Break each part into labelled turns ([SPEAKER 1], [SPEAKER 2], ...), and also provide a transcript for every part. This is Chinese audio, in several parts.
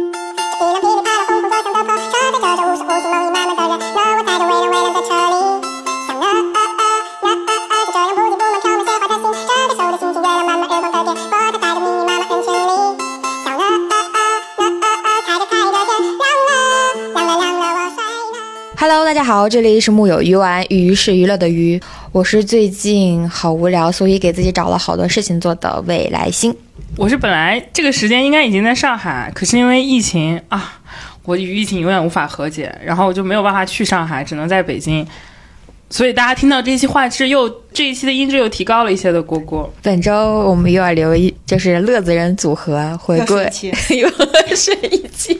[SPEAKER 1] 一辆噼里啪啦轰轰撞向的跑，车载着无数无数梦里慢慢的人。那我载着蔚蓝蔚蓝的车里，想啊啊啊，那啊啊，就这样不紧不慢飘满鲜花的心，这个手的心情月亮慢慢日光的变，我它载着迷你妈妈人群里，想啊啊啊，那啊啊，开着开着天亮了，亮了亮了我睡了。
[SPEAKER 2] Hello，大家好，这里是木有鱼丸，鱼是娱乐的鱼，我是最近好无聊，所以给自己找了好多事情做的未来星。
[SPEAKER 3] 我是本来这个时间应该已经在上海，可是因为疫情啊，我与疫情永远无法和解，然后我就没有办法去上海，只能在北京。所以大家听到这一期画质又这一期的音质又提高了一些的蝈蝈，
[SPEAKER 2] 本周我们又要留一，就是乐子人组合回归，
[SPEAKER 4] 又是一
[SPEAKER 2] 又是一期。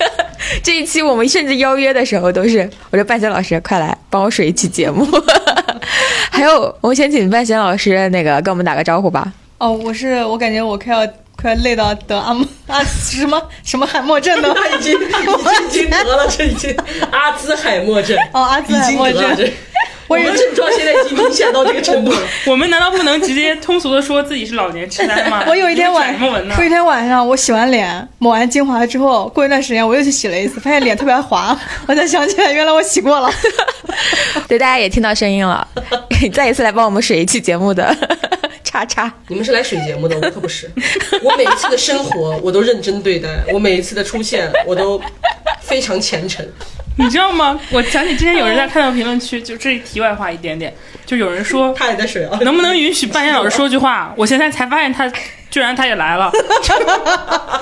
[SPEAKER 2] 这一期我们甚至邀约的时候都是，我说半仙老师快来帮我水一期节目。 还有，我们先请半仙老师那个跟我们打个招呼吧。
[SPEAKER 4] 哦，我是我感觉我快要快要累到得阿姆阿什么什么海默症的
[SPEAKER 5] 已经已经得了，这已经阿兹海默症，
[SPEAKER 4] 哦，阿
[SPEAKER 5] 已
[SPEAKER 4] 兹海
[SPEAKER 5] 经
[SPEAKER 4] 默
[SPEAKER 5] 得了
[SPEAKER 4] 症。
[SPEAKER 5] 这。我们的症状现在已经明显到这个程度了。
[SPEAKER 3] 我们难道不能直接通俗的说自己是老年痴呆吗
[SPEAKER 4] ？我有一天晚
[SPEAKER 3] 你们卷什么文呢
[SPEAKER 4] 我？有一天晚上我洗完脸抹完精华之后，过一段时间我又去洗了一次，发现脸特别滑，我才想起来原来我洗过了。
[SPEAKER 2] 对，大家也听到声音了， 再一次来帮我们水一期节目的 叉叉。
[SPEAKER 5] 你们是来水节目的，我可不是。我每一次的生活我都认真对待，我每一次的出现我都非常虔诚。
[SPEAKER 3] 你知道吗？我想起之前有人在看到评论区，就这里题外话一点点，就有人说
[SPEAKER 5] 他也在水啊，
[SPEAKER 3] 能不能允许半夜老师说句话？我现在才发现他居然他也来了，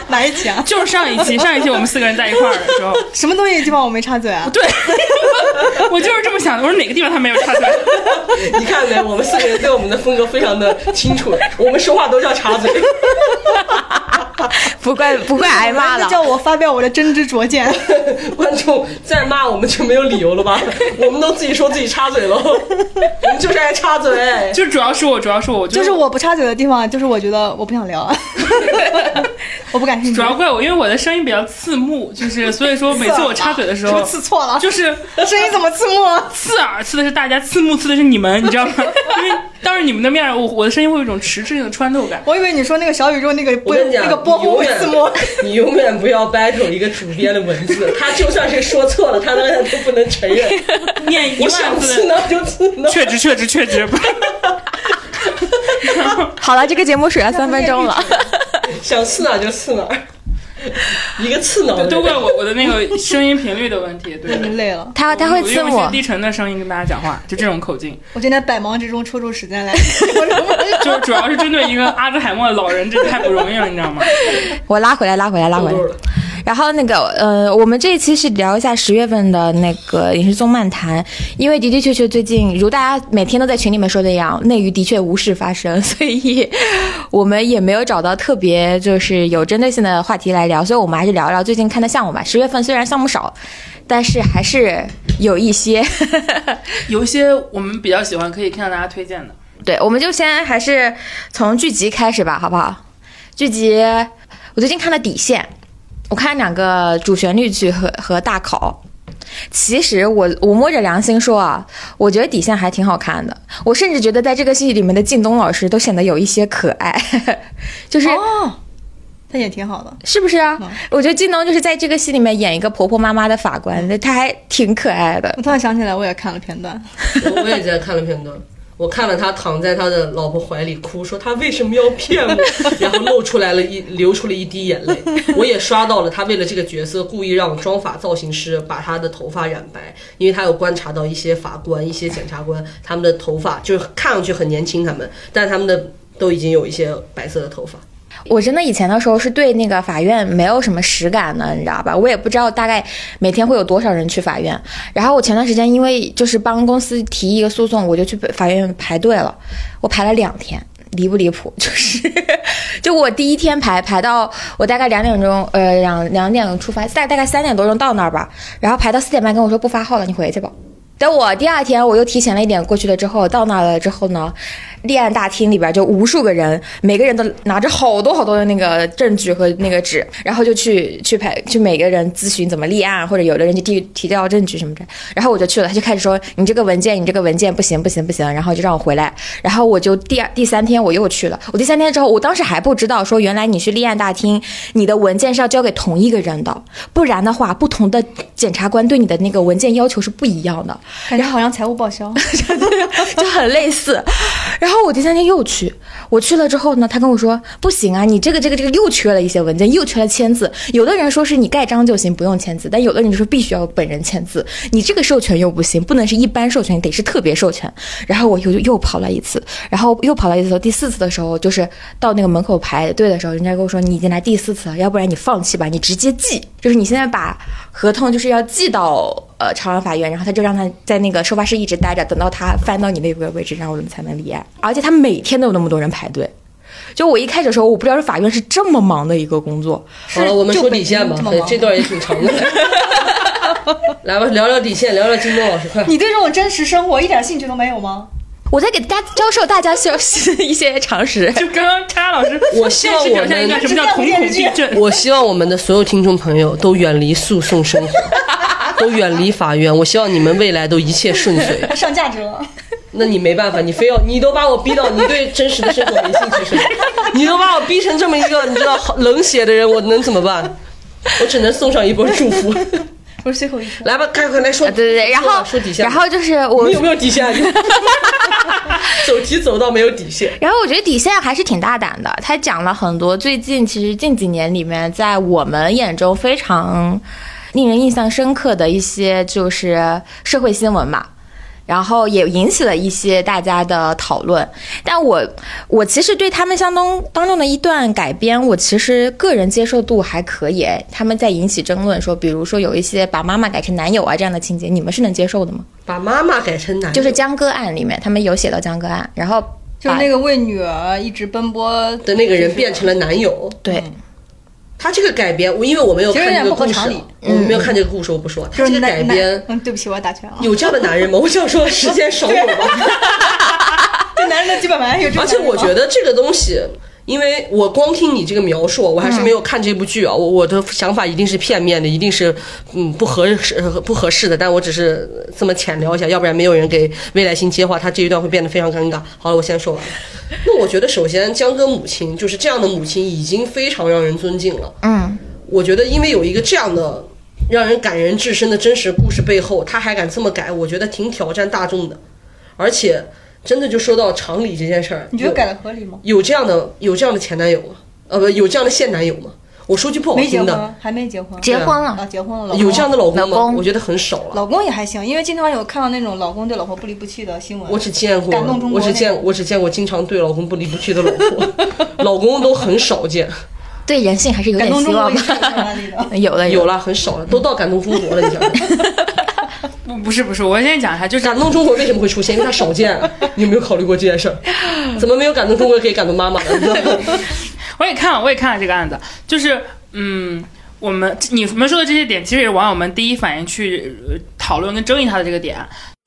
[SPEAKER 4] 哪一期啊？
[SPEAKER 3] 就是上一期，上一期我们四个人在一块儿的时候，
[SPEAKER 4] 什么东西地方我没插嘴啊？
[SPEAKER 3] 对， 我就是这么想的。我说哪个地方他没有插嘴？
[SPEAKER 5] 你看没？我们四个人对我们的风格非常的清楚，我们说话都叫插嘴。
[SPEAKER 2] 不怪不怪挨骂了
[SPEAKER 4] 就。叫我发表我的真知灼见。
[SPEAKER 5] 观众再骂我们就没有理由了吧？我们都自己说自己插嘴喽，我们就是爱插嘴。
[SPEAKER 3] 就主要是我，主要是我，
[SPEAKER 4] 就是
[SPEAKER 3] 我，
[SPEAKER 4] 我不插嘴的地方，就是我觉得我不想聊，啊 我不感兴趣。
[SPEAKER 3] 主要怪我，因为我的声音比较刺目，就是所以说每次我插嘴的时
[SPEAKER 4] 是不
[SPEAKER 3] 候
[SPEAKER 4] 是，刺错了？
[SPEAKER 3] 就是
[SPEAKER 4] 声音怎么啊刺目了？
[SPEAKER 3] 刺耳，刺的是大家，刺目刺的是你们，你知道吗？因为当着你们的面，我我的声音会有一种迟滞性的穿透感。
[SPEAKER 4] 我以为你说那个小宇宙那个
[SPEAKER 5] 我
[SPEAKER 4] 波
[SPEAKER 5] 跟你讲，
[SPEAKER 4] 那个波波
[SPEAKER 5] 你永
[SPEAKER 4] 会
[SPEAKER 5] 远
[SPEAKER 4] 字幕，
[SPEAKER 5] 你永远不要 battle 一个主编的文字，他就算是说错了，他当然都不能承认。
[SPEAKER 3] 念 一
[SPEAKER 5] 我
[SPEAKER 3] 万
[SPEAKER 5] 想
[SPEAKER 3] 字
[SPEAKER 5] 刺
[SPEAKER 3] 的，
[SPEAKER 5] 挠就刺挠。
[SPEAKER 3] 确实，确实，确实，
[SPEAKER 2] 好了，这个节目水了三分钟了。
[SPEAKER 5] 想刺哪就刺哪儿，一个刺挠的人
[SPEAKER 3] 都怪我我的那个声音频率的问题。对
[SPEAKER 4] 你， 累了。
[SPEAKER 2] 啊他他会
[SPEAKER 3] 我
[SPEAKER 2] 刺
[SPEAKER 3] 用一些
[SPEAKER 2] 我，
[SPEAKER 3] 低沉的声音跟大家讲话，就这种口径，
[SPEAKER 4] 我今天百忙之中抽出时间来，
[SPEAKER 3] 就是主要是针对一个阿兹海默老人，这太不容易了，你知道吗？
[SPEAKER 2] 我拉回来，拉回来，拉
[SPEAKER 5] 够
[SPEAKER 2] 回来
[SPEAKER 5] 够。了。
[SPEAKER 2] 然后那个，呃，我们这一期是聊一下十月份的那个影视综漫谈，因为的的确确最近如大家每天都在群里面说的一样，内娱的确无事发生，所以我们也没有找到特别就是有针对性的话题来聊，所以我们还是聊一聊最近看的项目吧。十月份虽然项目少，但是还是有一些。
[SPEAKER 3] 有一些我们比较喜欢，可以向大家推荐的。
[SPEAKER 2] 对，我们就先还是从剧集开始吧，好不好？剧集，我最近看了《底线》，我看两个主旋律剧和和大考。其实我我摸着良心说啊，我觉得《底线》还挺好看的。我甚至觉得在这个戏里面的靳东老师都显得有一些可爱， 就是、
[SPEAKER 4] 哦，那也挺好的。
[SPEAKER 2] 是不是啊
[SPEAKER 4] 嗯？
[SPEAKER 2] 我觉得靳东就是在这个戏里面演一个婆婆妈妈的法官，
[SPEAKER 4] 嗯
[SPEAKER 2] 他还挺可爱的。
[SPEAKER 4] 我突然想起来，我也看了片段，
[SPEAKER 5] 我我也在看了片段，我看了他躺在他的老婆怀里哭，说他为什么要骗我，然后露出来了一流出了一滴眼泪。我也刷到了他为了这个角色故意让妆发造型师把他的头发染白，因为他有观察到一些法官、一些检察官他们的头发就是看上去很年轻，他们，但他们的都已经有一些白色的头发。
[SPEAKER 2] 我真的以前的时候是对那个法院没有什么实感的，你知道吧？我也不知道大概每天会有多少人去法院。然后我前段时间因为就是帮公司提一个诉讼，我就去法院排队了，我排了两天。离不离谱？ 就是，就我第一天排排到我大概两点钟，呃，两两点出发，大大概三点多钟到那儿吧，然后排到四点半跟我说不发号了，你回去吧。等我第二天我又提前了一点过去了之后，到那儿了之后呢，立案大厅里边就无数个人，每个人都拿着好多好多的那个证据和那个纸，然后就去去排去每个人咨询怎么立案，或者有的人就提提交证据什么的。然后我就去了，他就开始说你这个文件你这个文件不行不行不行，然后就让我回来。然后我就第二第三天我又去了，我第三天之后，我当时还不知道说原来你去立案大厅，你的文件是要交给同一个人的，不然的话，不同的检察官对你的那个文件要求是不一样的。
[SPEAKER 4] 感觉好像财务报销。
[SPEAKER 2] 就很类似。然后我第三天又去，我去了之后呢，他跟我说不行啊，你这个这个这个又缺了一些文件，又缺了签字。有的人说是你盖章就行，不用签字，但有的人就说必须要本人签字。你这个授权又不行，不能是一般授权，得是特别授权。然后我又又跑了一次，然后又跑了一次。第四次的时候，就是到那个门口排队的时候，人家跟我说你已经来第四次了，要不然你放弃吧，你直接寄，就是你现在把合同就是要寄到。呃朝阳法院，然后他就让他在那个收发室一直待着，等到他翻到你那个位置，然后我们才能立案。而且他每天都有那么多人排队。就我一开始的时候，我不知道是法院是这么忙的一个工作。
[SPEAKER 5] 好了，我们
[SPEAKER 4] 就
[SPEAKER 5] 说
[SPEAKER 4] 北
[SPEAKER 5] 底线
[SPEAKER 4] 京
[SPEAKER 5] 吧哎
[SPEAKER 4] 这么，忙
[SPEAKER 5] 这段也 挺长的。 来吧，聊聊底线，聊聊金钟老师，快。
[SPEAKER 4] 你对这种真实生活一点兴趣都没有吗？
[SPEAKER 2] 我在给大家教授大家消息一些常识。
[SPEAKER 3] 就刚刚叉老师，
[SPEAKER 5] 我希望
[SPEAKER 3] 现实表现一段
[SPEAKER 5] 我们
[SPEAKER 3] 什么叫瞳孔地震。
[SPEAKER 5] 我希望我们的所有听众朋友都远离诉讼生活，都远离法院。我希望你们未来都一切顺遂。
[SPEAKER 4] 上价值了，
[SPEAKER 5] 那你没办法，你非要你都把我逼到你对真实的生活没兴趣是吗？你都把我逼成这么一个你知道好冷血的人，我能怎么办？我只能送上一波祝福。
[SPEAKER 4] 不是随口一说。
[SPEAKER 5] 来吧，快快来说。
[SPEAKER 2] 对啊对对，然
[SPEAKER 5] 说
[SPEAKER 2] 后
[SPEAKER 5] 吧说底线吧。
[SPEAKER 2] 然后就是我
[SPEAKER 5] 你有没有底线？ 走题走到没有底线。
[SPEAKER 2] 然后我觉得底线还是挺大胆的，他讲了很多最近其实近几年里面，在我们眼中非常令人印象深刻的一些就是社会新闻嘛。然后也引起了一些大家的讨论，但我我其实对他们相当当中的一段改编，我其实个人接受度还可以。他们在引起争论说，比如说有一些把妈妈改成男友啊这样的情节，你们是能接受的吗？
[SPEAKER 5] 把妈妈改成男
[SPEAKER 2] 就
[SPEAKER 5] 友，
[SPEAKER 2] 是江歌案里面，他们有写到江歌案，然后
[SPEAKER 4] 就是
[SPEAKER 2] 把
[SPEAKER 4] 那个为女儿一直奔波
[SPEAKER 5] 的那个人变成了男友。
[SPEAKER 2] 对。
[SPEAKER 5] 他这个改编，我因为我没有
[SPEAKER 4] 其实
[SPEAKER 5] 看
[SPEAKER 4] 有
[SPEAKER 5] 这个
[SPEAKER 4] 点不合
[SPEAKER 5] 故事
[SPEAKER 4] 常理嗯
[SPEAKER 5] 啊，我没有看这个故事，我不说。
[SPEAKER 4] 就
[SPEAKER 5] 他
[SPEAKER 4] 是
[SPEAKER 5] 这个
[SPEAKER 4] 男
[SPEAKER 5] 改
[SPEAKER 4] 男
[SPEAKER 5] 编
[SPEAKER 4] 嗯，对不起，我打拳 了。
[SPEAKER 5] 有这样的男人吗？我想说时间 少有吧。
[SPEAKER 4] 这男人的基本盘有这种
[SPEAKER 5] 而且我觉
[SPEAKER 4] 男人吗
[SPEAKER 5] 得这个东西。因为我光听你这个描述，我还是没有看这部剧
[SPEAKER 4] 嗯
[SPEAKER 5] 啊，我我的想法一定是片面的，一定是嗯不合适不合适的，但我只是这么浅聊一下，要不然没有人给未来星接话，他这一段会变得非常尴尬。好了，我先说完。
[SPEAKER 4] 嗯
[SPEAKER 5] 那我觉得首先江歌母亲就是这样的母亲，已经非常让人尊敬了。
[SPEAKER 2] 嗯，
[SPEAKER 5] 我觉得因为有一个这样的让人感人至深的真实故事背后，他还敢这么改，我觉得挺挑战大众的。而且真的就说到常理这件事儿，
[SPEAKER 4] 你觉得改的合理吗？
[SPEAKER 5] 有有这样的有这样的前男友吗？呃，不，有这样的现男友吗？我说句不好
[SPEAKER 4] 没结
[SPEAKER 5] 听的，
[SPEAKER 4] 婚，还没结婚，
[SPEAKER 2] 结婚了，
[SPEAKER 4] 啊，结婚了，老公
[SPEAKER 5] 有这样的老公
[SPEAKER 2] 老
[SPEAKER 5] 吗？
[SPEAKER 2] 公
[SPEAKER 5] 我觉得很少了。
[SPEAKER 4] 老公也还行，因为经常有看到那种老公对老婆不离不弃的新闻。
[SPEAKER 5] 我只见过
[SPEAKER 4] 感动中，国
[SPEAKER 5] 我只
[SPEAKER 4] 那
[SPEAKER 5] 见
[SPEAKER 4] 种
[SPEAKER 5] 我只见过经常对老公不离不弃的老婆，老公 都很少见，
[SPEAKER 2] 对人性还是有
[SPEAKER 4] 感
[SPEAKER 2] 点
[SPEAKER 4] 动
[SPEAKER 2] 希
[SPEAKER 4] 中国
[SPEAKER 2] 望
[SPEAKER 4] 也是有这
[SPEAKER 2] 吧。
[SPEAKER 4] 种案例 的。
[SPEAKER 2] 有的
[SPEAKER 5] 有
[SPEAKER 2] 了，
[SPEAKER 5] 了很少了，都到感动中国了，你想想。
[SPEAKER 3] 不不是不是，我先讲一下，就是
[SPEAKER 5] 感动中国为什么会出现？因为它少见。啊你有没有考虑过这件事儿？怎么没有感动中国可以感动妈妈呢？
[SPEAKER 3] 我也看了，我也看了这个案子，就是嗯，我们你们说的这些点，其实也是网友们第一反应去呃讨论跟争议他的这个点。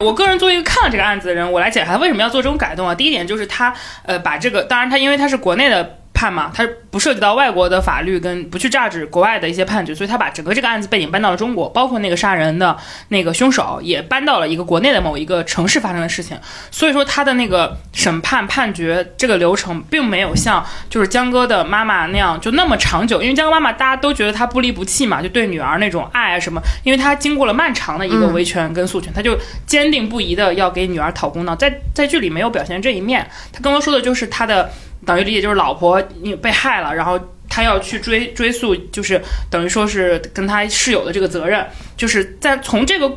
[SPEAKER 3] 我个人作为一个看了这个案子的人，我来解释他为什么要做这种改动啊。第一点就是他呃把这个，当然他因为他是国内的。判嘛，他不涉及到外国的法律，跟不去榨取国外的一些判决，所以他把整个这个案子背景搬到了中国，包括那个杀人的那个凶手也搬到了一个国内的某一个城市发生的事情。所以说他的那个审判判决这个流程，并没有像就是江哥的妈妈那样就那么长久，因为江哥妈妈大家都觉得她不离不弃嘛，就对女儿那种爱啊什么，因为她经过了漫长的一个维权跟诉权，她就坚定不移的要给女儿讨公道，在在剧里没有表现这一面，她更多说的就是她的等于理解就是老婆你被害了，然后。她要去追追溯，就是等于说是跟她室友的这个责任，就是在从这个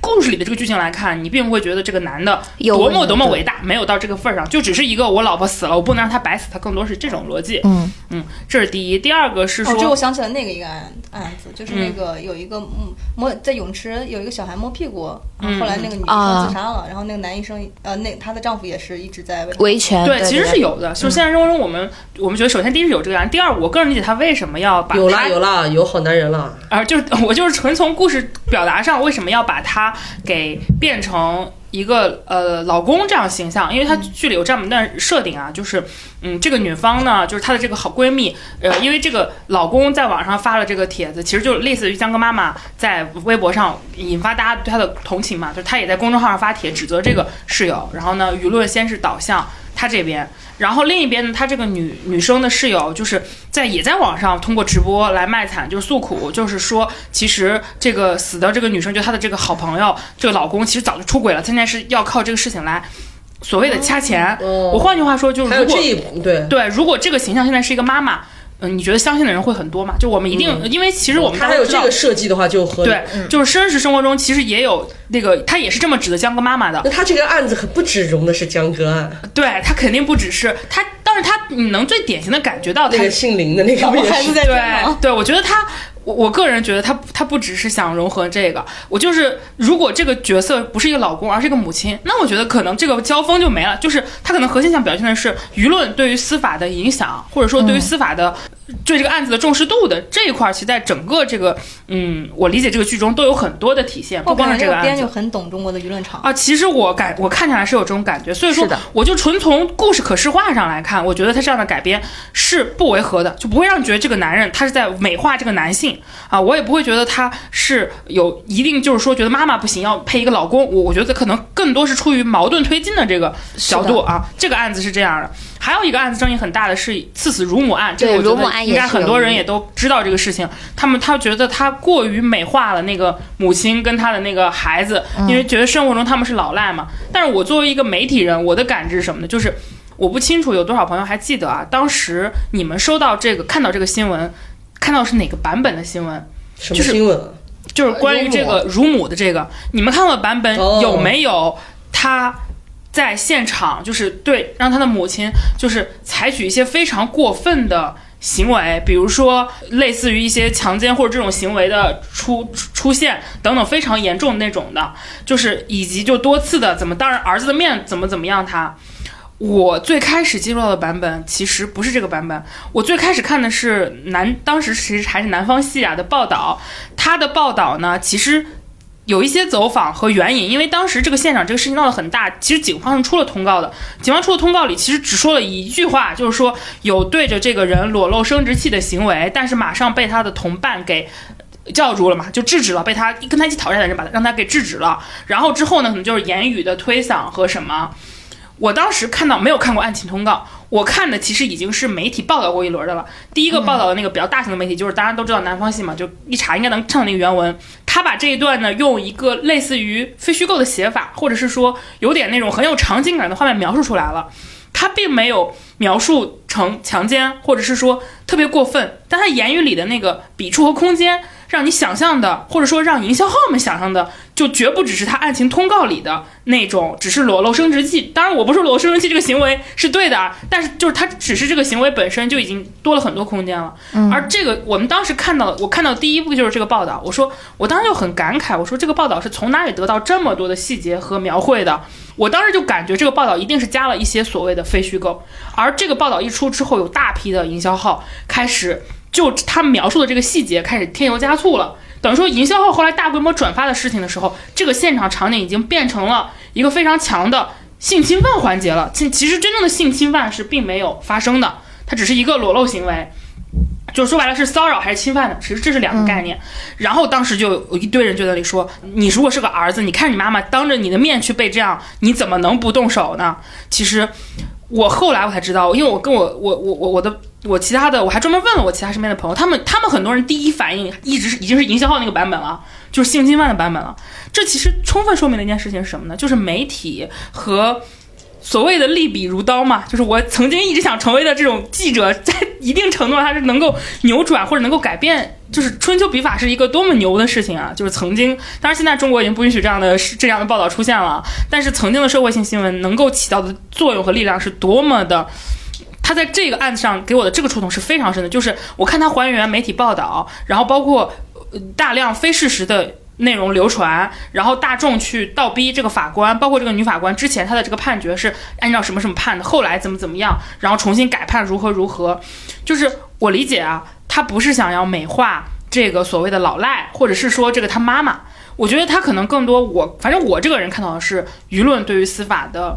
[SPEAKER 3] 故事里的这个剧情来看，你并不会觉得这个男的
[SPEAKER 2] 有
[SPEAKER 3] 多么多么伟大，没有到这个份儿上，就只是一个我老婆死了，我不能让她白死，她更多是这种逻辑。
[SPEAKER 2] 嗯
[SPEAKER 3] 嗯，这是第一。第二个是
[SPEAKER 4] 哦，这
[SPEAKER 3] 说，
[SPEAKER 4] 我想起了那个一个案案子，就是那个有一个嗯摸在泳池有一个小孩摸屁股，然
[SPEAKER 3] 嗯
[SPEAKER 4] 后后来那个女
[SPEAKER 2] 啊
[SPEAKER 4] 生自杀了，然后那个男医生呃那她的丈夫也是一直在为
[SPEAKER 2] 维权
[SPEAKER 3] 对，其实是有的。就是现实生活中，我们我们觉得，首先第一是有这个案，第二，我个人理解他为什么要把
[SPEAKER 5] 有
[SPEAKER 3] 他
[SPEAKER 5] 啦有啦，有好男人啦。
[SPEAKER 3] 啊，就是我就是纯从故事表达上，为什么要把他他给变成一个呃老公这样形象，因为他剧里有这么一段设定啊，就是嗯，这个女方呢，就是她的这个好闺蜜，呃，因为这个老公在网上发了这个帖子，其实就类似于江哥妈妈在微博上引发大家对她的同情嘛，就是她也在公众号上发帖指责这个室友，然后呢，舆论先是导向她这边，然后另一边呢，她这个女女生的室友就是在也在网上通过直播来卖惨，就是诉苦，就是说其实这个死的这个女生，就她的这个好朋友，这个老公其实早就出轨了，现在是要靠这个事情来所谓的掐钱。
[SPEAKER 5] 哦
[SPEAKER 3] 我换句话说，就是
[SPEAKER 5] 还
[SPEAKER 3] 如
[SPEAKER 5] 有
[SPEAKER 3] 果
[SPEAKER 5] 这一对，
[SPEAKER 3] 对，如果这个形象现在是一个妈妈，嗯、你觉得相信的人会很多吗？就我们一定，因为其实我们
[SPEAKER 5] 他
[SPEAKER 3] 大
[SPEAKER 5] 嗯还
[SPEAKER 3] 家
[SPEAKER 5] 有
[SPEAKER 3] 都知
[SPEAKER 5] 这
[SPEAKER 3] 道
[SPEAKER 5] 个，设计的话就合理。
[SPEAKER 3] 对，就是真实生活中其实也有那个，他也是这么指的江哥妈妈的
[SPEAKER 5] 那，他这个案子可不止容的是江啊歌案，
[SPEAKER 3] 对他肯定不只是他，但是他你能最典型的感觉到
[SPEAKER 5] 那
[SPEAKER 3] 他
[SPEAKER 5] 个姓林的那个不也
[SPEAKER 4] 孩
[SPEAKER 5] 是
[SPEAKER 4] 子？在天
[SPEAKER 3] 对
[SPEAKER 4] 堂，
[SPEAKER 3] 对，我觉得他，我我个人觉得他他不只是想融合这个，我就是如果这个角色不是一个老公，而是一个母亲，那我觉得可能这个交锋就没了。就是他可能核心想表现的是舆论对于司法的影响，或者说
[SPEAKER 4] 嗯
[SPEAKER 3] 对于司法的、对这个案子的重视度的这一块儿，其实在整个这个嗯，我理解这个剧中都有很多的体现，不
[SPEAKER 4] 我
[SPEAKER 3] 光
[SPEAKER 4] 感
[SPEAKER 3] 是
[SPEAKER 4] 觉
[SPEAKER 3] 这
[SPEAKER 4] 这
[SPEAKER 3] 个
[SPEAKER 4] 个编
[SPEAKER 3] 案
[SPEAKER 4] 剧
[SPEAKER 3] 子。
[SPEAKER 4] 很懂中国的舆论场，
[SPEAKER 3] 啊，其实我感我看下来是有这种感觉，所以说
[SPEAKER 6] 是的
[SPEAKER 3] 我就纯从故事可视化上来看，我觉得他这样的改编是不违和的，就不会让你觉得这个男人他是在美化这个男性啊，我也不会觉得他是有一定就是说觉得妈妈不行要配一个老公，我我觉得可能更多是出于矛盾推进的这个角度啊，这个案子是这样的。还有一个案子争议很大的是刺死乳母案，这个
[SPEAKER 6] 对
[SPEAKER 3] 我觉
[SPEAKER 6] 乳母
[SPEAKER 3] 得
[SPEAKER 6] 案
[SPEAKER 3] 应
[SPEAKER 6] 也
[SPEAKER 3] 该
[SPEAKER 6] 是
[SPEAKER 3] 很
[SPEAKER 6] 有
[SPEAKER 3] 多
[SPEAKER 6] 疑
[SPEAKER 3] 人
[SPEAKER 6] 虑
[SPEAKER 3] 也都知道这个事情，他们他觉得他过于美化了那个母亲跟他的那个孩子，
[SPEAKER 6] 嗯
[SPEAKER 3] 因为觉得生活中他们是老赖嘛。但是我作为一个媒体人，我的感知是什么呢？就是我不清楚有多少朋友还记得啊，当时你们收到这个看到这个新闻，看到是哪个版本的新闻？
[SPEAKER 5] 什么新闻啊？
[SPEAKER 3] 就是关于这
[SPEAKER 6] 哎
[SPEAKER 3] 个乳母的这个，你们看过的版本
[SPEAKER 5] 哦
[SPEAKER 3] 有没有他在现场就是对让他的母亲就是采取一些非常过分的行为，比如说类似于一些强奸或者这种行为的出出出现等等非常严重的那种的，就是以及就多次的怎么当着儿子的面怎么怎么样他。我最开始接触到的版本其实不是这个版本，我最开始看的是南，当时其实还是南方系啊的报道，他的报道呢，其实有一些走访和援引，因为当时这个现场这个事情闹得很大，其实警方是出了通告的。警方出的通告里其实只说了一句话，就是说有对着这个人裸露生殖器的行为，但是马上被他的同伴给。叫住了嘛，就制止了被他跟他一起讨债的人把他让他给制止了，然后之后呢，可能就是言语的推搡和什么。我当时看到没有看过案情通告，我看的其实已经是媒体报道过一轮的了。第一个报道的那个比较大型的媒体，就是大家都知道南方系嘛，就一查应该能唱那个原文。他把这一段呢，用一个类似于非虚构的写法，或者是说有点那种很有场景感的画面描述出来了。他并没有描述成强奸，或者是说特别过分，但他言语里的那个笔触和空间，让你想象的，或者说让营销号们想象的，就绝不只是他案情通告里的那种，只是裸露生殖器。当然，我不是裸露生殖器这个行为是对的，啊，但是就是他只是这个行为本身就已经多了很多空间了。而这个我们当时看到，我看到第一部就是这个报道，我说我当时就很感慨，我说这个报道是从哪里得到这么多的细节和描绘的？我当时就感觉这个报道一定是加了一些所谓的非虚构，而这个报道一出之后，有大批的营销号开始就他描述的这个细节开始添油加醋了。等于说，营销号后来大规模转发的事情的时候，这个现场场景已经变成了一个非常强的性侵犯环节了。其其实真正的性侵犯是并没有发生的，它只是一个裸露行为。就说白了是骚扰还是侵犯的，其实这是两个概念。然后当时就有一堆人就在那里说，你如果是个儿子，你看你妈妈当着你的面去被这样，你怎么能不动手呢？其实我后来我才知道，因为我跟我我我我我的我其他的我还专门问了我其他身边的朋友，他们他们很多人第一反应一直是已经是营销号那个版本了，就是性侵犯的版本了。这其实充分说明了一件事情是什么呢？就是媒体和所谓的利比如刀嘛，就是我曾经一直想成为的这种记者，在一定程度上，它是能够扭转或者能够改变，就是春秋笔法是一个多么牛的事情啊！就是曾经，当然现在中国已经不允许这样的这样的报道出现了，但是曾经的社会性新闻能够起到的作用和力量是多么的。他在这个案子上给我的这个触动是非常深的，就是我看他还原媒体报道，然后包括呃大量非事实的内容流传，然后大众去倒逼这个法官，包括这个女法官之前她的这个判决是按照什么什么判的，后来怎么怎么样，然后重新改判如何如何，就是我理解啊，他不是想要美化这个所谓的老赖，或者是说这个他妈妈。我觉得他可能更多我，反正我这个人看到的是舆论对于司法的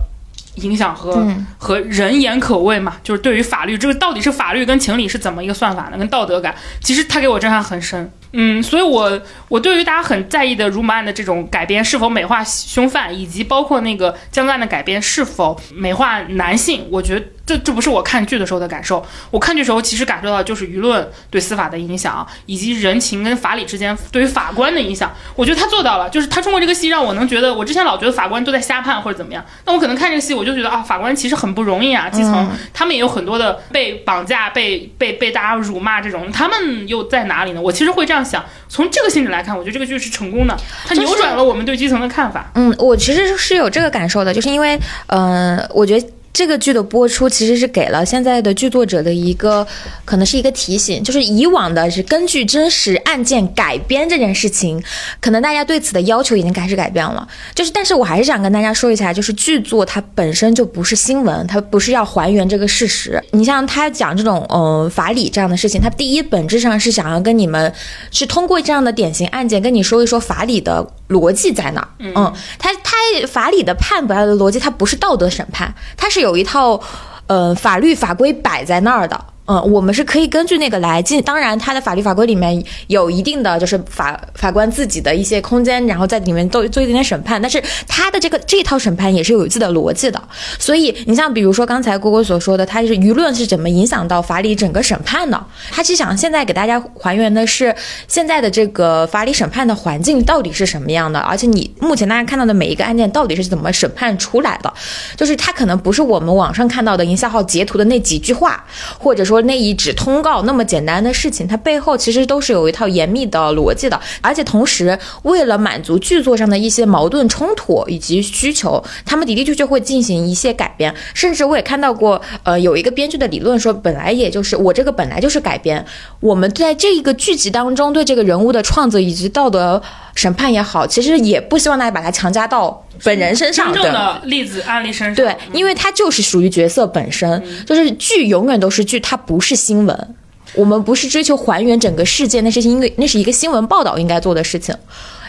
[SPEAKER 3] 影响和、
[SPEAKER 2] 嗯
[SPEAKER 3] 和人言可畏嘛，就是对于法律这个到底是法律跟情理是怎么一个算法呢？跟道德感，其实他给我震撼很深。嗯，所以我我对于大家很在意的辱马案的这种改编是否美化凶犯，以及包括那个江歌案的改编是否美化男性，我觉得这这不是我看剧的时候的感受。我看剧时候其实感受到就是舆论对司法的影响，以及人情跟法理之间对于法官的影响。我觉得他做到了，就是他通过这个戏让我能觉得，我之前老觉得法官都在瞎判或者怎么样，那我可能看这个戏我就觉得啊，法官其实很不容易啊，基
[SPEAKER 2] 嗯
[SPEAKER 3] 层、他们也有很多的被绑架、被被被大家辱骂这种，他们又在哪里呢？我其实会这样想，从这个性质来看，我觉得这个剧是成功的，它
[SPEAKER 2] 就是
[SPEAKER 3] 扭转了我们对基层的看法。
[SPEAKER 2] 嗯，我其实是有这个感受的，就是因为，嗯、我觉得。这个剧的播出其实是给了现在的剧作者的一个，可能是一个提醒，就是以往的是根据真实案件改编这件事情，可能大家对此的要求已经开始改变了。就是，但是我还是想跟大家说一下，就是剧作它本身就不是新闻，它不是要还原这个事实。你像他讲这种呃法理这样的事情，他第一本质上是想要跟你们是通过这样的典型案件跟你说一说法理的逻辑在哪儿。嗯，他他法理的判不要的逻辑，它不是道德审判，它是有一套呃法律法规摆在那儿的。嗯，我们是可以根据那个来进，当然它的法律法规里面有一定的就是法法官自己的一些空间，然后在里面做做一点点审判，但是它的这个这套审判也是有自己的逻辑的。所以你像比如说刚才郭郭所说的，它是舆论是怎么影响到法理整个审判的？他是想现在给大家还原的是现在的这个法理审判的环境到底是什么样的，而且你目前大家看到的每一个案件到底是怎么审判出来的，就是它可能不是我们网上看到的营销号截图的那几句话，或者说那一纸通告那么简单的事情，它背后其实都是有一套严密的逻辑的，而且同时为了满足剧作上的一些矛盾冲突以及需求，他们的的确确会进行一些改编，甚至我也看到过，呃，有一个编剧的理论说，本来也就是我这个本来就是改编，我们在这一个剧集当中对这个人物的创作以及道德审判也好，其实也不希望大家把它强加到本人身上，
[SPEAKER 3] 真
[SPEAKER 2] 对。
[SPEAKER 3] 正的例子案例身上，嗯
[SPEAKER 2] 对，因为它就是属于角色本身，就是剧永远都是剧，它不是新闻。我们不是追求还原整个事件，那是因为那是一个新闻报道应该做的事情。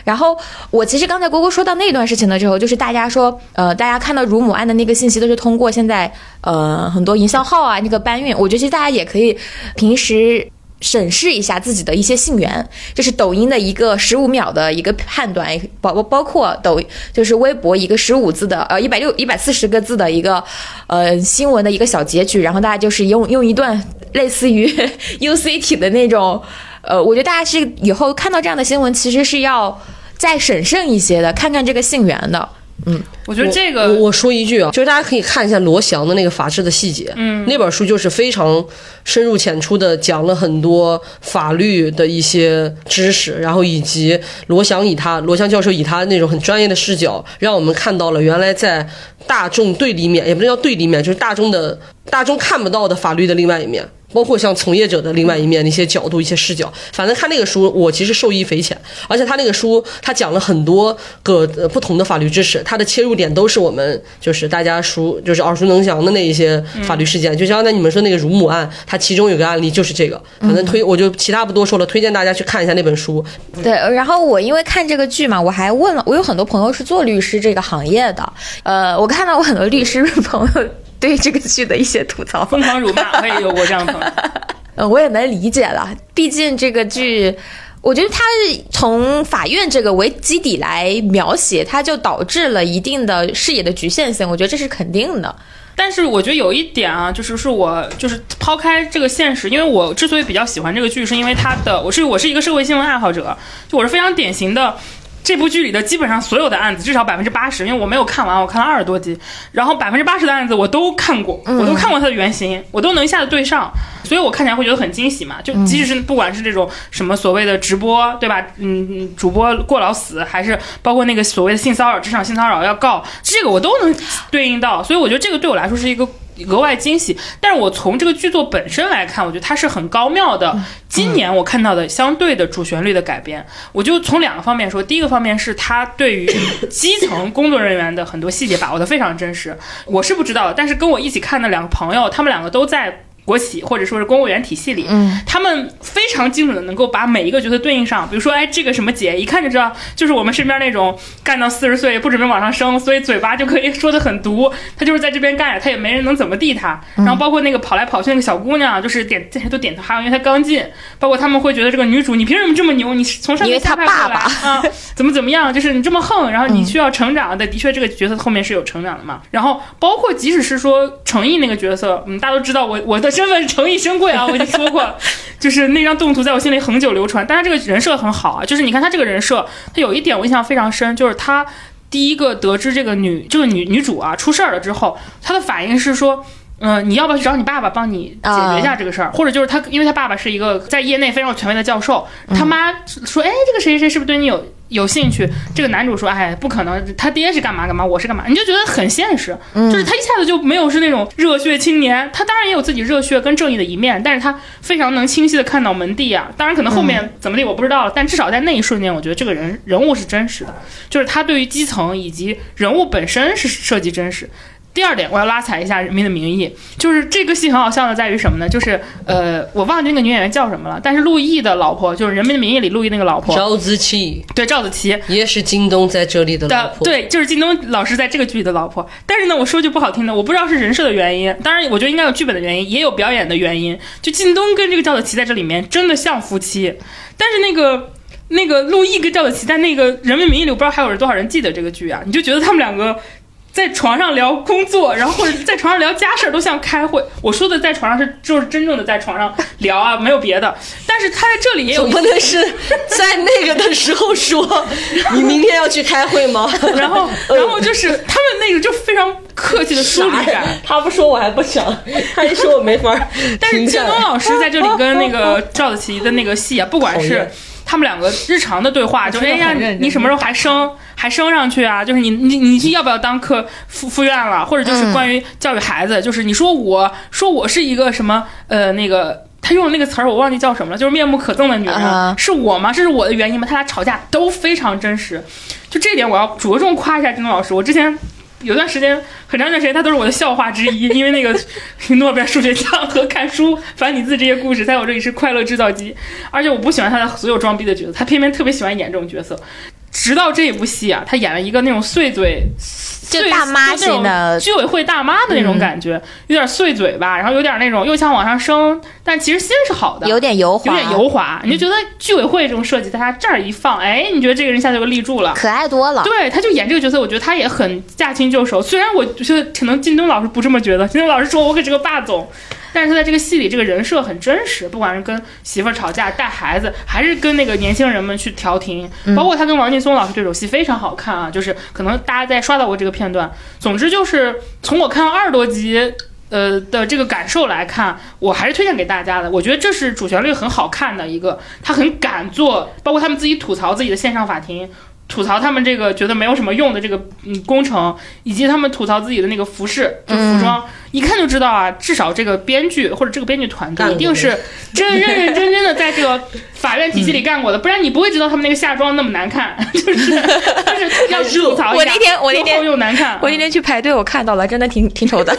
[SPEAKER 2] 然后我其实刚才郭郭说到那段事情的时候，就是大家说，呃，大家看到乳母案的那个信息都是通过现在呃很多营销号啊那个搬运，我觉得其实大家也可以平时。审视一下自己的一些信源，这是抖音的一个十五秒的一个判断，包包括抖就是微博一个十五字的呃一百六一百四十个字的一个呃新闻的一个小截取，然后大家就是用用一段类似于 UC 体的那种，呃，我觉得大家是以后看到这样的新闻，其实是要再审慎一些的，看看这个信源的。
[SPEAKER 3] 我觉得这
[SPEAKER 5] 我
[SPEAKER 3] 个
[SPEAKER 5] 我说一句啊，就是大家可以看一下罗翔的那个《法治的细节》，嗯，那本书就是非常深入浅出的讲了很多法律的一些知识，然后以及罗翔以他罗翔教授以他那种很专业的视角，让我们看到了原来在大众对立面，也不能叫对立面，就是大众的大众看不到的法律的另外一面。包括像从业者的另外一面的一些角度、一些视角，反正看那个书，我其实受益匪浅。而且他那个书，他讲了很多个、呃、不同的法律知识，他的切入点都是我们就是大家熟，就是耳熟能详的那一些法律事件。就像刚才你们说那个乳母案，它其中有个案例就是这个。反正推我就其他不多说了，推荐大家去看一下那本书。
[SPEAKER 3] 嗯
[SPEAKER 2] 对，呃然后我因为看这个剧嘛，我还问了，我有很多朋友是做律师这个行业的，呃，我看到我很多律师朋友对这个剧的一些吐槽，
[SPEAKER 3] 疯狂辱骂，我也有过这样的朋友。
[SPEAKER 2] 呃，我也能理解了，毕竟这个剧。我觉得它是从法院这个为基底来描写，它就导致了一定的视野的局限性。我觉得这是肯定的。
[SPEAKER 3] 但是我觉得有一点啊，就是是我就是抛开这个现实，因为我之所以比较喜欢这个剧，是因为它的我是我是一个社会新闻爱好者，就我是非常典型的。这部剧里的基本上所有的案子，至少百分之八十，因为我没有看完，我看了二十多集，然后百分之八十的案子我都看过，我都看过它的原型，我都能一下子对上，所以我看起来会觉得很惊喜嘛。就即使是不管是这种什么所谓的直播，对吧？嗯，嗯主播过劳死，还是包括那个所谓的性骚扰、职场性骚扰要告，这个我都能对应到，所以我觉得这个对我来说是一个。额外惊喜，但是我从这个剧作本身来看，我觉得它是很高妙的。今年我看到的相对的主旋律的改编，我就从两个方面说。第一个方面是它对于基层工作人员的很多细节把握的非常真实，我是不知道的，但是跟我一起看的两个朋友，他们两个都在。国企或者说是公务员体系里，
[SPEAKER 2] 嗯，
[SPEAKER 3] 他们非常精准的能够把每一个角色对应上。比如说，哎，这个什么姐，一看就知道，就是我们身边那种干到四十岁不准备往上升，所以嘴巴就可以说的很毒，他就是在这边干，他也没人能怎么地他。
[SPEAKER 2] 嗯
[SPEAKER 3] 然后包括那个跑来跑去那个小姑娘，就是点这谁都点她哈，因为她刚进，包括他们会觉得这个女主你凭什么这么牛？你是从上
[SPEAKER 2] 因为
[SPEAKER 3] 面下
[SPEAKER 2] 她
[SPEAKER 3] 派过
[SPEAKER 2] 爸
[SPEAKER 3] 来
[SPEAKER 2] 爸嗯
[SPEAKER 3] 啊，怎么怎么样，就是你这么横，然后你需要成长的，的确这个角色后面是有成长的嘛。然后包括即使是说程毅那个角色，嗯，大家都知道我我的身份是程毅深贵啊，我已经说过了，就是那张动图在我心里恒久流传。但他这个人设很好啊，就是你看他这个人设，他有一点我印象非常深，就是他第一个得知这个女这个女女主啊出事儿了之后，他的反应是说。嗯、你要不要去找你爸爸帮你解决一下这个事儿？或者就是他，因为他爸爸是一个在业内非常有权威的教授，他妈说：“哎，这个谁谁谁是不是对你有有兴趣？”这个男主说：“哎，不可能，他爹是干嘛干嘛，我是干嘛。”你就觉得很现实，就是他一下子就没有是那种热血青年。他当然也有自己热血跟正义的一面，但是他非常能清晰的看到门第啊。当然，可能后面怎么地我不知道了，但至少在那一瞬间，我觉得这个人人物是真实的，就是他对于基层以及人物本身是设计真实。第二点，我要拉踩一下《人民的名义》，就是这个戏很好笑的在于什么呢？就是呃，我忘记那个女演员叫什么了，但是陆毅的老婆，就是《人民的名义》里陆毅那个老婆，
[SPEAKER 5] 赵子琪
[SPEAKER 3] 对赵子琪，
[SPEAKER 5] 也是京东在这里的老
[SPEAKER 3] 的
[SPEAKER 5] 婆，，
[SPEAKER 3] 对，就是靳东老师在这个剧里的老婆。但是呢，我说句不好听的，我不知道是人设的原因，当然我觉得应该有剧本的原因，也有表演的原因。就靳东跟这个赵子琪在这里面真的像夫妻，但是那个。那个陆毅跟赵子琪在那个《人民名义》里，我不知道还有多少人记得这个剧啊？你就觉得他们两个在床上聊工作，然后或者在床上聊家事儿，都像开会。我说的在床上是就是真正的在床上聊啊，没有别的。但是他在这里也有
[SPEAKER 5] 总
[SPEAKER 3] 一
[SPEAKER 5] 不能是在那个的时候说你明天要去开会吗？
[SPEAKER 3] 然后，然后就是他们那个就非常客气的疏离感，
[SPEAKER 5] 他不说我还不想， 他一说我没法 儿
[SPEAKER 3] 但是
[SPEAKER 5] 停
[SPEAKER 3] 靳
[SPEAKER 5] 下
[SPEAKER 3] 东
[SPEAKER 5] 来。
[SPEAKER 3] 老师在这里跟那个赵子琪的那个戏啊，不管
[SPEAKER 5] 讨
[SPEAKER 3] 是
[SPEAKER 5] 厌
[SPEAKER 3] 他们两个日常的对话，就
[SPEAKER 4] 真
[SPEAKER 3] 哎
[SPEAKER 4] 的
[SPEAKER 3] 呀，
[SPEAKER 4] 很认真
[SPEAKER 3] 你什么时候还升还升上去啊？就是你你你是要不要当科副副院了？或者就是关于教育孩子，就是你说我说我是一个什么呃那个。他用的那个词儿我忘记叫什么了，就是面目可憎的女人
[SPEAKER 2] 啊
[SPEAKER 3] 是我吗？这是我的原因吗？他俩吵架都非常真实，就这点我要着重夸一下靳东老师。我之前有段时间，很长一段时间，他都是我的笑话之一， 因为那个诺贝尔数学奖和看书反拟字这些故事，在我这里是快乐制造机。而且我不喜欢他的所有装逼的角色，他偏偏特别喜欢演这种角色。直到这一部戏啊，他演了一个那种碎嘴，
[SPEAKER 2] 就
[SPEAKER 3] 碎
[SPEAKER 2] 大妈
[SPEAKER 3] 就那种
[SPEAKER 2] 型的嗯
[SPEAKER 3] 居委会大妈的那种感觉，有点碎嘴吧，然后有点那种又想往上升，但其实心是好的，
[SPEAKER 2] 有点油
[SPEAKER 3] 有
[SPEAKER 2] 滑，
[SPEAKER 3] 点油滑。你就觉得居委会这种设计，在他这儿一放，哎，你觉得这个人一下就立住了。
[SPEAKER 2] 可爱多了。
[SPEAKER 3] 对，他就演这个角色，我觉得他也很驾轻就熟。虽然我觉得可能靳东老师不这么觉得，靳东老师说我可是个霸总， 但是他在这个戏里这个人设很真实，不管是跟媳妇儿吵架、带孩子，还是跟那个年轻人们去调停，包括他跟王劲松老师对手戏非常好看啊，就是可能大家在刷到过这个片段。总之就是从我看了二十多集。呃的这个感受来看，我还是推荐给大家的。我觉得这是主旋律很好看的一个，他很敢做，包括他们自己吐槽自己的线上法庭，吐槽他们这个觉得没有什么用的这个嗯工程，以及他们吐槽自己的那个服饰，就
[SPEAKER 2] 嗯
[SPEAKER 3] 服装，一看就知道啊，至少这个编剧或者这个编剧团队
[SPEAKER 5] 干
[SPEAKER 3] 一
[SPEAKER 5] 过
[SPEAKER 3] 定是真认认真真的在这个法院体系里干过的，不然你不会知道他们那个夏装那么难看， 就是就是要吐槽一下，
[SPEAKER 2] 我那天我那天
[SPEAKER 3] 又厚又难看，
[SPEAKER 2] 我那天去排队，我看到了，真的挺挺丑 的。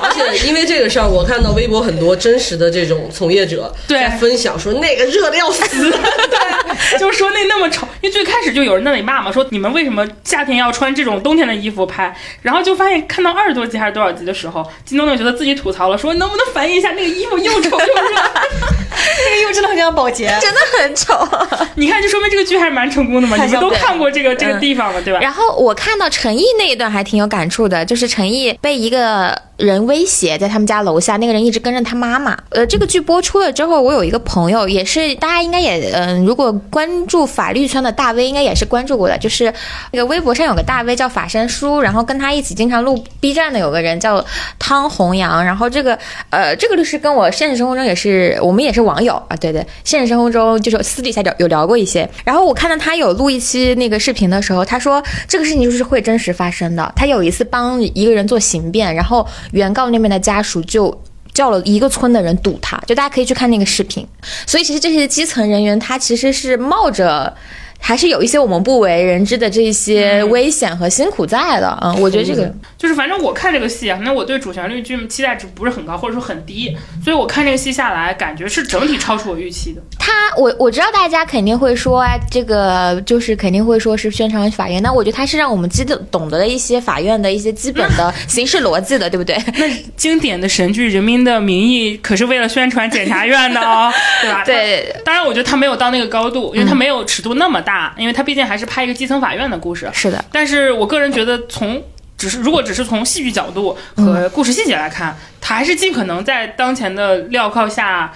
[SPEAKER 5] 而且因为这个事儿，我看到微博很多真实的这种从业者
[SPEAKER 3] 对
[SPEAKER 5] 在分享说那个热的要 死，
[SPEAKER 3] 就是说那那么丑，因为最开始就有人在那里骂嘛，说你们为什么夏天要穿这种冬天的衣服拍？然后就发现看到二十多集还是多少集的时候，金东那个角色自己吐槽了，说能不能反映一下那个衣服又丑又热？
[SPEAKER 4] 这个又真的很像保洁，
[SPEAKER 2] 真的很丑。
[SPEAKER 3] 你看，就说明这个剧还是蛮成功的嘛，
[SPEAKER 4] 太
[SPEAKER 3] 你们
[SPEAKER 4] 像
[SPEAKER 3] 都
[SPEAKER 4] 对
[SPEAKER 3] 看过这个这个
[SPEAKER 2] 嗯
[SPEAKER 3] 地方了，对吧？
[SPEAKER 2] 然后我看到陈毅那一段还挺有感触的，就是陈毅被一个人威胁，在他们家楼下，那个人一直跟着他妈妈。呃，这个剧播出了之后，我有一个朋友，也是大家应该也嗯、如果关注法律圈的大 V，应该也是关注过的，就是那个微博上有个大 V 叫法山叔，然后跟他一起经常录 B 站的有个人叫汤弘洋，然后这个呃，这个律师跟我现实生活中也是，我们也是网友啊，对对，现实生活中就是私底下有有聊过一些。然后我看到他有录一期那个视频的时候，他说这个事情就是会真实发生的。他有一次帮一个人做刑辩，然后原告那边的家属就。叫了一个村的人堵他，就大家可以去看那个视频。所以其实这些基层人员，他其实是冒着还是有一些我们不为人知的这些危险和辛苦在的。嗯，我觉得这个
[SPEAKER 3] 就是反正我看这个戏啊，那我对主旋律剧期待值不是很高，或者说很低，所以我看这个戏下来，感觉是整体超出我预期的。
[SPEAKER 2] 他，我我知道大家肯定会说，哎，这个就是肯定会说是宣传法院，那我觉得他是让我们记得懂得了一些法院的一些基本的
[SPEAKER 5] 嗯
[SPEAKER 2] 形式逻辑的，对不 对？
[SPEAKER 3] 那经典的神剧《人民的名义》可是为了宣传检察院的哦，对吧？
[SPEAKER 2] 对
[SPEAKER 3] 当然，我觉得他没有到那个高度，因为他没有尺度那么大，因为他毕竟还是拍一个基层法院的故事。
[SPEAKER 2] 是的，
[SPEAKER 3] 但是我个人觉得从。只是如果只是从戏剧角度
[SPEAKER 2] 嗯
[SPEAKER 3] 和故事细节来看，他还是尽可能在当前的镣铐下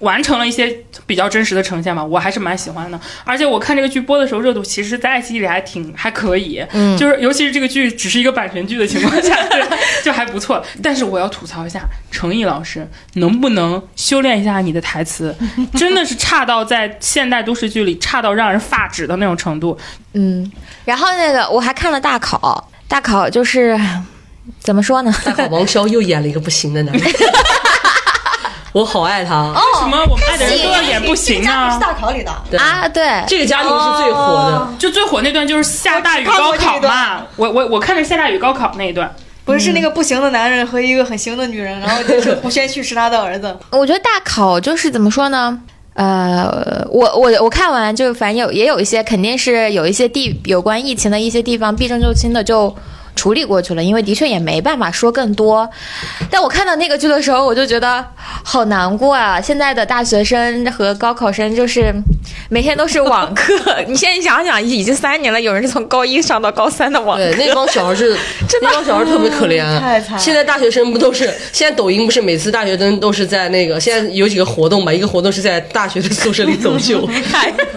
[SPEAKER 3] 完成了一些比较真实的呈现吧，我还是蛮喜欢的。而且我看这个剧播的时候，热度其实，在爱奇艺里还挺还可以，
[SPEAKER 2] 嗯
[SPEAKER 3] 就是尤其是这个剧只是一个版权剧的情况下，对，就还不错。但是我要吐槽一下程毅老师，能不能修炼一下你的台词？真的是差到在现代都市剧里差到让人发指的那种程度。
[SPEAKER 2] 嗯。然后那个我还看了大考，大考就是怎么说呢？
[SPEAKER 5] 大考王骁又演了一个不行的男 人，我好爱他。啊
[SPEAKER 3] 为什么我们爱的人都要演不
[SPEAKER 4] 这
[SPEAKER 3] 行
[SPEAKER 4] 个家
[SPEAKER 3] 呢
[SPEAKER 4] 庭是？大考里的，
[SPEAKER 5] 对
[SPEAKER 2] 啊，对，
[SPEAKER 5] 这个家庭是最火的。
[SPEAKER 3] 就最火那段就是下大雨高考嘛，我我我看着下大雨高考那一段，
[SPEAKER 4] 不是是那个不行的男人和一个很行的女人，然后就是胡先煦是他的儿子。
[SPEAKER 2] 我觉得大考就是怎么说呢？呃，我我我看完就反正有也有一些肯定是有一些地有关疫情的一些地方避重就轻的就处理过去了，因为的确也没办法说更多。但我看到那个剧的时候，我就觉得好难过啊！现在的大学生和高考生就是每天都是网课， 你现在想想，已经三年了，有人是从高一上到高三的网课。
[SPEAKER 5] 对，那帮 小孩是，那帮小孩特别可怜。
[SPEAKER 4] 嗯太惨了
[SPEAKER 5] 现在大学生不都是？现在抖音不是每次大学生都是在那个？现在有几个活动吧，一个活动是在大学的宿舍里走 秀，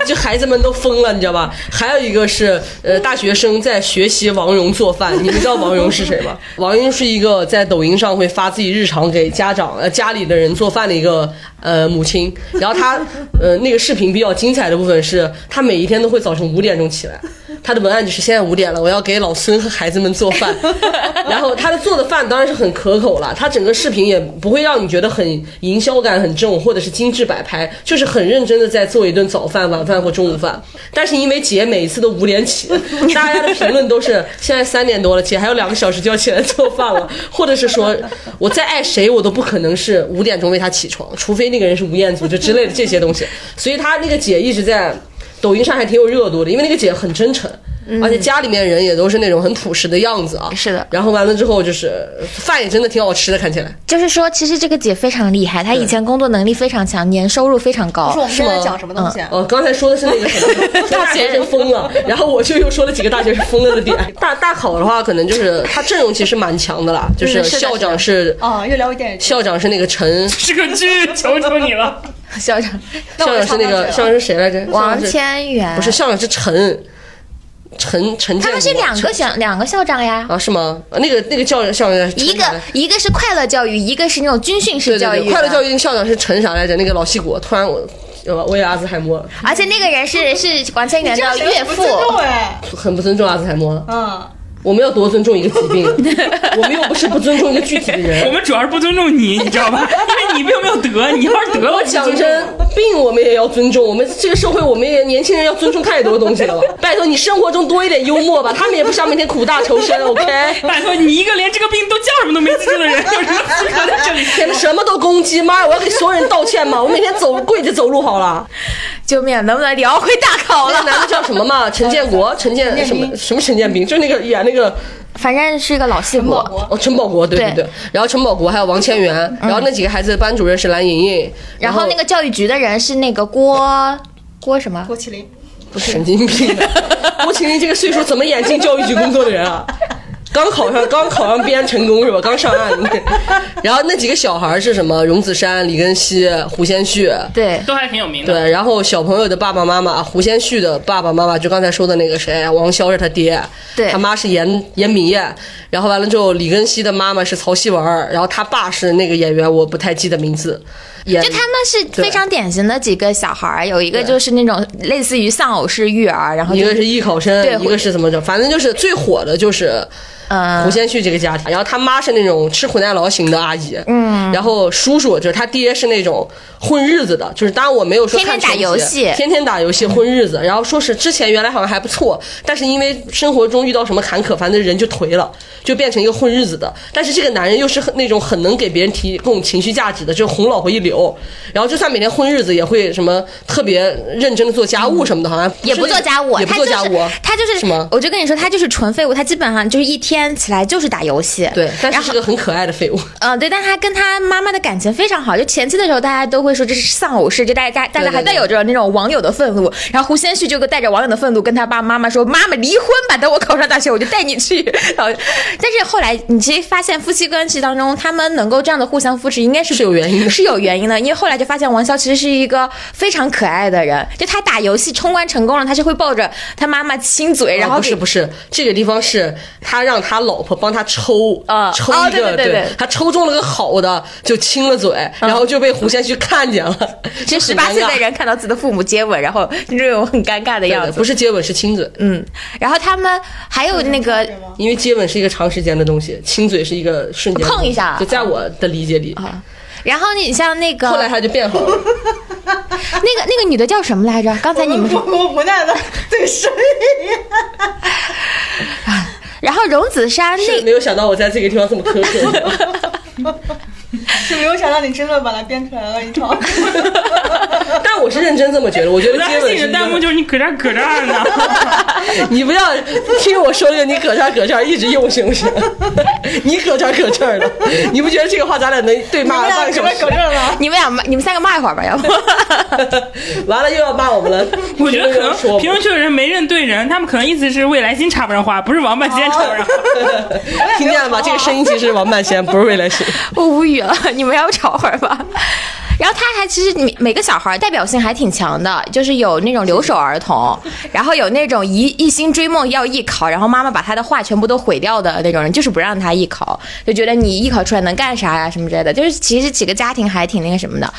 [SPEAKER 5] 就孩子们都疯了，你知道吧？还有一个是呃，大学生在学习王蓉做饭。你们知道王蓉是谁吗？ 王蓉是一个在抖音上会发自己日常给家长呃家里的人做饭的一个呃母亲。然后她呃那个视频比较精彩的部分是，她每一天都会早晨五点钟起来。他的文案就是现在五点了，我要给老孙和孩子们做饭。 然后他的做的饭当然是很可口了，他整个视频也不会让你觉得很营销感很重，或者是精致摆拍，就是很认真的在做一顿早饭、晚饭或中午饭。但是因为姐每一次都五点起， 大家的评论都是现在三点多了，姐还有两个小时就要起来做饭了，或者是说我再爱谁我都不可能是五点钟为他起床，除非那个人是吴彦祖就之类的这些东西。所以他那个姐一直在。抖音上还挺有热度的，因为那个姐很真诚，而且家里面人也都是那种很朴实的样子啊。
[SPEAKER 2] 嗯是的
[SPEAKER 5] 然后完了之后就是呃饭也真的挺好吃的，看起来。
[SPEAKER 2] 就是说，其实这个姐非常厉害，她以前工作能力非常强，年收入非常高。
[SPEAKER 4] 不是我们现在
[SPEAKER 5] 吗
[SPEAKER 4] 讲什么东
[SPEAKER 2] 哎
[SPEAKER 4] 西啊？
[SPEAKER 5] 哦，刚才说的是那个什么 大学生 疯了，然后我就又说了几个大学生疯了的点。大大考的话，可能就是他阵容其实蛮强的啦，就是
[SPEAKER 2] 嗯是的
[SPEAKER 5] 校长是
[SPEAKER 4] 啊，越聊越电视剧。
[SPEAKER 5] 校长是那个陈，
[SPEAKER 3] 这个剧求求你了。
[SPEAKER 2] 校长
[SPEAKER 5] 校
[SPEAKER 4] 我
[SPEAKER 5] 长是那
[SPEAKER 4] 插话
[SPEAKER 5] 个
[SPEAKER 4] 去了
[SPEAKER 5] 校长是谁来着？
[SPEAKER 2] 王
[SPEAKER 5] 校长是
[SPEAKER 2] 千源
[SPEAKER 5] 不是校长是陈，陈陈建
[SPEAKER 2] 他
[SPEAKER 5] 国。
[SPEAKER 2] 们是两个
[SPEAKER 5] 陈
[SPEAKER 2] 校两个校长呀，
[SPEAKER 5] 啊？是吗？啊那个那个校长校长是
[SPEAKER 2] 一
[SPEAKER 5] 陈啥
[SPEAKER 2] 个
[SPEAKER 5] 来着
[SPEAKER 2] 一个是快乐教育，一个是那种军训式
[SPEAKER 5] 对
[SPEAKER 2] 教
[SPEAKER 5] 对
[SPEAKER 2] 育
[SPEAKER 5] 对，
[SPEAKER 2] 的，
[SPEAKER 5] 快乐教育校长是陈啥来着？那个老戏骨，突然我。呃我也阿兹海默了，
[SPEAKER 2] 而且那个人 是是王千源的岳父
[SPEAKER 4] 不。尊重哎，
[SPEAKER 5] 很不尊重阿兹海默了。
[SPEAKER 4] 嗯，
[SPEAKER 5] 我们要多尊重一个疾病，啊 我们又不是不尊重一个具体的
[SPEAKER 3] 我
[SPEAKER 5] 人。
[SPEAKER 3] 们主要是不尊重你，你知道吧？ 因为你并没有得，你要是得了，
[SPEAKER 5] 我讲真，病我们也要尊重。我们这个社会，我们也年轻人要尊重太多东西了吧？ 拜托你生活中多一点幽默吧，他们也不想每天苦大仇深。OK，
[SPEAKER 3] 拜托你一个连这个病都叫什么都没记住的 人，有什么资格在这里？
[SPEAKER 5] 天哪，什么都攻击，妈呀！我要给所有人道歉嘛！我每天走跪着走路好了。
[SPEAKER 2] 救命！能不能聊回大考
[SPEAKER 5] 那
[SPEAKER 2] 了？
[SPEAKER 5] 个男的叫什么嘛？陈建国，陈建什么什么陈建斌，就是那个演那个
[SPEAKER 2] 反正是一个老戏骨。
[SPEAKER 5] 哦，陈宝国，对
[SPEAKER 2] 对嗯
[SPEAKER 5] 对，然后陈宝国还有王千源，然后那几个孩子的班主任是蓝莹莹，
[SPEAKER 2] 然后那个教育局的人是那个郭郭什么？
[SPEAKER 4] 郭麒麟，
[SPEAKER 5] 不是神经病，郭麒麟这个岁数怎么演进教育局工作的人啊？刚考上，刚考上编成功是吧？刚上岸， 然后那几个小孩是什么？荣子杉、李根熙、胡先煦，
[SPEAKER 2] 对，
[SPEAKER 5] 嗯
[SPEAKER 3] 都还挺有名的。
[SPEAKER 5] 对，然后小朋友的爸爸妈妈，胡先煦的爸爸妈妈，就刚才说的那个谁，王骁是他爹，
[SPEAKER 2] 对
[SPEAKER 5] 他妈是严严敏燕，然后完了之后，李根熙的妈妈是曹曦文儿，然后他爸是那个演员，我不太记得名字。
[SPEAKER 2] 就
[SPEAKER 3] 眼里
[SPEAKER 2] 他们是
[SPEAKER 3] 对
[SPEAKER 2] 非常典型的几个小孩儿，有一个就是那种类似于丧偶式育儿，然后
[SPEAKER 5] 一
[SPEAKER 2] 就
[SPEAKER 5] 个是艺考
[SPEAKER 2] 对
[SPEAKER 5] 生，一个是怎么着，反正就是最火的就是
[SPEAKER 2] 嗯
[SPEAKER 5] 胡先煦这个家庭，然后他妈是那种吃苦耐劳型的阿姨，嗯，然后叔叔就是他爹是那种混日子的，就是当然我没有说
[SPEAKER 2] 天天
[SPEAKER 5] 看
[SPEAKER 2] 打
[SPEAKER 5] 全集
[SPEAKER 2] 游戏
[SPEAKER 5] 天天打游戏混日子，然后说是之前原来好像还不错，但是因为生活中遇到什么坎坷，反正人就颓了，就变成一个混日子的。但是这个男人又是很那种很能给别人提供情绪价值的，就是哄老婆一流，然后就算每天混日子也会什么特别认真的做家务什么的，好像
[SPEAKER 2] 嗯也
[SPEAKER 5] 是
[SPEAKER 2] 不
[SPEAKER 5] 那
[SPEAKER 2] 做家务，
[SPEAKER 5] 也不
[SPEAKER 2] 他
[SPEAKER 5] 做
[SPEAKER 2] 就是
[SPEAKER 5] 家务，啊
[SPEAKER 2] 他就是
[SPEAKER 5] 是吗
[SPEAKER 2] 我就跟你说，他就是纯废物，他基本上就是一天起来就是打游戏。
[SPEAKER 5] 对，但
[SPEAKER 2] 然
[SPEAKER 5] 是
[SPEAKER 2] 后
[SPEAKER 5] 是个很可爱的废物。
[SPEAKER 2] 嗯，对，但他跟他妈妈的感情非常好。就前期的时候，大家都会说这是丧偶式，就大家大家
[SPEAKER 5] 对对
[SPEAKER 2] 还带有着那种网友的愤怒。然后胡先煦就带着网友的愤怒跟他爸妈妈说：“妈妈离婚吧，等我考上大学，我就带你去。”然后，但是后来你其实发现夫妻关系当中，他们能够这样的互相扶持，应该是
[SPEAKER 5] 是有原因的
[SPEAKER 2] 是有原因的。因为后来就发现王潇其实是一个非常可爱的人，就他打游戏冲关成功了，他是会抱着他妈妈亲嘴，然
[SPEAKER 5] 啊
[SPEAKER 2] 后
[SPEAKER 5] 不
[SPEAKER 2] 给
[SPEAKER 5] 是不是，这个地方是他让他老婆帮他抽，
[SPEAKER 2] 啊
[SPEAKER 5] 抽
[SPEAKER 2] 哦
[SPEAKER 5] 一个，
[SPEAKER 2] 对对对对
[SPEAKER 5] 他抽中了个好的，就亲了嘴，然后就被胡先煦看见了，
[SPEAKER 2] 这
[SPEAKER 5] 就
[SPEAKER 2] 十
[SPEAKER 5] 很
[SPEAKER 2] 八
[SPEAKER 5] 尴
[SPEAKER 2] 岁
[SPEAKER 5] 尬
[SPEAKER 2] 的人看到自己的父母接吻，然后就这种很尴尬的
[SPEAKER 5] 对
[SPEAKER 2] 样
[SPEAKER 5] 的
[SPEAKER 2] 子。
[SPEAKER 5] 不是接吻是亲嘴，
[SPEAKER 2] 嗯，然后他们还有那个
[SPEAKER 5] 因为接吻是一个长时间的东西，亲嘴是一个瞬间的
[SPEAKER 2] 碰一
[SPEAKER 5] 东西
[SPEAKER 2] 下
[SPEAKER 5] 就在我的理解里，
[SPEAKER 2] 啊，然后你像那个
[SPEAKER 5] 后来他就变好了，
[SPEAKER 2] 那个那个女的叫什么来 着？刚才你们
[SPEAKER 4] 我
[SPEAKER 2] 说，
[SPEAKER 4] 我无奈的对声音，
[SPEAKER 2] 然后荣子珊
[SPEAKER 5] 是
[SPEAKER 2] 那
[SPEAKER 5] 没有想到我在这个地方这么 苛刻。
[SPEAKER 4] 是没有想到你真的把它编出来了一套。
[SPEAKER 5] 但我是认真这么觉得，我觉得
[SPEAKER 3] 当
[SPEAKER 5] 接
[SPEAKER 3] 时
[SPEAKER 5] 吻
[SPEAKER 3] 你
[SPEAKER 5] 是
[SPEAKER 3] 的
[SPEAKER 5] 一
[SPEAKER 3] 弹幕
[SPEAKER 5] 个
[SPEAKER 3] 就是你搁这儿搁这儿呢，
[SPEAKER 5] 你不要听我说这个，你搁这儿搁这儿一直用行不行？ 你搁这儿搁这儿的，你不觉得这个话咱俩能对骂了半个小时？
[SPEAKER 4] 了，
[SPEAKER 2] 你们俩骂你们三个骂一会儿吧，要不？
[SPEAKER 5] 完了又要骂我们了。
[SPEAKER 3] 我觉得可
[SPEAKER 5] 评论又说
[SPEAKER 3] 能
[SPEAKER 5] 我
[SPEAKER 3] 评论区的人没认对人，他们可能意思是未来新插不上话，不是王半仙插不 上话。
[SPEAKER 5] 们听见了吧？这个声音其实是王半仙，不是 未来星。
[SPEAKER 2] 我无语了，你们要不吵会儿吧？ 然后他还其实每每个小孩儿代表性还挺强的，就是有那种留守儿 童，然后有那种一一心追梦要艺考，然后妈妈把他的话全部都毁掉的那种人，就是不让他艺考，就觉得你艺考出来能干啥呀什么之类的，就是其实几个家庭还挺那个什么的。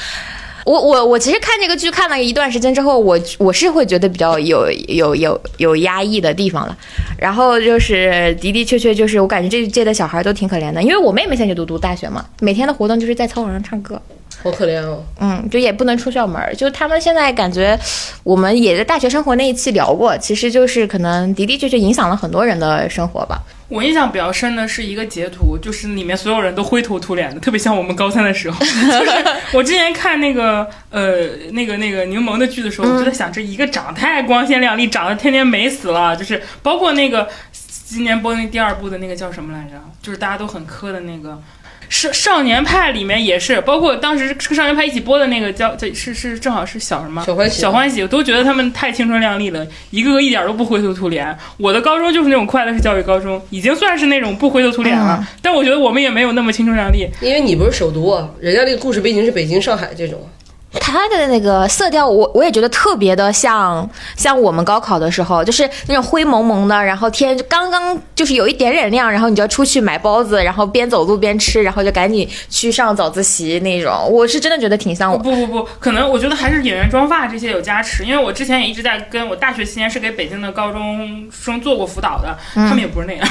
[SPEAKER 2] 我我我其实看这个剧看了一段时间之后，我我是会觉得比较有有有有压抑的地方了。然后就是的的确确就是我感觉这一届的小孩都挺可怜的，因为我妹妹现在就读读大学嘛，每天的活动就是在操场上唱歌，
[SPEAKER 5] 好可怜哦！
[SPEAKER 2] 嗯，就也不能出校门儿。就他们现在感觉，我们也在大学生活那一期聊过，其实就是可能的的确确影响了很多人的生活吧。
[SPEAKER 3] 我印象比较深的是一个截图，就是里面所有人都灰头土脸的，特别像我们高三的时候。就是 我之前看那个呃那个那个柠檬的剧的时候，我就
[SPEAKER 5] 嗯
[SPEAKER 3] 在想，这一个长太光鲜亮丽，长得天天美死了，就是包括那个今年播那第二部的那个叫什么来着？就是大家都很磕的那个。少少年派里面也是，包括当时跟少年派一起播的那个叫这是是正好是小什么
[SPEAKER 5] 小欢喜
[SPEAKER 3] 小欢喜，我都觉得他们太青春靓丽了，一个个一点都不灰头土脸。我的高中就是那种快乐式教育高中，已经算是那种不灰头土脸了，
[SPEAKER 5] 啊
[SPEAKER 3] 但我觉得我们也没有那么青春靓丽。
[SPEAKER 5] 因为你不是首都啊，人家那个故事背景是北京、上海这种。啊
[SPEAKER 2] 他的那个色调我，我也觉得特别的像像我们高考的时候，就是那种灰蒙蒙的，然后天刚刚就是有一点点亮，然后你就要出去买包子，然后边走路边吃，然后就赶紧去上早自习那种。我是真的觉得挺像我。
[SPEAKER 3] 不不不，可能我觉得还是演员妆发这些有加持，因为我之前也一直在跟我大学期间是给北京的高中生做过辅导的，
[SPEAKER 5] 嗯
[SPEAKER 3] 他们也不是那 样。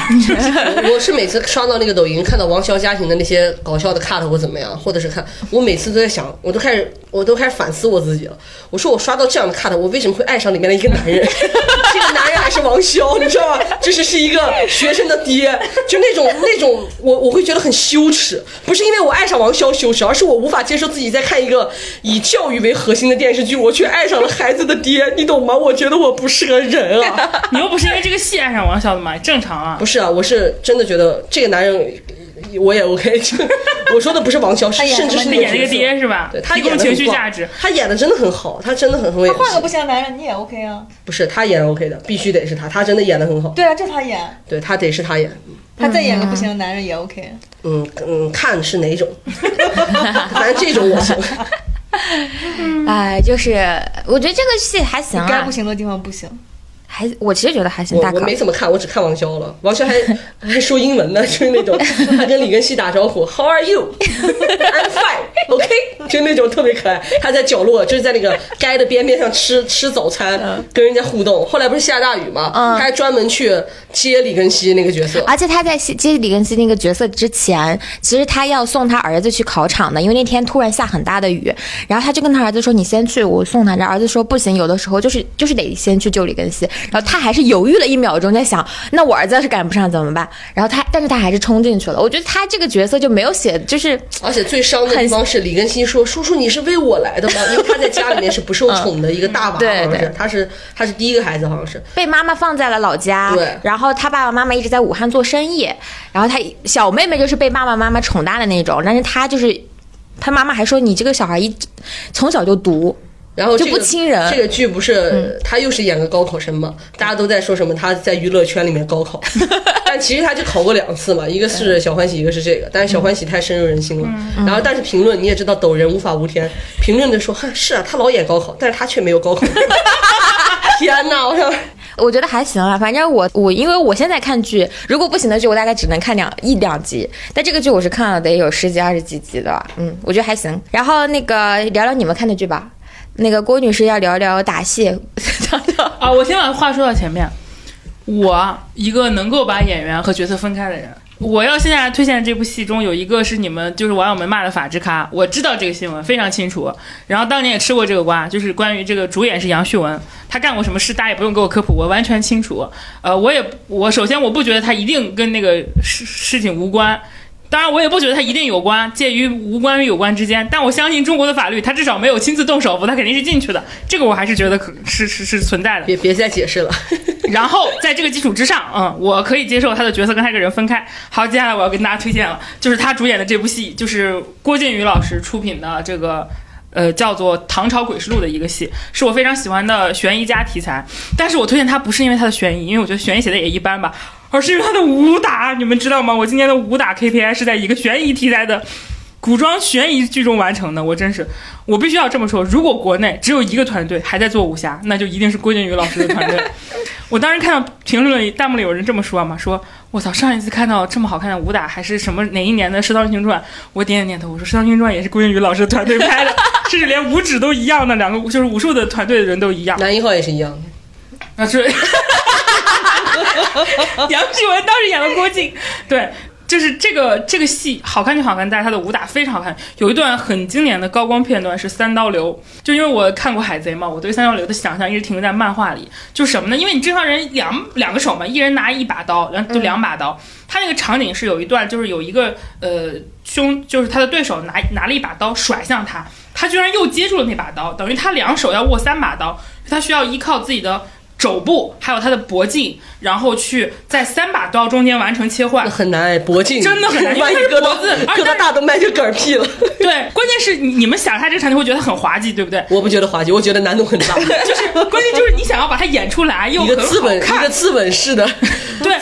[SPEAKER 5] 我是每次刷到那个抖音，看到王潇家庭的那些搞笑的 cut 或怎么样，或者是看，我每次都在想，我都开始，我都开始反思我自己了。我说我刷到这样的 cut，我为什么会爱上里面的一个男人？ 这个男人还是王潇，你知道吗？就是是一个学生的爹，就那种那种，我我会觉得很羞耻，不是因为我爱上王潇羞耻，而是我无法接受自己在看一个以教育为核心的电视剧，我却爱上了孩子的爹，你懂吗？我觉得我不是个人啊。
[SPEAKER 3] 你又不是因为这个戏爱上王小的嘛，正常啊
[SPEAKER 5] 不。是啊，我是真的觉得这个男人，我也 OK 就。我说的不是 王潇，是
[SPEAKER 4] 演
[SPEAKER 5] 甚
[SPEAKER 4] 什
[SPEAKER 5] 至
[SPEAKER 4] 么
[SPEAKER 3] 他
[SPEAKER 5] 是那个
[SPEAKER 3] 演那个
[SPEAKER 5] 角色
[SPEAKER 3] 爹，是吧？
[SPEAKER 5] 对他
[SPEAKER 3] 提
[SPEAKER 5] 演
[SPEAKER 3] 供
[SPEAKER 5] 的
[SPEAKER 3] 情绪价 值。，
[SPEAKER 5] 他演的真的很好，他真的很会演戏。
[SPEAKER 4] 换个不行的男人你也 OK 啊？
[SPEAKER 5] 不是他演 OK 的，必须得是他，他真的演的很好。
[SPEAKER 4] 对啊，就他演，
[SPEAKER 5] 对他得是他演，
[SPEAKER 4] 他再演个不行的男人也 OK。
[SPEAKER 5] 嗯嗯，看是哪种， 反正这种我行。
[SPEAKER 2] 哎，就是我觉得这个戏还行
[SPEAKER 4] 该
[SPEAKER 2] 啊
[SPEAKER 4] 不，行的地方不行，
[SPEAKER 6] 还我其实觉得还行，
[SPEAKER 5] 我
[SPEAKER 6] 大
[SPEAKER 5] 我
[SPEAKER 6] 考
[SPEAKER 5] 没怎么看，我只看王潇了。王 潇还还说英文呢，就是那种他跟李根熙打招呼，How are you? I'm fine, OK，就那种特别可爱。他在角落，就是在那个街的边边上吃吃早
[SPEAKER 6] 嗯
[SPEAKER 5] 餐，跟人家互动。后来不是下大雨嘛，他还专门去接李根熙那个角色。
[SPEAKER 6] 而且他在接接李根熙那个角色之前，其实他要送他儿子去考场的，因为那天突然下很大的雨，然后他就跟他儿子说：“你先去，我送他。”然后儿子说：“不行，有的时候就是就是得先去救李根熙。”然后他还是犹豫了一秒钟，在想：“那我儿子要是赶不上怎么办？”然后他，但是他还是冲进去了。我觉得他这个角色就没有写，就是
[SPEAKER 5] 而且最伤的地方是李根熙说：“叔叔，你是为我来的吗？”因为他在家里面是不受宠的一个大娃，好
[SPEAKER 6] 对
[SPEAKER 5] 像
[SPEAKER 6] 对
[SPEAKER 5] 是他是他是第一个孩子，好像是。
[SPEAKER 6] 被妈妈放在了老家，
[SPEAKER 5] 对
[SPEAKER 6] 然后他爸爸妈妈一直在武汉做生意，然后他小妹妹就是被爸爸妈妈宠大的那种，但是他就是。他妈妈还说：“你这个小孩一从小就读，
[SPEAKER 5] 然后、这个、
[SPEAKER 6] 就不亲人
[SPEAKER 5] 这个剧不
[SPEAKER 3] 嗯
[SPEAKER 5] 是他又是演个高考生嘛？大家都在说什么他在娱乐圈里面高 考，但其实他就考过两次嘛，一个是小欢喜，一个是这个。但是小欢喜太深入人心了。
[SPEAKER 3] 嗯
[SPEAKER 5] 嗯然后但是评论你也知道，抖人无法无天，评论的说：“哼，是啊，他老演高考，但是他却没有高考。” 天哪！我想
[SPEAKER 6] 我觉得还行啊啦。反正我我因为我现在看剧，如果不行的剧，我大概只能看两一两集。但这个剧我是看了得有十几二十几集的吧，嗯，我觉得还行。然后那个聊聊你们看的剧吧。那个郭女士要聊聊打戏，讲讲
[SPEAKER 3] 啊，我先把话说到前面。我一个能够把演员和角色分开的人，我要现在推荐的这部戏中有一个是你们就是网友们骂的法制咖，我知道这个新闻非常清楚，然后当年也吃过这个瓜，就是关于这个主演是杨旭文，他干过什么事，大家也不用给我科普，我完全清楚。呃，我也我首先我不觉得他一定跟那个事事情无关。当然，我也不觉得他一定有关，介于无关与有关之间。但我相信中国的法律，他至少没有亲自动手，否则他肯定是进去的。这个我还是觉得可是是是存在的。
[SPEAKER 5] 别别再解释了，
[SPEAKER 3] 然后在这个基础之上，嗯，我可以接受他的角色跟他这个人分开。好，接下来我要跟大家推荐了，就是他主演的这部戏，就是郭靖宇老师出品的这个。呃，叫做《唐朝诡事录》的一个戏，是我非常喜欢的悬疑加题材。但是我推荐它不是因为它的悬疑，因为我觉得悬疑写的也一般吧，而是因为它的武打。你们知道吗？我今年的武打 KPI 是在一个悬疑题材的古装悬疑剧中完成的。我真是，我必须要这么说，如果国内只有一个团队还在做武侠，那就一定是郭靖宇老师的团队。 我当时看到评论里弹幕里有人这么说嘛，说我操，上一次看到这么好看的武打还是什么哪一年的《射雕英雄传》，我点点点头，我说《射雕英雄传》也是郭靖宇老师的团队拍的，甚至连武指都一样的，两个就是武术的团队的人都一样。
[SPEAKER 5] 男一号也是一样。
[SPEAKER 3] 啊，是 杨志文当时演了郭靖， 对。就是这个这个戏好看就好看，但是他的武打非常好看。有一段很经典的高光片段是三刀流，就因为我看过《海贼》嘛，我对三刀流的想象一直停留在漫画里。就是什么呢？因为你正常人两两个手嘛，一人拿一把刀，然后就两把刀。他那个场景是有一段，就是有一个呃凶，就是他的对手拿拿了一把刀甩向他，他居然又接住了那把刀，等于他两手要握三把刀，他需要依靠自己的肘部还有他的脖颈，然后去在三把刀中间完成切换
[SPEAKER 5] 那。很难哎，脖 颈
[SPEAKER 3] 真的很难因为
[SPEAKER 5] 万一
[SPEAKER 3] 它是
[SPEAKER 5] 疙瘩
[SPEAKER 3] 脖子 而且它
[SPEAKER 5] 疙瘩
[SPEAKER 3] 是
[SPEAKER 5] 大都迈着嗝屁了。
[SPEAKER 3] 对，关键是你你们想他这个场景会觉得很滑稽，对 不对？
[SPEAKER 5] 我不觉得滑稽，我觉得难度很大。
[SPEAKER 3] 就是关键就是你想要把它演出来 又
[SPEAKER 5] 一
[SPEAKER 3] 很
[SPEAKER 5] 个资
[SPEAKER 3] 好
[SPEAKER 5] 本，一个
[SPEAKER 3] 看，
[SPEAKER 5] 资 本式的。
[SPEAKER 3] 对，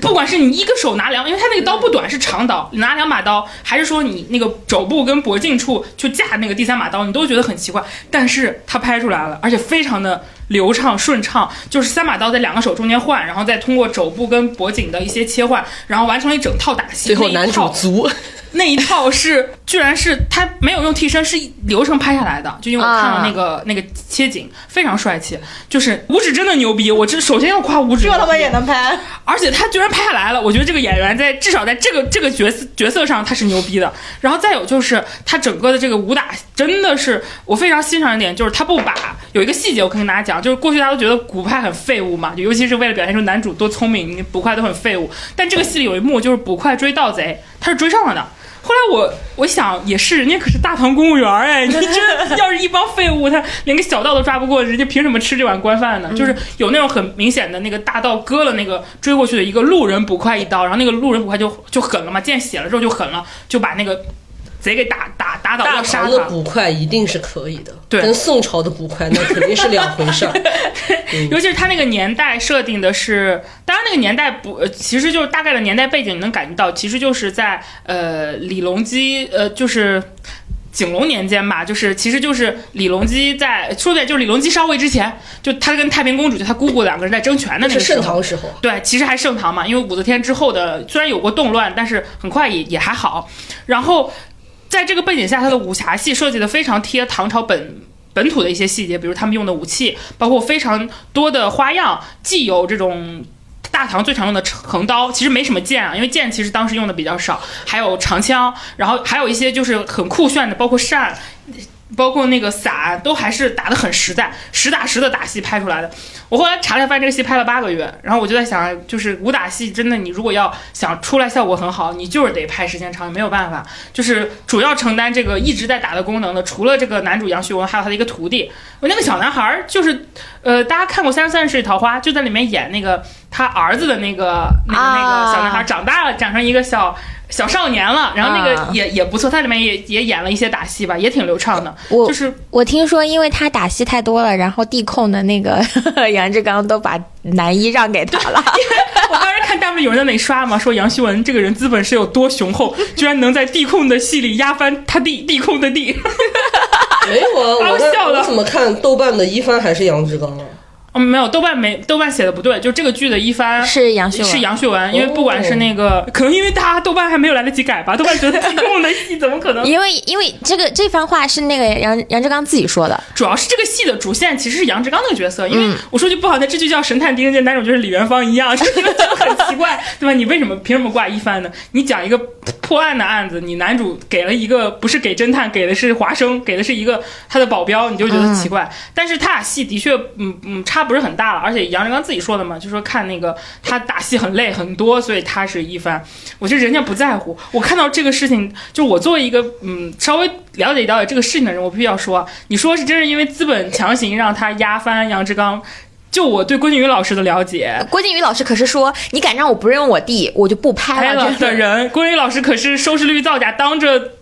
[SPEAKER 3] 不管是你一个手拿两，因为他那个刀不短，是长刀，你拿两把刀，还是说你那个肘部跟脖颈处就架那个第三把刀，你都觉得很奇怪。但是他拍出来了，而且非常的流畅顺畅，就是三把刀在两个手中间换，然后再通过肘部跟脖颈的一些切换，然后完成了一整套打戏。
[SPEAKER 5] 最后
[SPEAKER 3] 那一
[SPEAKER 5] 男主
[SPEAKER 3] 套
[SPEAKER 5] 足，
[SPEAKER 3] 那一套是，居然是他没有用替身，是流程拍下来的。就因为我看了那个、
[SPEAKER 4] 啊
[SPEAKER 3] 那个切景，非常帅气。就是武指真的牛逼，我这首先要夸武指，
[SPEAKER 4] 这他妈也能拍？
[SPEAKER 3] 而且他居然拍下来了，我觉得这个演员在至少在这个这个角色角色上他是牛逼的。然后再有就是他整个的这个武打真的是我非常欣赏一点，就是他不把有一个细节我可以跟大家讲，就是过去大家都觉得古派很废物嘛，尤其是为了表现出男主多聪明，你捕快都很废物。但这个戏里有一幕就是捕快追盗贼，他是追上了的。后来我我想也是，人家可是大唐公务员儿哎，你这要是一帮废物，他连个小盗都抓不过，人家凭什么吃这碗官饭呢？就是有那种很明显的那个大盗割了那个追过去的一个路人捕快一刀，然后那个路人捕快就就狠了嘛，见血了之后就狠了，就把那个贼给打打打倒
[SPEAKER 5] 大
[SPEAKER 3] 要杀
[SPEAKER 5] 唐的
[SPEAKER 3] 他。
[SPEAKER 5] 捕快一定是可以的，
[SPEAKER 3] 对
[SPEAKER 5] 跟宋朝的捕快那肯定是两回 事儿。
[SPEAKER 3] 尤其是他那个年代设定的是，当然那个年代不，呃其实就是大概的年代背景，你能感觉到，其实就是在呃李隆基呃就是景隆年间吧，就是其实就是李隆基在说对，就是李隆基上位之前，就他跟太平公主就他姑姑两个人在争权的那
[SPEAKER 5] 是
[SPEAKER 3] 个时
[SPEAKER 5] 盛
[SPEAKER 3] 候。
[SPEAKER 5] 唐时候，
[SPEAKER 3] 对，其实还盛唐嘛，因为武则天之后的虽然有过动乱，但是很快也也还好。然后在这个背景下，他的武侠戏设计的非常贴唐朝本本土的一些细节，比如他们用的武器，包括非常多的花样，既有这种。大唐最常用的横刀其实没什么剑啊，因为剑其实当时用的比较少，还有长枪，然后还有一些就是很酷炫的，包括扇，包括那个伞，都还是打得很实在，实打实的打戏拍出来的。我后来查了一下，发现这个戏拍了八个月，然后我就在想，就是武打戏真的，你如果要想出来效果很好，你就是得拍时间长，没有办法。就是主要承担这个一直在打的功能的，除了这个男主杨旭文，还有他的一个徒弟。我那个小男孩儿就是，呃，大家看过《三十三世桃花》，就在里面演那个他儿子的那个那个那个小男孩儿长大了，长成一个小。小少年了，然后那
[SPEAKER 6] 啊
[SPEAKER 3] 个也、也不错，他里面也也演了一些打戏吧，也挺流畅的。
[SPEAKER 6] 我
[SPEAKER 3] 就是
[SPEAKER 6] 我听说，因为他打戏太多了，然后地控的那个 杨志刚都把男一让给他了。
[SPEAKER 3] 我当时看弹幕里有人在那里刷嘛， 说杨希文这个人资本是有多雄厚，居然能在地控的戏里压翻他弟地控的弟。
[SPEAKER 5] 没有啊，
[SPEAKER 3] 把
[SPEAKER 5] 我
[SPEAKER 3] 我
[SPEAKER 5] 在
[SPEAKER 3] 笑了
[SPEAKER 5] 我怎么看豆瓣的一番还是杨志刚啊？
[SPEAKER 3] 嗯，没有，豆瓣没豆瓣写的不对，就这个剧的一 番
[SPEAKER 6] 是杨旭文哦
[SPEAKER 3] 是杨旭文，因为不管是那个，可能因为大家豆瓣还没有来得及改吧，豆瓣觉得地控的戏怎么可能？
[SPEAKER 6] 因为因为这个这番话是那个杨杨志刚自己说的，
[SPEAKER 3] 主要是这个戏的主线其实是杨志刚那个角色，因为我说句不好听，这剧叫《神探狄仁杰》，男主就是李元芳一样，就是很奇怪， 对吧？你为什么凭什么挂一番呢？你讲一个破案的案子，你男主给了一个不是给侦探，给的是华生，给的是一个他的保镖，你就觉得奇怪。但是他俩戏的确，嗯嗯，差不是很大了。而且杨志刚自己说的嘛，就说看那个他打戏很累很多，所以他是一番。我觉得人家不在乎。我看到这个事情，就我作为一个嗯稍微了解了解这个事情的人，我必须要说，啊你说是真是因为资本强行让他压翻杨志刚？ 就我对郭靖宇老师的了解，
[SPEAKER 6] 郭靖宇老师可是说，你敢让我不认我弟，我就不
[SPEAKER 3] 拍
[SPEAKER 6] 拍了。
[SPEAKER 3] 了
[SPEAKER 6] 这
[SPEAKER 3] 的人，郭靖宇老师可是收视率造假，当着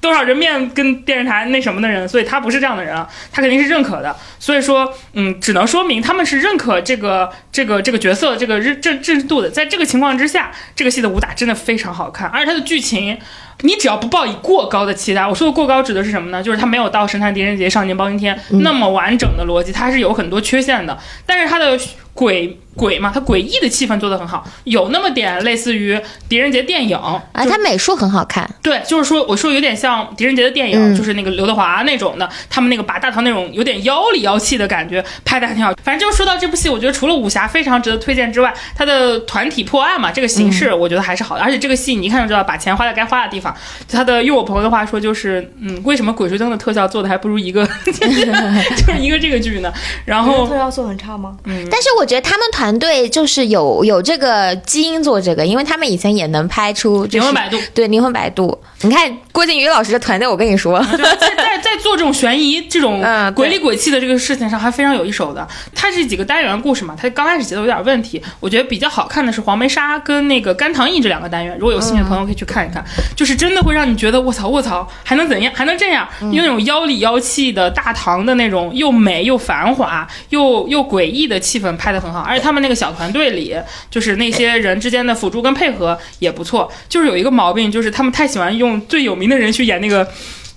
[SPEAKER 3] 多少人面跟电视台那什么的人，所以他不是这样的人啊，他肯定是认可的。所以说，嗯，只能说明他们是认可这个这个这个角色这个日这制度的。在这个情况之下，这个戏的武打真的非常好看，而且它的剧情。你只要不抱以过高的期待，我说的过高指的是什么呢？就是它没有到《神探狄仁杰》《少年包青天》那么完整的逻辑，它是有很多缺陷的。但是它的诡诡嘛，它诡异的气氛做得很好，有那么点类似于狄仁杰电影，
[SPEAKER 2] 哎
[SPEAKER 6] 啊，他美术很好看，
[SPEAKER 3] 对，就是说，我说有点像狄仁杰的电影，
[SPEAKER 6] 嗯
[SPEAKER 3] 就是那个刘德华那种的，他们那个把大唐那种有点妖里妖气的感觉拍的还挺好。反正就是说到这部戏，我觉得除了武侠非常值得推荐之外，它的团体破案嘛，这个形式我觉得还是好的。而且这个戏你一看就知道，把钱花在该花的地方。它的用我朋友的话说，就是嗯，为什么《鬼吹灯》的特效做的还不如一个 就是一个这个剧呢？然后
[SPEAKER 4] 特效做很差吗？
[SPEAKER 3] 嗯
[SPEAKER 6] 但是我觉得他们团队就是有有这个基因做这个，因为他们以前也能拍出、就是、
[SPEAKER 3] 灵魂摆渡
[SPEAKER 6] 对灵魂摆渡。你看郭靖宇老师的团队，我跟你说，
[SPEAKER 3] 啊对在在在做这种悬疑、这种
[SPEAKER 6] 嗯对
[SPEAKER 3] 鬼里鬼气的这个事情上，还非常有一手的。它是几个单元故事嘛，它刚开始节奏有点问题。我觉得比较好看的是黄梅沙跟那个甘棠印这两个单元，如果有
[SPEAKER 6] 嗯
[SPEAKER 3] 兴趣的朋友可以去看一看，就是真的会让你觉得卧槽卧槽，还能怎样？还能这样？
[SPEAKER 6] 嗯
[SPEAKER 3] 因为那种妖里妖气的大唐的那种又美又繁华又又诡异的气氛拍得很好，而且他们那个小团队里，就是那些人之间的辅助跟配合也不错。就是有一个毛病，就是他们太喜欢用最有名的人去演那个。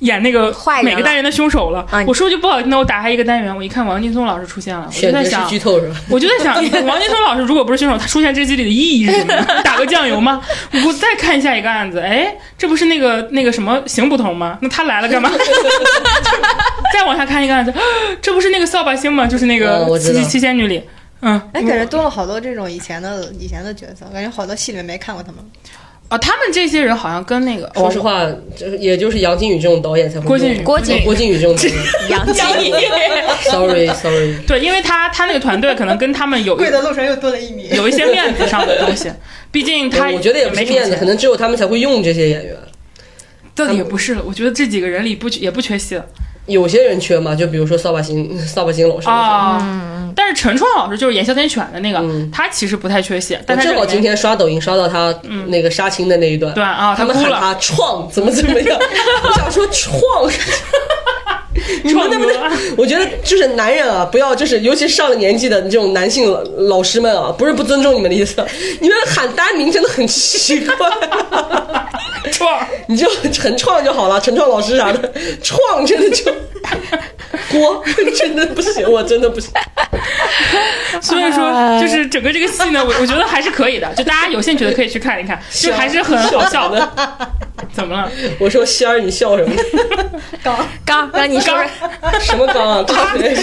[SPEAKER 3] 演那个
[SPEAKER 6] 坏人
[SPEAKER 3] 每个
[SPEAKER 6] 了
[SPEAKER 3] 单元的凶手了。
[SPEAKER 6] 啊你
[SPEAKER 3] 我说句不好听的，我打开一个单元，我一看王劲松老师出现了，我就
[SPEAKER 5] 选
[SPEAKER 3] 在
[SPEAKER 5] 择
[SPEAKER 3] 想
[SPEAKER 5] 是，剧透是吧？
[SPEAKER 3] 我就在 想，王劲松老师如果不是凶手，他出现这集里的意义是什么？打个酱油吗？我再看下一个案子，哎，这不是那个那个什么行捕头吗？那他来了干嘛？ 再往下看一个案子， 这不是那个扫把星吗？就是那
[SPEAKER 5] 哦我
[SPEAKER 3] 个
[SPEAKER 5] 知
[SPEAKER 3] 七
[SPEAKER 5] 道
[SPEAKER 3] 七七仙女里，嗯，
[SPEAKER 4] 哎，感觉多了好多这种以前的以前的角色，感觉好多戏里面没看过他们。
[SPEAKER 3] 哦，他们这些人好像跟那个
[SPEAKER 5] 说实话，就是也就是杨靖宇这种导演才会
[SPEAKER 3] 哦郭靖宇
[SPEAKER 5] 用
[SPEAKER 6] 郭靖宇
[SPEAKER 5] 郭靖宇这种导演。
[SPEAKER 6] 杨
[SPEAKER 3] 江毅，
[SPEAKER 5] Sorry Sorry，
[SPEAKER 3] 对，因为他他那个团队可能跟他们 有一
[SPEAKER 4] 跪的路上又多了一米。
[SPEAKER 3] 有一些面子上的东西，毕竟他
[SPEAKER 5] 我觉得也不是
[SPEAKER 3] 没什么
[SPEAKER 5] 面子，
[SPEAKER 3] 钱
[SPEAKER 5] 可能只有他们才会用这些演员。
[SPEAKER 3] 但也不是了，我觉得这几个人里不也不缺席了
[SPEAKER 5] 有些人缺嘛，就比如说扫把星、扫把星老师。
[SPEAKER 3] 啊。
[SPEAKER 6] 嗯
[SPEAKER 3] 但是陈创老师就是演哮天犬的那个，
[SPEAKER 5] 嗯
[SPEAKER 3] 他其实不太缺席，
[SPEAKER 5] 我
[SPEAKER 3] 但他
[SPEAKER 5] 正好
[SPEAKER 3] 这里
[SPEAKER 5] 今
[SPEAKER 3] 面嗯
[SPEAKER 5] 天刷抖音刷到他那个杀青的那一段，
[SPEAKER 3] 对啊
[SPEAKER 5] 他们
[SPEAKER 3] 他哭
[SPEAKER 5] 喊
[SPEAKER 3] 了
[SPEAKER 5] 他创怎么怎 么样，我想说创，你们
[SPEAKER 3] 创啊
[SPEAKER 5] 能不能
[SPEAKER 3] 哥？
[SPEAKER 5] 我觉得就是男人啊，不要就是，尤其是上了年纪的这种男性老老师们啊 啊，不是不尊重你们的意思，你们喊单名真的很奇怪。
[SPEAKER 3] 串儿，
[SPEAKER 5] 你就陈创就好了，陈创老师啥的，创真的就锅真的不行，我真的不行。
[SPEAKER 3] 所以
[SPEAKER 6] 哎
[SPEAKER 3] 说就是整个这个戏呢，我我觉得还是可以的，就大家有兴趣的可以去看一 看，就还是很好笑的。
[SPEAKER 5] 的。
[SPEAKER 3] 怎么了？
[SPEAKER 5] 我说仙儿，你笑什么？
[SPEAKER 6] 刚让啊你说，
[SPEAKER 5] 什么刚啊？
[SPEAKER 3] 就更气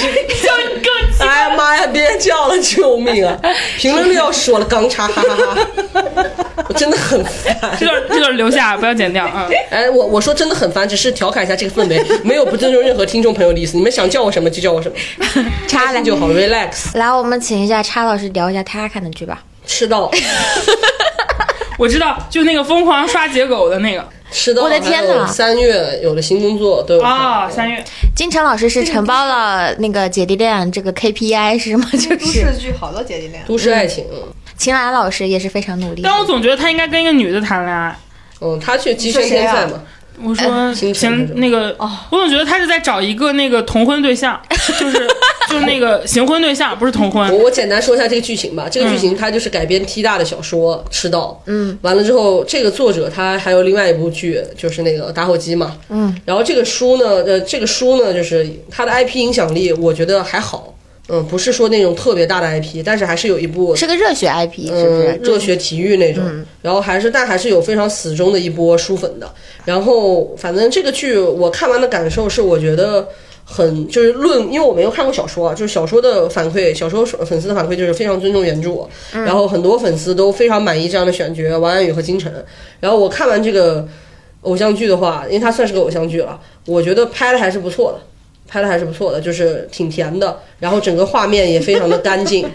[SPEAKER 5] 哎呀妈呀！别叫了，救命 啊！评论里要说了，钢叉，哈哈哈哈！我真的很烦。
[SPEAKER 3] 这段这段留下，不要剪掉啊！
[SPEAKER 5] 哎，我我说真的很烦，只是调侃一下这个 氛围，没有不尊重任何听众朋友的意思。你们想叫我什么就叫我什么，
[SPEAKER 6] 插
[SPEAKER 5] 开
[SPEAKER 6] 来
[SPEAKER 5] 心就好，relax，
[SPEAKER 2] 来，我们请一下叉老师聊一下他看的剧吧。
[SPEAKER 5] 吃 到
[SPEAKER 3] 我知道，就那个疯狂刷结狗的那个
[SPEAKER 5] 吃到。
[SPEAKER 2] 我的天哪
[SPEAKER 5] 还有三月有了新工作，都有看
[SPEAKER 3] 啊，三月
[SPEAKER 2] 金城老师是承包了那个姐弟恋这个 KPI 是
[SPEAKER 5] 嗯
[SPEAKER 2] 吗？就
[SPEAKER 4] 都
[SPEAKER 2] 是
[SPEAKER 4] 市剧好多姐弟恋，
[SPEAKER 5] 都市爱情。嗯
[SPEAKER 2] 秦岚老师也是非常努力。
[SPEAKER 3] 但我总觉得他应该跟一个女的谈恋爱。
[SPEAKER 5] 嗯，他去跻身
[SPEAKER 2] 啊
[SPEAKER 5] 天赛嘛，
[SPEAKER 3] 我说
[SPEAKER 5] 清晨那
[SPEAKER 3] 行，
[SPEAKER 5] 种
[SPEAKER 3] 那个，我总觉得他是在找一个那个同婚对 象，就是就是那个行婚对象，不是同
[SPEAKER 5] 我
[SPEAKER 3] 婚。
[SPEAKER 5] 我简单说一下这个剧情吧。这个剧情它就是改编 T 大的小说《吃到》。嗯，完了之后，这个作者他还有另外一部剧，就是那个《打火机》嘛。嗯，然后这个书呢，呃，这个书呢，就是它的 IP 影响力，我觉得还好。嗯，不是说那种特别大的 IP，但是还是有一部
[SPEAKER 2] 是个热血 IP，是不
[SPEAKER 5] 嗯
[SPEAKER 2] 是？，
[SPEAKER 5] 热血体育那种，然后还是但还是有非常死忠的一波书粉的。然后反正这个剧我看完的感受是，我觉得很就是论，因为我没有看过小说啊，就是小说的反馈，小说粉丝的反馈就是非常尊重原著，然后很多粉丝都非常满意这样的选角，王安宇和金晨。然后我看完这个偶像剧的话，因为它算是个偶像剧了，我觉得拍的还是不错的。拍的还是不错的，就是挺甜的，然后整个画面也非常的干净，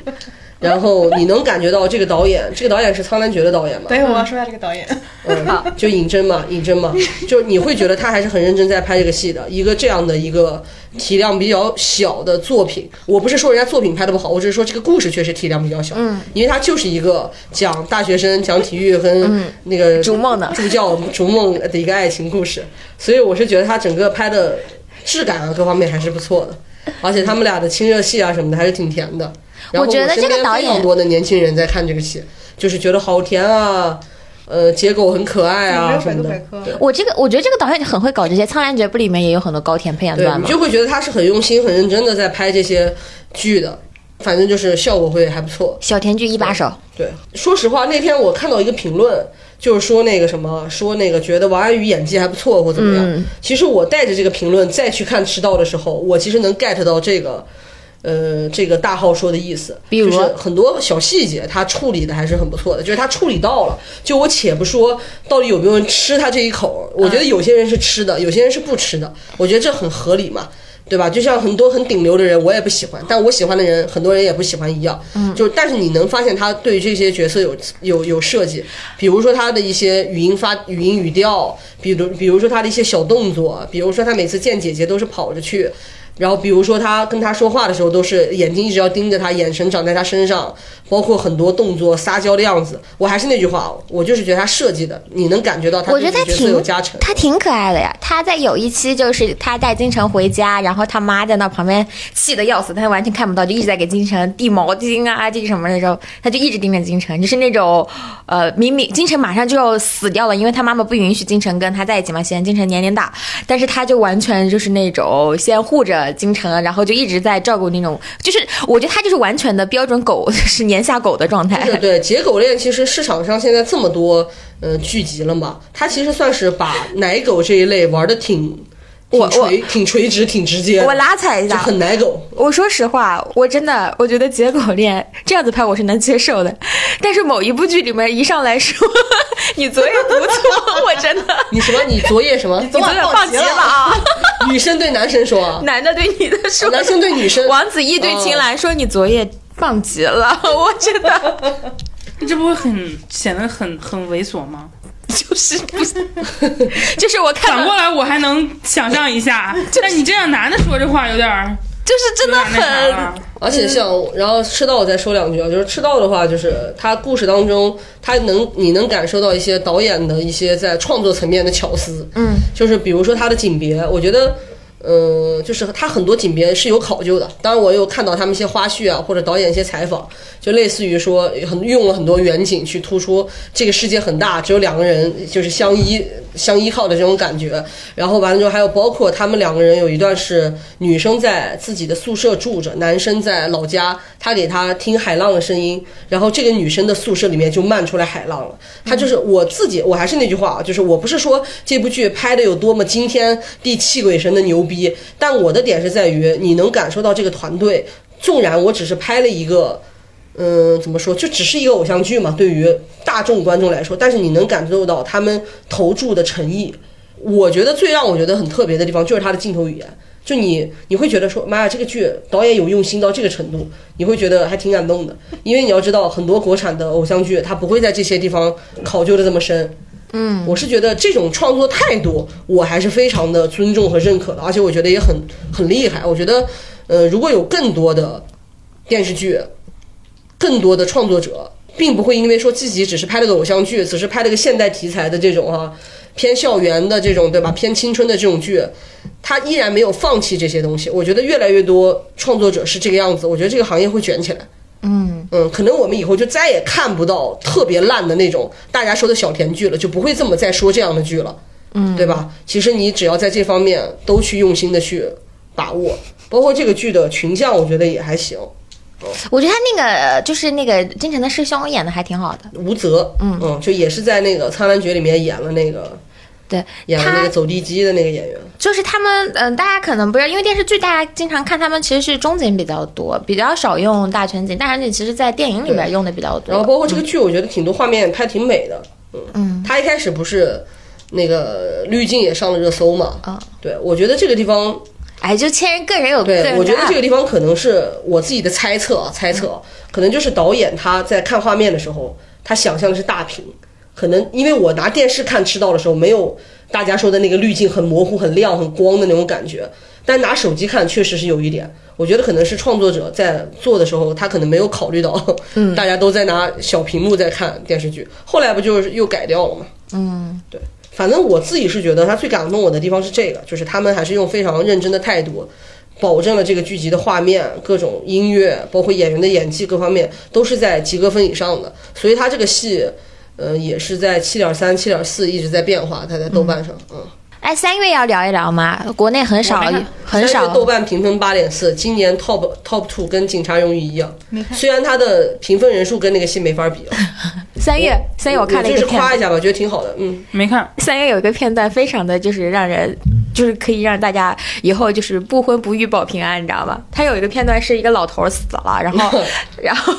[SPEAKER 5] 然后你能感觉到这个导演，这个导演是《苍兰诀》的导演嘛？
[SPEAKER 4] 等哎一会儿我要说一下这个导演，
[SPEAKER 5] 嗯，就尹真嘛，尹真嘛，就你会觉得他还是很认真在拍这个戏的。一个这样的一个体量比较小的作品，我不是说人家作品拍的不好，我只是说这个故事确实体量比较小。嗯，因为它就是一个讲大学生、讲体育跟那个
[SPEAKER 2] 嗯逐梦的
[SPEAKER 5] 助教逐梦的一个爱情故事，所以我是觉得他整个拍的质感啊各方面还是不错的。而且他们俩的亲热戏啊什么的还是挺甜的。然后
[SPEAKER 2] 我觉得这个
[SPEAKER 5] 身边
[SPEAKER 2] 导演
[SPEAKER 5] 非常多的年轻人在看这个戏，就是觉得好甜啊，呃，结构很可爱
[SPEAKER 4] 没
[SPEAKER 5] 啊
[SPEAKER 4] 有
[SPEAKER 5] 什
[SPEAKER 4] 百
[SPEAKER 5] 么
[SPEAKER 4] 度
[SPEAKER 5] 的
[SPEAKER 4] 百。科，
[SPEAKER 2] 我这个我觉得这个导演很会搞这些，《苍兰诀》不里面也有很多高甜啊培养
[SPEAKER 5] 对
[SPEAKER 2] 段
[SPEAKER 5] 你
[SPEAKER 2] 吗？
[SPEAKER 5] 就会觉得他是很用心、很认真的在拍这些剧的，反正就是效果会还不错。
[SPEAKER 2] 小甜剧一把手，
[SPEAKER 5] 对，说实话，那天我看到一个评论，就是说那个什么，说那个觉得王安宇演技还不错或怎么样。其实我带着这个评论再去看《迟到》的时候，我其实能 get 到这个。呃，这个大号说的意思，
[SPEAKER 2] 比如
[SPEAKER 5] 就是很多小细节，他处理的还是很不错的，就是他处理到了。就我且不说到底有没有人吃他这一口，我觉得有些人是吃的，有些人是不吃的，我觉得这很合理嘛。对吧？就像很多很顶流的人，我也不喜欢，但我喜欢的人，很多人也不喜欢一样。嗯，就是但是你能发现他对于这些角色有有有设计，比如说他的一些语音发语音语调，比如比如说他的一些小动作，比如说他每次见姐姐都是跑着去。然后，比如说他跟他说话的时候，都是眼睛一直要盯着他，眼神长在他身上，包括很多动作、撒娇的样子。我还是那句话，我就是觉得他设计的，你能感觉到他
[SPEAKER 2] 我觉得他
[SPEAKER 5] 对这个角色有
[SPEAKER 2] 挺
[SPEAKER 5] 加成。
[SPEAKER 2] 他挺可爱的呀。他在有一期就是他带金城回家，然后他妈在那旁边气得要死，他完全看不到，就一直在给金城递毛巾啊，这什么的时候，他就一直盯着金城，就是那种呃，明明金城马上就要死掉了，因为他妈妈不允许金城跟他在一起嘛，嫌金城年龄大，但是他就完全就是那种先护着金城，然后就一直在照顾那种，就是我觉得他就是完全的标准狗，就是年下狗的状态。
[SPEAKER 5] 对对，解狗链其实市场上现在这么多呃剧集了嘛，它其实算是把奶狗这一类玩的挺挺
[SPEAKER 2] 我
[SPEAKER 5] 垂挺垂直挺直接的，
[SPEAKER 2] 我拉踩一
[SPEAKER 5] 就
[SPEAKER 2] 下，
[SPEAKER 5] 很奶狗。
[SPEAKER 2] 我说实话，我真的我觉得结狗恋这样子拍我是能接受的，但是某一部剧里面一上来说 你昨夜不错，我真的
[SPEAKER 5] 你什么？你昨夜什么？
[SPEAKER 2] 你昨夜放弃了啊！哦
[SPEAKER 5] 女生对男生说啊，
[SPEAKER 2] 男的对女哦的说，
[SPEAKER 5] 男生对女生，
[SPEAKER 2] 王子异对秦岚说你昨夜放弃了， 我真的
[SPEAKER 3] 这不会很显得很很猥琐吗？
[SPEAKER 2] 就是不是，就是我看
[SPEAKER 3] 反
[SPEAKER 2] 到
[SPEAKER 3] 过来我还能想象一 下，但你这样男的说这话有点儿
[SPEAKER 2] 就是真
[SPEAKER 3] 有
[SPEAKER 2] 的
[SPEAKER 3] 点儿那啥
[SPEAKER 2] 很
[SPEAKER 3] 了。
[SPEAKER 5] 而且像，然后赤道我再说两句啊，就是赤道的话，就是他故事当中，他能你能感受到一些导演的一些在创作层面的巧思，嗯，就是比如说他的景别，我觉得。呃，就是它很多景别是有考究的。当然，我有看到他们一些花絮啊，或者导演一些采访，就类似于说很用了很多远景去突出这个世界很大，只有两个人就是相依相依靠的这种感觉。然后完了之后，还有包括他们两个人有一段是女生在自己的宿舍住着，男生在老家，他给他听海浪的声音，然后这个女生的宿舍里面就漫出来海浪了。他就是我自己，我还是那句话啊，就是我不是说这部剧拍的有多么惊天地泣鬼神的牛逼，但我的点是在于你能感受到这个团队，纵然我只是拍了一个。嗯，怎么说？就只是一个偶像剧嘛，对于大众观众来说，但是你能感受到他们投注的诚意。我觉得最让我觉得很特别的地方就是它的镜头语言，就你你会觉得说，妈呀，这个剧导演有用心到这个程度，你会觉得还挺感动的。因为你要知道，很多国产的偶像剧它不会在这些地方考究的这么深。嗯，我是觉得这种创作态度，我还是非常的尊重和认可的，而且我觉得也很很厉害。我觉得，呃，如果有更多的电视剧更多的创作者，并不会因为说自己只是拍了个偶像剧，只是拍了个现代题材的这种哈、啊偏校园的这种对吧，偏青春的这种剧，他依然没有放弃这些东西。我觉得越来越多创作者是这个样子，我觉得这个行业会卷起来。嗯嗯，可能我们以后就再也看不到特别烂的那种大家说的小甜剧了，就不会这么再说这样的剧了，嗯，对吧？其实你只要在这方面都去用心的去把握，包括这个剧的群像，我觉得也还行。
[SPEAKER 2] 我觉得他那个就是那个金晨的师兄演的还挺好的，
[SPEAKER 5] 吴泽，嗯就也是在那个《苍兰诀》里面演了那个
[SPEAKER 2] 对
[SPEAKER 5] 演了那
[SPEAKER 2] 他
[SPEAKER 5] 个走地鸡的那个演员，
[SPEAKER 2] 就是他们，嗯、大家可能不知道，因为电视剧大家经常看，他们其实是中景比较多，比较少用大全景，大全景其实在电影里面用的比较多。
[SPEAKER 5] 然后包括这个剧，我觉得挺多画面拍挺美的，嗯，他一开始不是那个滤镜也上了热搜嘛，
[SPEAKER 2] 啊，
[SPEAKER 5] 对，我觉得这个地方，
[SPEAKER 2] 哎，就千人个人有个人
[SPEAKER 5] 对啊
[SPEAKER 2] 的
[SPEAKER 5] 我觉得这个地方可能是我自己的猜测啊，猜测可能就是导演他在看画面的时候，他想象的是大屏，可能因为我拿电视看吃到的时候，没有大家说的那个滤镜很模糊、很亮、很光的那种感觉，但拿手机看确实是有一点。我觉得可能是创作者在做的时候，他可能没有考虑到， 大家都在拿小屏幕在看电视剧。后来不就是又改掉了吗？嗯，对。反正我自己是觉得他最感动我的地方是这个，就是他们还是用非常认真的态度，保证了这个剧集的画面、各种音乐，包括演员的演技各方面都是在及格分以上的，所以他这个戏，呃，也是在七点三、七点四一直在变化，他在豆瓣上，嗯，
[SPEAKER 2] 哎，三月要聊一聊吗？国内很少
[SPEAKER 3] 我没看，
[SPEAKER 2] 很
[SPEAKER 5] 但
[SPEAKER 2] 少
[SPEAKER 5] 是豆瓣评分八点四，今年 top top two 跟《警察荣誉》一样，
[SPEAKER 4] 没看
[SPEAKER 5] 虽然它的评分人数跟那个戏没法比啊，
[SPEAKER 2] 三月，三月我看了一
[SPEAKER 5] 就是
[SPEAKER 2] 个片
[SPEAKER 5] 夸
[SPEAKER 2] 段，
[SPEAKER 5] 一下吧，我觉得挺好的，嗯，
[SPEAKER 3] 没看，
[SPEAKER 2] 三月有一个片段非常的就是让人。就是可以让大家以后就是不婚不育保平安，你知道吗？他有一个片段是一个老头儿死了，然后， 然后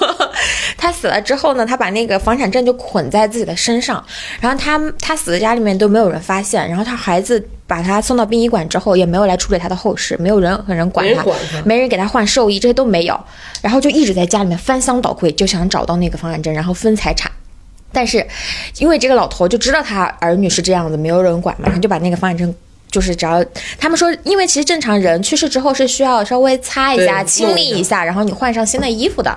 [SPEAKER 2] 他死了之后呢，他把那个房产证就捆在自己的身上，然后他他死在家里面都没有人发现，然后他孩子把他送到殡仪馆之后也没有来处理他的后事，没有人和人管
[SPEAKER 5] 没人
[SPEAKER 2] 他，
[SPEAKER 5] 管他
[SPEAKER 2] 没人给他换寿衣，这些都没有，然后就一直在家里面翻箱倒柜，就想找到那个房产证，然后分财产。但是因为这个老头就知道他儿女是这样子，没有人管嘛，他就把那个房产证。就是只要他们说，因为其实正常人去世之后是需要稍微擦一下、
[SPEAKER 5] 对
[SPEAKER 2] 清理一下，然后你换上新的衣服的。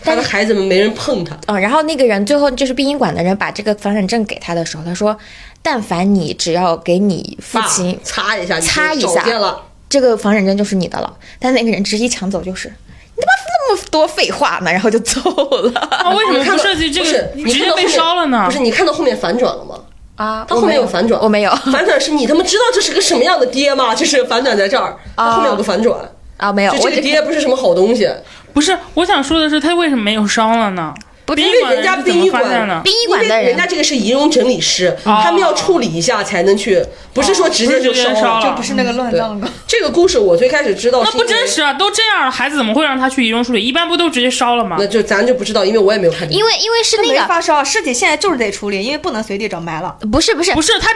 [SPEAKER 5] 他
[SPEAKER 2] 但
[SPEAKER 5] 的
[SPEAKER 2] 是
[SPEAKER 5] 孩子们没人碰他，
[SPEAKER 2] 嗯，然后那个人最后就是殡仪馆的人把这个房产证给他的时候，他说：“但凡你只要给你父
[SPEAKER 5] 爸
[SPEAKER 2] 亲
[SPEAKER 5] 擦一下，
[SPEAKER 2] 擦一
[SPEAKER 5] 你就
[SPEAKER 2] 下
[SPEAKER 5] 找见了，
[SPEAKER 2] 这个房产证就是你的了。”但那个人执意抢走，就是你他妈那么多废话呢，然后就走了
[SPEAKER 3] 啊，为什
[SPEAKER 5] 你
[SPEAKER 3] 么
[SPEAKER 5] 看
[SPEAKER 3] 不
[SPEAKER 5] 到
[SPEAKER 3] 设计这
[SPEAKER 5] 不
[SPEAKER 3] 个
[SPEAKER 5] 是
[SPEAKER 3] 直
[SPEAKER 5] 你看
[SPEAKER 3] 接
[SPEAKER 5] 到后
[SPEAKER 3] 被
[SPEAKER 5] 面
[SPEAKER 3] 烧了呢
[SPEAKER 5] 不是？你看到后面反转了吗？
[SPEAKER 2] 啊！
[SPEAKER 5] 他后面有反转，
[SPEAKER 2] 我没有
[SPEAKER 5] 反转是你他妈知道这是个什么样的爹吗？就是反转在这儿，他后面有个反转，
[SPEAKER 2] 啊，没有，
[SPEAKER 5] 就
[SPEAKER 2] 我只
[SPEAKER 5] 这个爹不是什么好东西，
[SPEAKER 3] 不是，我想说的是，他为什么没有烧了呢？殡
[SPEAKER 5] 因
[SPEAKER 3] 仪
[SPEAKER 5] 为
[SPEAKER 3] 馆
[SPEAKER 5] 人家
[SPEAKER 3] 是怎
[SPEAKER 5] 殡
[SPEAKER 3] 么
[SPEAKER 5] 仪
[SPEAKER 3] 发现的
[SPEAKER 5] 馆，？
[SPEAKER 2] 殡仪馆的
[SPEAKER 5] 因为
[SPEAKER 2] 人
[SPEAKER 5] 人家这个是仪容整理师，
[SPEAKER 3] 哦
[SPEAKER 5] 他们要处理一下才能去，不是说直接就
[SPEAKER 3] 不是直接烧
[SPEAKER 5] 烧
[SPEAKER 3] 了
[SPEAKER 5] 了。
[SPEAKER 4] 就不是那个乱葬岗。
[SPEAKER 5] 这个故事我最开始知道
[SPEAKER 3] 那
[SPEAKER 5] 是
[SPEAKER 3] 不
[SPEAKER 5] 因为
[SPEAKER 3] 真，实啊！都这样了，孩子怎么会让他去仪容处理？一般不都直接烧了吗
[SPEAKER 5] 那？就咱就不知道，因为我也没有看。
[SPEAKER 2] 因为因为是那
[SPEAKER 4] 没
[SPEAKER 2] 个
[SPEAKER 4] 发烧，尸体现在就是得处理，因为不能随地整埋了。
[SPEAKER 2] 不是不是
[SPEAKER 3] 不是，他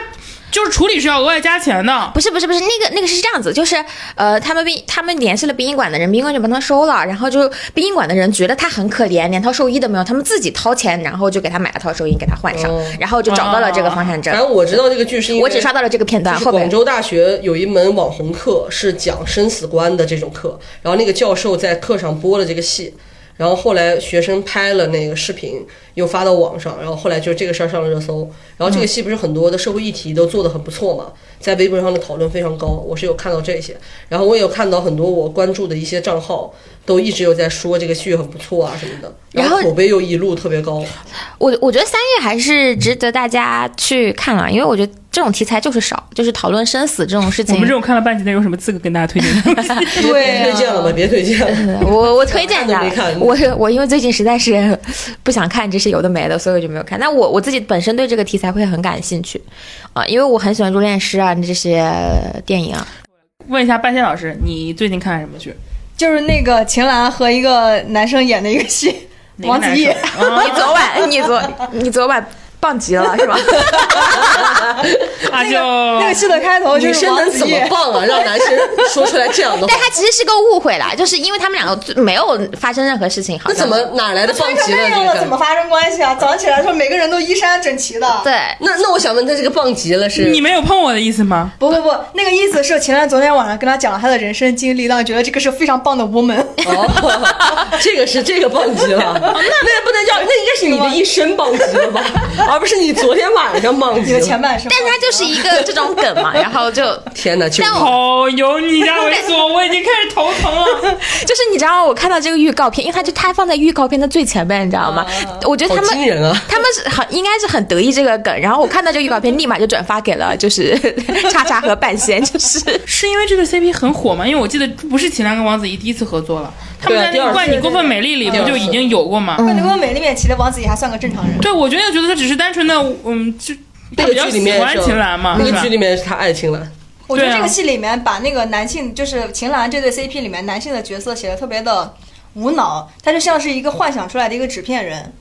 [SPEAKER 3] 就是处理是要额外加钱的。
[SPEAKER 2] 不是不是不是，那个那个是这样子，就是呃，他们殡他们联系了殡仪馆的人，殡仪馆就帮他收了，然后就殡仪馆的人觉得他很可怜，连套寿衣都没有，他们自己掏钱，然后就给他买了套寿衣，给他换上，
[SPEAKER 5] 哦
[SPEAKER 2] 然后就找到了这个房产证。
[SPEAKER 5] 反正我知道这个剧是因为
[SPEAKER 2] 我只刷到了这个片段，
[SPEAKER 5] 就是
[SPEAKER 2] 后面
[SPEAKER 5] 广州大学有一门网红课是讲生死观的这种课，然后那个教授在课上播了这个戏，然后后来学生拍了那个视频，又发到网上，然后后来就这个事儿上了热搜。然后这个戏不是很多的社会议题都做得很不错嘛，在微博上的讨论非常高，我是有看到这些。然后我也有看到很多我关注的一些账号都一直有在说这个剧很不错啊什么的，然
[SPEAKER 2] 然后
[SPEAKER 5] 口碑又一路特别高。
[SPEAKER 2] 我我觉得三月还是值得大家去看了，因为我觉得这种题材就是少，就是讨论生死这种事
[SPEAKER 3] 我
[SPEAKER 2] 情
[SPEAKER 3] 们这。种看了半集的，有什么资格跟大家推荐？
[SPEAKER 4] 对、啊，
[SPEAKER 5] 别推荐了吧，别推荐了。
[SPEAKER 2] 我我推荐的
[SPEAKER 5] 看都没看，
[SPEAKER 2] 我我因为最近实在是不想看这些有的没的，所以我就没有看。但我我自己本身对这个题材会很感兴趣啊、因为我很喜欢《入殓师》啊这些电影啊。
[SPEAKER 3] 问一下半仙老师，你最近看了什么剧？
[SPEAKER 4] 就是那个秦岚和一个男生演的一个戏，
[SPEAKER 3] 哪个
[SPEAKER 4] 王子
[SPEAKER 3] 男
[SPEAKER 4] 异
[SPEAKER 3] 生。啊
[SPEAKER 2] 你昨晚你昨你昨晚棒极了 是吧？
[SPEAKER 3] 那就
[SPEAKER 4] 那个戏的开头就
[SPEAKER 5] 女
[SPEAKER 4] 是
[SPEAKER 5] 生
[SPEAKER 4] 王
[SPEAKER 5] 能
[SPEAKER 4] 子
[SPEAKER 5] 怎
[SPEAKER 4] 异
[SPEAKER 5] 么，放啊？让男生说出来这样的话
[SPEAKER 2] 但，他其实是个误会啦，就是因为他们两个最没有发生任何事情，好
[SPEAKER 5] 那
[SPEAKER 2] 像
[SPEAKER 5] 怎么哪来的放
[SPEAKER 4] 穿成
[SPEAKER 5] 极
[SPEAKER 4] 那
[SPEAKER 5] 了这
[SPEAKER 4] 样
[SPEAKER 5] 个
[SPEAKER 4] 了怎
[SPEAKER 5] 感
[SPEAKER 4] 么
[SPEAKER 5] 觉？
[SPEAKER 4] 发生关系啊？早上起来的时候每个人都衣衫整齐的。
[SPEAKER 2] 对？
[SPEAKER 5] 那那我想问，他这个棒极了是？
[SPEAKER 3] 你没有碰我的意思吗？
[SPEAKER 4] 不不不，那个意思是秦岚昨天晚上跟他讲了他的人生经历，让你觉得这个是非常棒的 woman。
[SPEAKER 5] 哦， 这个是这个棒极了， 那也不能叫，那应该是你的一身棒极了吧，而不是你昨天晚上棒
[SPEAKER 4] 你
[SPEAKER 5] 极
[SPEAKER 4] 的前
[SPEAKER 5] 了。
[SPEAKER 4] 半生，
[SPEAKER 2] 但是他就是一个这种梗嘛，然后就
[SPEAKER 5] 天哪，就
[SPEAKER 2] 但我
[SPEAKER 3] 哦，有你家猥琐，我已经开始头疼 了。
[SPEAKER 2] 就是你知道我看到这个预告片，因为他就他放在预告片的最前面，你知道吗？我觉得
[SPEAKER 5] 好
[SPEAKER 2] 他
[SPEAKER 5] 惊
[SPEAKER 2] 们。
[SPEAKER 5] 人啊！
[SPEAKER 2] 他们是很应该是很得意这个梗，然后我看到这个预告片，立马就转发给了就是 叉叉和半仙，就是
[SPEAKER 3] 是因为这对 CP 很火吗？因为我记得不是秦岚跟王子异第一次合作了，他们
[SPEAKER 5] 对啊
[SPEAKER 3] 在
[SPEAKER 4] 哦
[SPEAKER 3] 那个《怪你过分美丽》里不
[SPEAKER 5] 第二次
[SPEAKER 3] 就已经有过吗？
[SPEAKER 4] 那你跟我美丽面骑的王子异还算个正常人。
[SPEAKER 3] 对，我觉得觉得他只是单纯的，嗯，就他
[SPEAKER 5] 那
[SPEAKER 3] 比
[SPEAKER 5] 个
[SPEAKER 3] 较
[SPEAKER 5] 剧里
[SPEAKER 3] 喜
[SPEAKER 5] 面
[SPEAKER 3] 欢
[SPEAKER 5] 是
[SPEAKER 3] 秦岚嘛，
[SPEAKER 5] 那
[SPEAKER 3] 是
[SPEAKER 5] 个
[SPEAKER 3] 吧
[SPEAKER 5] 剧？里面是他爱情了，
[SPEAKER 4] 我觉得
[SPEAKER 3] 对啊
[SPEAKER 4] 这个戏里面把那个男性，就是秦岚这对 CP 里面男性的角色写的特别的无脑，他就像是一个幻想出来的一个纸片人。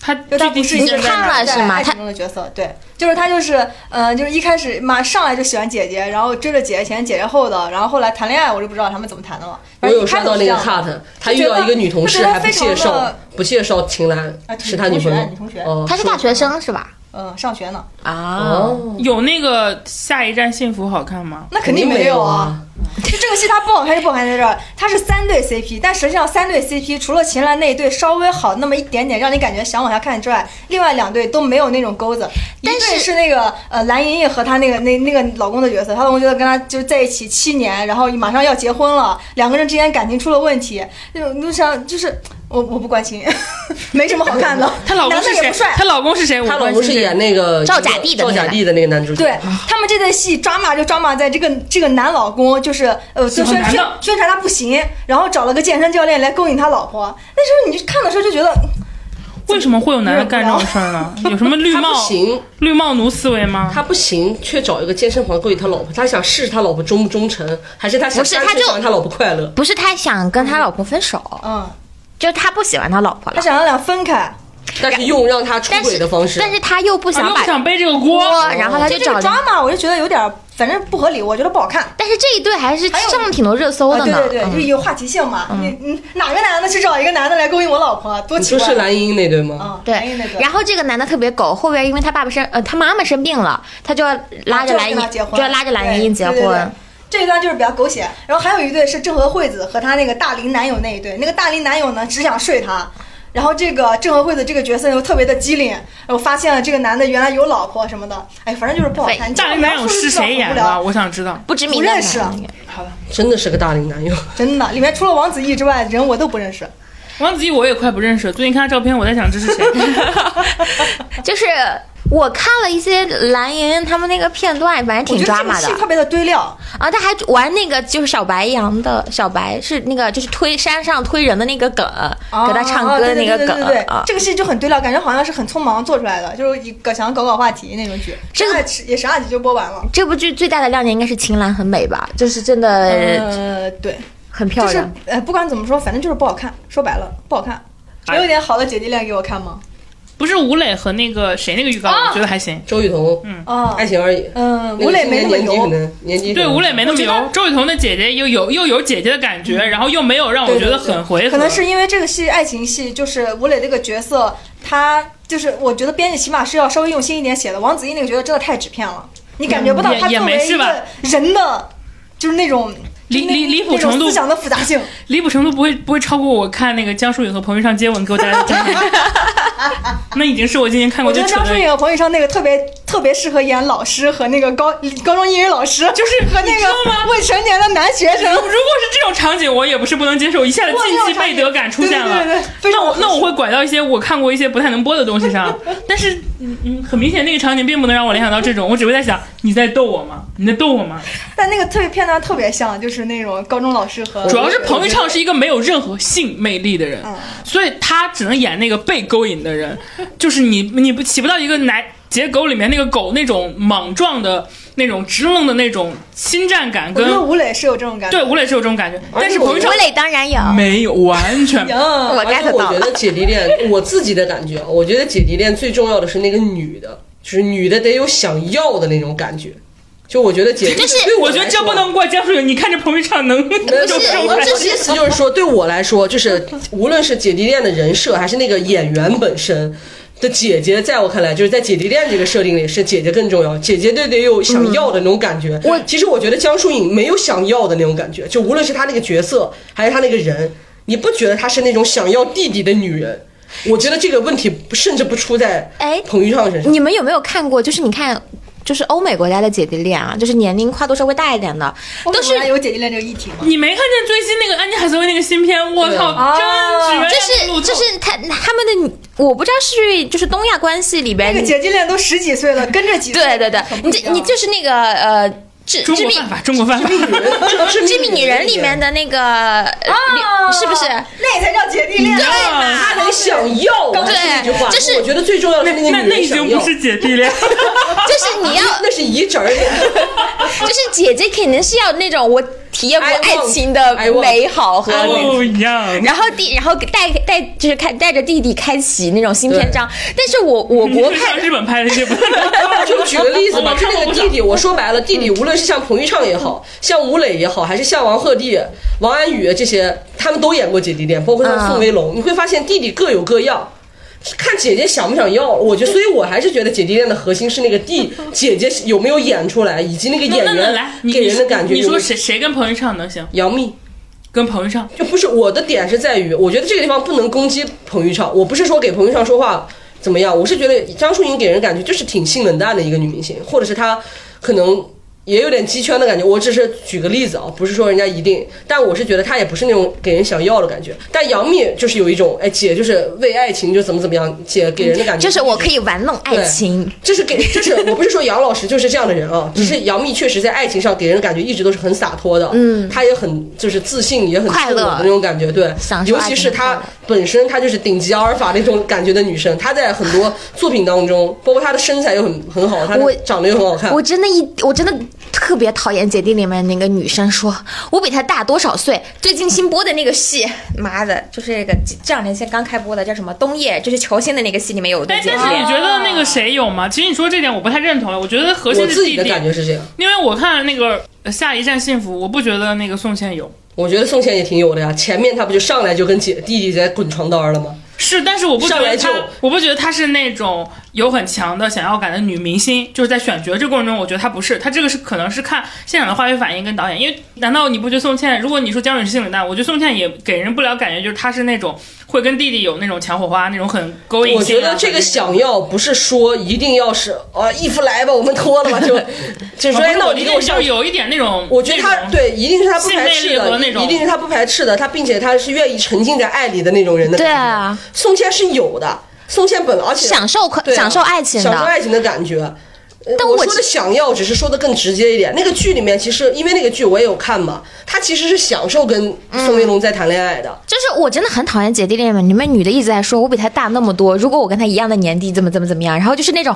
[SPEAKER 3] 他
[SPEAKER 4] 就
[SPEAKER 3] 具
[SPEAKER 4] 他
[SPEAKER 3] 体
[SPEAKER 4] 不是
[SPEAKER 3] 体
[SPEAKER 4] 一
[SPEAKER 2] 你
[SPEAKER 4] 个
[SPEAKER 3] 现在
[SPEAKER 2] 看
[SPEAKER 3] 哪
[SPEAKER 2] 了
[SPEAKER 4] 在
[SPEAKER 2] 是吗
[SPEAKER 4] 爱
[SPEAKER 2] 他
[SPEAKER 4] 情中的角色，对，就是他就是，呃，就是一开始马上来就喜欢姐姐，然后追着姐姐前姐姐后的，然后后来谈恋爱，我就不知道他们怎么谈的了。
[SPEAKER 5] 我
[SPEAKER 4] 反正
[SPEAKER 5] 有
[SPEAKER 4] 一
[SPEAKER 5] 刷
[SPEAKER 4] 看
[SPEAKER 5] 到
[SPEAKER 4] 都是
[SPEAKER 5] 那
[SPEAKER 4] 这
[SPEAKER 5] 个
[SPEAKER 4] 样的
[SPEAKER 5] cut，他遇到一个女同事
[SPEAKER 4] 就觉得
[SPEAKER 5] 还不介
[SPEAKER 4] 非常
[SPEAKER 5] 绍
[SPEAKER 4] 的，
[SPEAKER 5] 不介绍秦岚
[SPEAKER 4] 啊
[SPEAKER 5] 是他女朋友，
[SPEAKER 4] 同学同学
[SPEAKER 5] 哦
[SPEAKER 2] 他是大学生是吧？
[SPEAKER 4] 嗯，上学呢，
[SPEAKER 2] 啊，
[SPEAKER 5] 哦，
[SPEAKER 3] 有那个下一站幸福好看吗？
[SPEAKER 4] 那肯定
[SPEAKER 5] 没
[SPEAKER 4] 没有啊
[SPEAKER 5] 啊。。
[SPEAKER 4] 就这个戏它不好看是不好看在这儿，它是三对 CP，但实际上三对 CP 除了秦岚那一对稍微好那么一点点，让你感觉想往下看之外，另外两对都没有那种钩子。一
[SPEAKER 2] 但是
[SPEAKER 4] 对是那个呃蓝盈莹和她那个那那个老公的角色，她老公觉得跟她就是在一起七年，然后马上要结婚了，两个人之间感情出了问题，那种就想就是我我不关心， 没什么好看的。
[SPEAKER 3] 她老公
[SPEAKER 4] 男
[SPEAKER 3] 是
[SPEAKER 4] 的也
[SPEAKER 3] 谁
[SPEAKER 4] 不帅？，
[SPEAKER 3] 她老公是谁？我
[SPEAKER 5] 她
[SPEAKER 3] 关
[SPEAKER 5] 老
[SPEAKER 3] 心
[SPEAKER 5] 公是
[SPEAKER 3] 谁
[SPEAKER 5] 演那个
[SPEAKER 2] 赵甲第的
[SPEAKER 5] 赵
[SPEAKER 2] 那个
[SPEAKER 5] 甲第的那个男主角，
[SPEAKER 4] 对
[SPEAKER 3] 啊
[SPEAKER 4] 他们这对戏抓马就抓马在这个这个男老公就是呃，就
[SPEAKER 3] 喜欢
[SPEAKER 4] 宣
[SPEAKER 3] 男
[SPEAKER 4] 宣
[SPEAKER 3] 的
[SPEAKER 4] 宣传他不行，然后找了个健身教练来勾引他老婆。那时候你就看的时候就觉得，
[SPEAKER 3] 为什么会有男的干这种事儿呢？ 有什么 绿
[SPEAKER 5] 他
[SPEAKER 3] 帽
[SPEAKER 5] 不行，
[SPEAKER 3] 绿帽奴思维吗？
[SPEAKER 5] 他不行，却找一个健身房勾引他老婆，他想试试他老婆忠不忠诚，还是他想
[SPEAKER 2] 不是
[SPEAKER 5] 单
[SPEAKER 2] 他
[SPEAKER 5] 纯
[SPEAKER 2] 就
[SPEAKER 5] 想让他老婆快乐？
[SPEAKER 2] 不是他想跟他老婆分手，
[SPEAKER 4] 嗯，
[SPEAKER 2] 就是他不喜欢他老婆
[SPEAKER 4] 他
[SPEAKER 2] 了，
[SPEAKER 4] 想让俩分开，
[SPEAKER 5] 但是用让他出
[SPEAKER 2] 但
[SPEAKER 5] 轨
[SPEAKER 2] 是
[SPEAKER 5] 的方式，
[SPEAKER 2] 但是他又不
[SPEAKER 3] 啊
[SPEAKER 2] 想
[SPEAKER 3] 又
[SPEAKER 2] 把
[SPEAKER 3] 不想背这个锅，
[SPEAKER 2] 然后他
[SPEAKER 4] 就
[SPEAKER 2] 就
[SPEAKER 4] 这个
[SPEAKER 2] 找
[SPEAKER 4] 抓马我就觉得有点儿，反正不合理，我觉得不好看。
[SPEAKER 2] 但是这一对还是
[SPEAKER 4] 还有
[SPEAKER 2] 上挺多热搜
[SPEAKER 4] 啊，
[SPEAKER 2] 的
[SPEAKER 4] 对
[SPEAKER 2] 呢。
[SPEAKER 4] 对对，
[SPEAKER 2] 嗯
[SPEAKER 4] 就有话题性嘛。你你哪个男的去找一个男的来勾引我老婆，多
[SPEAKER 5] 你
[SPEAKER 4] 奇
[SPEAKER 5] 说
[SPEAKER 4] 怪！
[SPEAKER 5] 是蓝茵茵那对吗？
[SPEAKER 4] 啊，
[SPEAKER 2] 对，
[SPEAKER 4] 那个，
[SPEAKER 2] 然后这个男的特别狗，后边因为他爸爸生呃他妈妈生病了，他就要拉着
[SPEAKER 4] 啊就
[SPEAKER 2] 蓝
[SPEAKER 4] 跟
[SPEAKER 2] 莹
[SPEAKER 4] 他结婚，
[SPEAKER 2] 就要拉着蓝莹莹结婚。
[SPEAKER 4] 对对对对这一段就是比较狗血，然后还有一对是郑和惠子和她那个大龄男友那一对，那个大龄男友呢只想睡她，然后这个郑和惠子这个角色又特别的机灵，我发现了这个男的原来有老婆什么的，哎，反正就是不好看。
[SPEAKER 3] 大龄男友是谁演的？
[SPEAKER 4] 的？
[SPEAKER 3] 我想知道。
[SPEAKER 2] 不知名
[SPEAKER 4] 不
[SPEAKER 2] 的
[SPEAKER 4] 认
[SPEAKER 2] 男
[SPEAKER 4] 识啊
[SPEAKER 2] 演员
[SPEAKER 5] 真的是个大龄男友，
[SPEAKER 4] 真的，里面除了王子异之外，人我都不认识。
[SPEAKER 3] 王子异我也快不认识了，最近看他照片，我在想这是 谁？
[SPEAKER 2] 就是我看了一些蓝莹莹他们那个片段，反正挺
[SPEAKER 4] 我觉得
[SPEAKER 2] 抓
[SPEAKER 4] 这个
[SPEAKER 2] 马的
[SPEAKER 4] 戏特别的堆料，
[SPEAKER 2] 啊。他还玩那个就是小白羊的小白是那个就是推山上推人的那个梗，给他唱歌的那个
[SPEAKER 4] 哦啊对对对
[SPEAKER 2] 梗
[SPEAKER 4] 对对对
[SPEAKER 2] 啊。
[SPEAKER 4] 这个戏就很堆料，感觉好像是很匆忙做出来的，就是一个想搞搞话题那种剧，
[SPEAKER 2] 这个
[SPEAKER 4] 啥也也啥集就播完了。
[SPEAKER 2] 这部剧最大的亮点应该是秦岚很美吧，就是真的
[SPEAKER 4] 呃，对，
[SPEAKER 2] 很漂
[SPEAKER 4] 就是
[SPEAKER 2] 亮。
[SPEAKER 4] 呃，不管怎么说，反正就是不好看。说白了，不好看。
[SPEAKER 3] 哎
[SPEAKER 4] 能有点好的姐弟恋给我看吗？
[SPEAKER 3] 不是吴磊和那个谁那个预告，
[SPEAKER 4] 哦
[SPEAKER 3] 我觉得还行。
[SPEAKER 5] 周雨彤，
[SPEAKER 3] 嗯
[SPEAKER 4] 啊，
[SPEAKER 3] 哎
[SPEAKER 5] 爱情而已。
[SPEAKER 4] 嗯，
[SPEAKER 5] 那
[SPEAKER 4] 吴
[SPEAKER 5] 个
[SPEAKER 4] 磊
[SPEAKER 5] 今
[SPEAKER 4] 没
[SPEAKER 5] 年
[SPEAKER 4] 那么
[SPEAKER 5] 年纪可
[SPEAKER 4] 油，
[SPEAKER 5] 能年纪可
[SPEAKER 3] 对
[SPEAKER 5] 能
[SPEAKER 3] 吴磊没那么油，周雨彤的姐姐又有又有姐姐的感觉，然后又没有让我
[SPEAKER 4] 嗯对
[SPEAKER 3] 觉
[SPEAKER 4] 对
[SPEAKER 3] 得
[SPEAKER 4] 对
[SPEAKER 3] 很回合。
[SPEAKER 4] 可能是因为这个戏爱情戏，就是吴磊这个角色，他就是我觉得编剧起码是要稍微用心一点写的。王子异那个角色真的太纸片了，你感觉不到
[SPEAKER 3] 嗯也
[SPEAKER 4] 他
[SPEAKER 3] 也
[SPEAKER 4] 作
[SPEAKER 3] 没
[SPEAKER 4] 为
[SPEAKER 3] 事
[SPEAKER 4] 一
[SPEAKER 3] 吧
[SPEAKER 4] 个人的，就是那种
[SPEAKER 3] 离离离谱
[SPEAKER 4] 那种
[SPEAKER 3] 程度
[SPEAKER 4] 思，想的复杂性，
[SPEAKER 3] 离谱程度不会不会超过我看那个江疏影和彭昱畅接吻给我带来的震撼。 那已经是我今年看过
[SPEAKER 4] 我觉
[SPEAKER 3] 最
[SPEAKER 4] 得
[SPEAKER 3] 扯
[SPEAKER 4] 张
[SPEAKER 3] 的
[SPEAKER 4] 疏。影和彭昱畅那个特别特别适合演老师和那个高高中英语老师，就是和那个未成年的男学
[SPEAKER 3] 如
[SPEAKER 4] 生
[SPEAKER 3] 果。是这种场景，我也不是不能接受，一下子
[SPEAKER 4] 哇
[SPEAKER 3] 禁
[SPEAKER 4] 这种
[SPEAKER 3] 忌
[SPEAKER 4] 场景
[SPEAKER 3] 背德感出现了。
[SPEAKER 4] 对对对非
[SPEAKER 3] 那
[SPEAKER 4] 常
[SPEAKER 3] 我
[SPEAKER 4] 合适
[SPEAKER 3] 那我会拐到一些我看过一些不太能播的东西 上，但是嗯嗯，很明显那个场景并不能让我联想到这种，我只会在想你在逗我吗？你在逗我吗？
[SPEAKER 4] 但那个特别片段特别像，就是那种高中老师和
[SPEAKER 3] 主要是彭昱畅是一个没有任何性魅力的人
[SPEAKER 4] 嗯，
[SPEAKER 3] 所以他只能演那个被勾引的人，就是你你不起不到一个奶解狗里面那个狗那种莽撞的那种直愣愣的那种侵占感
[SPEAKER 4] 我觉得
[SPEAKER 3] 跟。
[SPEAKER 4] 吴磊是有这种感觉。
[SPEAKER 3] 对吴磊是有这种感觉，但是
[SPEAKER 5] 我
[SPEAKER 3] 彭昱畅
[SPEAKER 2] 吴磊当然有，
[SPEAKER 3] 没有完全没有
[SPEAKER 4] 呀，
[SPEAKER 2] 我
[SPEAKER 5] 而且
[SPEAKER 2] get
[SPEAKER 5] 我
[SPEAKER 2] 到
[SPEAKER 5] 觉
[SPEAKER 2] 了。
[SPEAKER 5] 得姐弟恋，我自己的感觉，啊，我觉得姐弟恋最重要的是那个女的，就是女的得有想要的那种感觉。就我觉得姐弟，
[SPEAKER 2] 就是
[SPEAKER 5] 对
[SPEAKER 3] 我觉得这不能怪江疏影，你看这彭昱畅能
[SPEAKER 5] 没有。
[SPEAKER 3] 就
[SPEAKER 5] 就是是
[SPEAKER 3] 我
[SPEAKER 5] 我
[SPEAKER 3] 感
[SPEAKER 5] 的
[SPEAKER 3] 觉
[SPEAKER 5] 意思就是说，对我来说，就是无论是姐弟恋的人设，还是那个演员本身的姐姐，在我看来，就是在姐弟恋这个设定里，是姐姐更重要。姐姐就得有
[SPEAKER 3] 嗯
[SPEAKER 5] 想要的那种感觉。我其实我觉得江疏影没有想要的那种感觉，就无论是她那个角色，还是她那个人，你不觉得她是那种想要弟弟的女人？我觉得这个问题甚至不出在
[SPEAKER 2] 哎
[SPEAKER 5] 彭昱畅身上。
[SPEAKER 2] 你们有没有看过？就是你看，就是欧美国家的姐弟恋啊，就是年龄跨度稍微大一点的，都是
[SPEAKER 4] 有姐弟恋这个议题吗？
[SPEAKER 3] 你没看见最新那个安妮海瑟薇那个新片？我
[SPEAKER 5] 对
[SPEAKER 3] 操，
[SPEAKER 5] 啊
[SPEAKER 3] 真绝！
[SPEAKER 2] 哦就是就是他他们的，我不知道是就是东亚关系里边
[SPEAKER 4] 那个姐弟恋都十几岁了，跟着几岁
[SPEAKER 2] 对对对
[SPEAKER 4] 很，不
[SPEAKER 2] 你
[SPEAKER 4] 一
[SPEAKER 2] 这
[SPEAKER 4] 样
[SPEAKER 2] 你就是那个呃致
[SPEAKER 3] 中
[SPEAKER 2] 致
[SPEAKER 3] 国
[SPEAKER 2] 命
[SPEAKER 3] 犯法，中国犯法。
[SPEAKER 5] 就是
[SPEAKER 2] 致命女人里面的那个呃
[SPEAKER 4] 啊
[SPEAKER 2] 里是不是？
[SPEAKER 4] 那才叫姐弟恋？
[SPEAKER 3] 啊
[SPEAKER 5] 她得想要，
[SPEAKER 2] 对
[SPEAKER 5] 是这句话。
[SPEAKER 2] 就是
[SPEAKER 5] 我觉得最重要的是那个女
[SPEAKER 3] 那
[SPEAKER 5] 人
[SPEAKER 3] 那已
[SPEAKER 5] 想
[SPEAKER 3] 经
[SPEAKER 5] 要
[SPEAKER 3] 不是姐弟恋，
[SPEAKER 2] 就是你要，
[SPEAKER 5] 那是姨侄儿恋。
[SPEAKER 2] 就是姐姐肯定是要那种我体验过
[SPEAKER 5] I want-
[SPEAKER 2] 爱情的
[SPEAKER 5] I want-
[SPEAKER 2] 美好和那个
[SPEAKER 3] 不一样。
[SPEAKER 2] 然后弟，然后带带就是开带着弟弟开启那种新篇章。但是我我国
[SPEAKER 3] 就
[SPEAKER 2] 看
[SPEAKER 3] 像日本拍的这部，
[SPEAKER 5] 哎就举个例子 吧，
[SPEAKER 3] 我
[SPEAKER 5] 他
[SPEAKER 3] 看过
[SPEAKER 5] 那个
[SPEAKER 3] 不
[SPEAKER 5] 弟
[SPEAKER 3] 少
[SPEAKER 5] 弟，我说白了，弟弟无论是像彭昱畅也好，像吴磊也好，还是像王鹤棣、王安宇啊这些，他们都演过姐弟恋，包括
[SPEAKER 3] 嗯
[SPEAKER 5] 像宋威龙，你会发现弟弟各有各样。看姐姐想不想要，我觉得，所以我还是觉得姐弟恋的核心是那个弟姐姐有没有演出来，以及那个演
[SPEAKER 3] 那那
[SPEAKER 5] 员
[SPEAKER 3] 来，你
[SPEAKER 5] 给人的感觉。
[SPEAKER 3] 你说谁？谁跟彭昱畅能行？
[SPEAKER 5] 杨幂
[SPEAKER 3] 跟彭昱畅，
[SPEAKER 5] 就不是我的点是在于，我觉得这个地方不能攻击彭昱畅，我不是说给彭昱畅说话怎么样，我是觉得张淑颖给人感觉就是挺性冷淡的一个女明星，或者是她可能也有点鸡圈的感觉。我只是举个例子啊，不是说人家一定，但我是觉得她也不是那种给人想要的感觉。但杨幂就是有一种，哎，姐就是为爱情就怎么怎么样，姐给人的感觉
[SPEAKER 2] 就是我可以玩弄爱情，
[SPEAKER 5] 这是给，就是我不是说杨老师就是这样的人啊，只是杨幂确实在爱情上给人的感觉一直都是很洒脱的，嗯，她也很就是自信，也很
[SPEAKER 2] 快乐
[SPEAKER 5] 自我的那种感觉，对
[SPEAKER 2] 享，受
[SPEAKER 5] 尤
[SPEAKER 2] 爱情
[SPEAKER 5] 其
[SPEAKER 2] 的
[SPEAKER 5] 是
[SPEAKER 2] 快
[SPEAKER 5] 她
[SPEAKER 2] 乐
[SPEAKER 5] 本身她就是顶级阿尔法那种感觉的女生，她在很多作品当中，包括她的身材又很很好，她的
[SPEAKER 2] 我
[SPEAKER 5] 长得又很 好看，
[SPEAKER 2] 我真的一我真的特别讨厌姐弟里面那个女生说，我比她大多少岁。最近新播的那个戏，妈的，就是那个这两天先刚开播的叫什么《冬夜》，就是乔欣的那个戏里面有一对
[SPEAKER 3] 但
[SPEAKER 2] 姐
[SPEAKER 3] 但
[SPEAKER 2] 弟
[SPEAKER 3] 是。你觉得那个谁有吗？其实你说这点我不太认同了，我觉得核
[SPEAKER 5] 我
[SPEAKER 3] 心是
[SPEAKER 5] 自己
[SPEAKER 3] 弟
[SPEAKER 5] 的
[SPEAKER 3] 弟，
[SPEAKER 5] 感觉是这样，
[SPEAKER 3] 因为我看那个呃《下一站幸福》，我不觉得那个宋茜有。
[SPEAKER 5] 我觉得宋茜也挺有的呀，前面她不就上来就跟姐弟弟在滚床单儿了吗？
[SPEAKER 3] 是，但是我不觉
[SPEAKER 5] 上来
[SPEAKER 3] 得她
[SPEAKER 5] 就，
[SPEAKER 3] 我不觉得她是那种有很强的想要感的女明星。就是在选角这过程中，我觉得她不是，她这个是可能是看现场的化学反应跟导演。因为难道你不觉得宋茜？如果你说姜允是性冷淡，我觉得宋茜也给人不了感觉，就是她是那种会跟弟弟有那种抢火花，那种很勾引
[SPEAKER 5] 我
[SPEAKER 3] 性啊。
[SPEAKER 5] 觉得这个想要不是说一定要是啊，义父来吧，我们脱了 吧，就就说
[SPEAKER 3] 反
[SPEAKER 5] 哎，
[SPEAKER 3] 正
[SPEAKER 5] 那
[SPEAKER 3] 我
[SPEAKER 5] 我
[SPEAKER 3] 理
[SPEAKER 5] 就
[SPEAKER 3] 解
[SPEAKER 5] 给我
[SPEAKER 3] 就
[SPEAKER 5] 上
[SPEAKER 3] 是有一点那种，
[SPEAKER 5] 我觉得他
[SPEAKER 3] 那种
[SPEAKER 5] 对，一定是他不
[SPEAKER 3] 性
[SPEAKER 5] 排
[SPEAKER 3] 魅
[SPEAKER 5] 斥
[SPEAKER 3] 力和
[SPEAKER 5] 的，
[SPEAKER 3] 那种
[SPEAKER 5] 一定是他不排斥的，他并且他是愿意沉浸在爱里的那种人的。
[SPEAKER 2] 对，啊，
[SPEAKER 5] 宋茜是有的，宋茜本而且
[SPEAKER 2] 享受快
[SPEAKER 5] 对啊
[SPEAKER 2] 享受爱情
[SPEAKER 5] 享受
[SPEAKER 2] 的，
[SPEAKER 5] 爱情的感觉。呃
[SPEAKER 2] 但
[SPEAKER 5] 我
[SPEAKER 2] 我
[SPEAKER 5] 说
[SPEAKER 2] 其
[SPEAKER 5] 的想要，只是说的更直接一点。那个剧里面，其实因为那个剧我也有看嘛，他其实是享受跟
[SPEAKER 2] 嗯
[SPEAKER 5] 宋威龙在谈恋爱的。
[SPEAKER 2] 就是我真的很讨厌姐弟恋里面，你们女的一直在说我比她大那么多，如果我跟她一样的年纪，怎么怎么怎么样，然后就是那种，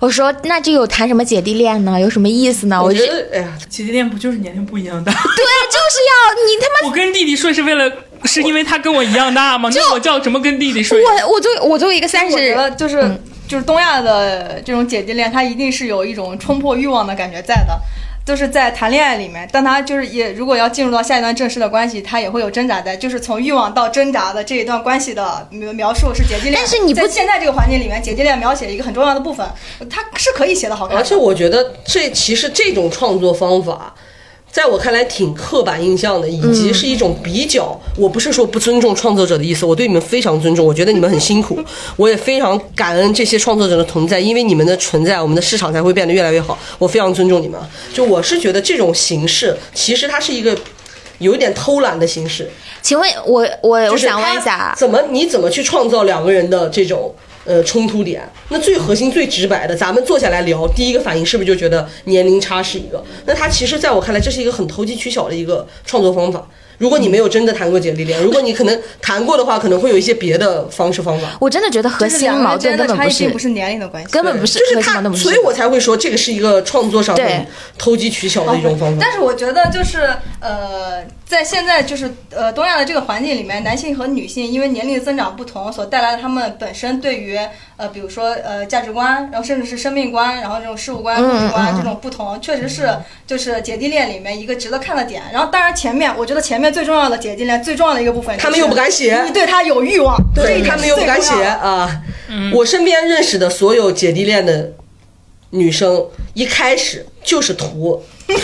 [SPEAKER 2] 我说那这有谈什么姐弟恋呢？有什么意思呢？
[SPEAKER 5] 我
[SPEAKER 2] 我
[SPEAKER 5] 觉
[SPEAKER 2] 就
[SPEAKER 5] 得，哎呀，
[SPEAKER 3] 姐弟恋不就是年龄不一样大？
[SPEAKER 2] 对，就是要你他妈。
[SPEAKER 3] 我跟弟弟睡是为了，是因为他跟我一样大吗？那我叫什么跟弟弟睡？
[SPEAKER 2] 我我作为我作为一个三
[SPEAKER 4] 我觉
[SPEAKER 2] 十，
[SPEAKER 4] 得就是、
[SPEAKER 2] 嗯
[SPEAKER 4] 就是东亚的这种姐弟恋，它一定是有一种冲破欲望的感觉在的，就是在谈恋爱里面，但他就是也如果要进入到下一段正式的关系，他也会有挣扎在，就是从欲望到挣扎的这一段关系的描描述是姐弟恋。
[SPEAKER 2] 但是你不
[SPEAKER 4] 在现在这个环境里面，姐弟恋描写一个很重要的部分，它是可以写的好看的。
[SPEAKER 5] 而且我觉得这其实这种创作方法在我看来挺刻板印象的，以及是一种比较。我不是说不尊重创作者的意思，我对你们非常尊重，我觉得你们很辛苦，我也非常感恩这些创作者的存在，因为你们的存在，我们的市场才会变得越来越好。我非常尊重你们。啊就我是觉得这种形式，其实它是一个有一点偷懒的形式。
[SPEAKER 2] 请问我我
[SPEAKER 5] 就
[SPEAKER 2] 我
[SPEAKER 5] 是
[SPEAKER 2] 想问一
[SPEAKER 5] 他
[SPEAKER 2] 下，
[SPEAKER 5] 怎么你怎么去创造两个人的这种呃冲突点？那最核心、最直白的，咱们坐下来聊，第一个反应是不是就觉得年龄差是一个？那他其实在我看来，这是一个很投机取巧的一个创作方法。如果你没有真的谈过姐弟恋，如果你可能谈过的话，可能会有一些别的方式方法。
[SPEAKER 2] 我真的觉得核
[SPEAKER 4] 就是
[SPEAKER 2] 心
[SPEAKER 4] 两个
[SPEAKER 2] 矛
[SPEAKER 4] 人之
[SPEAKER 2] 盾
[SPEAKER 4] 间
[SPEAKER 2] 根
[SPEAKER 4] 的
[SPEAKER 2] 本
[SPEAKER 4] 差
[SPEAKER 2] 不
[SPEAKER 4] 异并不
[SPEAKER 2] 是，
[SPEAKER 4] 是年龄的关系，
[SPEAKER 2] 根本不是
[SPEAKER 5] 就
[SPEAKER 2] 核心
[SPEAKER 5] 是
[SPEAKER 2] 矛
[SPEAKER 5] 他
[SPEAKER 2] 盾，不，是
[SPEAKER 5] 所以我才会说这个是一个创作上
[SPEAKER 2] 对
[SPEAKER 5] 很投机取巧的一种方法。
[SPEAKER 4] 但是我觉得就是呃，在现在就是呃东亚的这个环境里面，男性和女性因为年龄的增长不同，所带来的他们本身对于呃，比如说呃价值观，然后甚至是生命观，然后这种事物观、
[SPEAKER 2] 嗯
[SPEAKER 4] 价值观
[SPEAKER 2] 嗯
[SPEAKER 4] 这种不同，确实是就是姐弟恋里面一个值得看的点。然后当然前面我觉得前面最重要的姐弟恋最重要的一个部分就是，
[SPEAKER 5] 他们又不敢写
[SPEAKER 4] 你对他有欲望，这一
[SPEAKER 5] 对
[SPEAKER 4] 点
[SPEAKER 5] 他
[SPEAKER 4] 是
[SPEAKER 5] 们又不
[SPEAKER 4] 最
[SPEAKER 5] 敢
[SPEAKER 4] 重
[SPEAKER 5] 写
[SPEAKER 4] 要的
[SPEAKER 5] 啊。我身边认识的所有姐弟恋的女生，一开始就是图，
[SPEAKER 3] 懂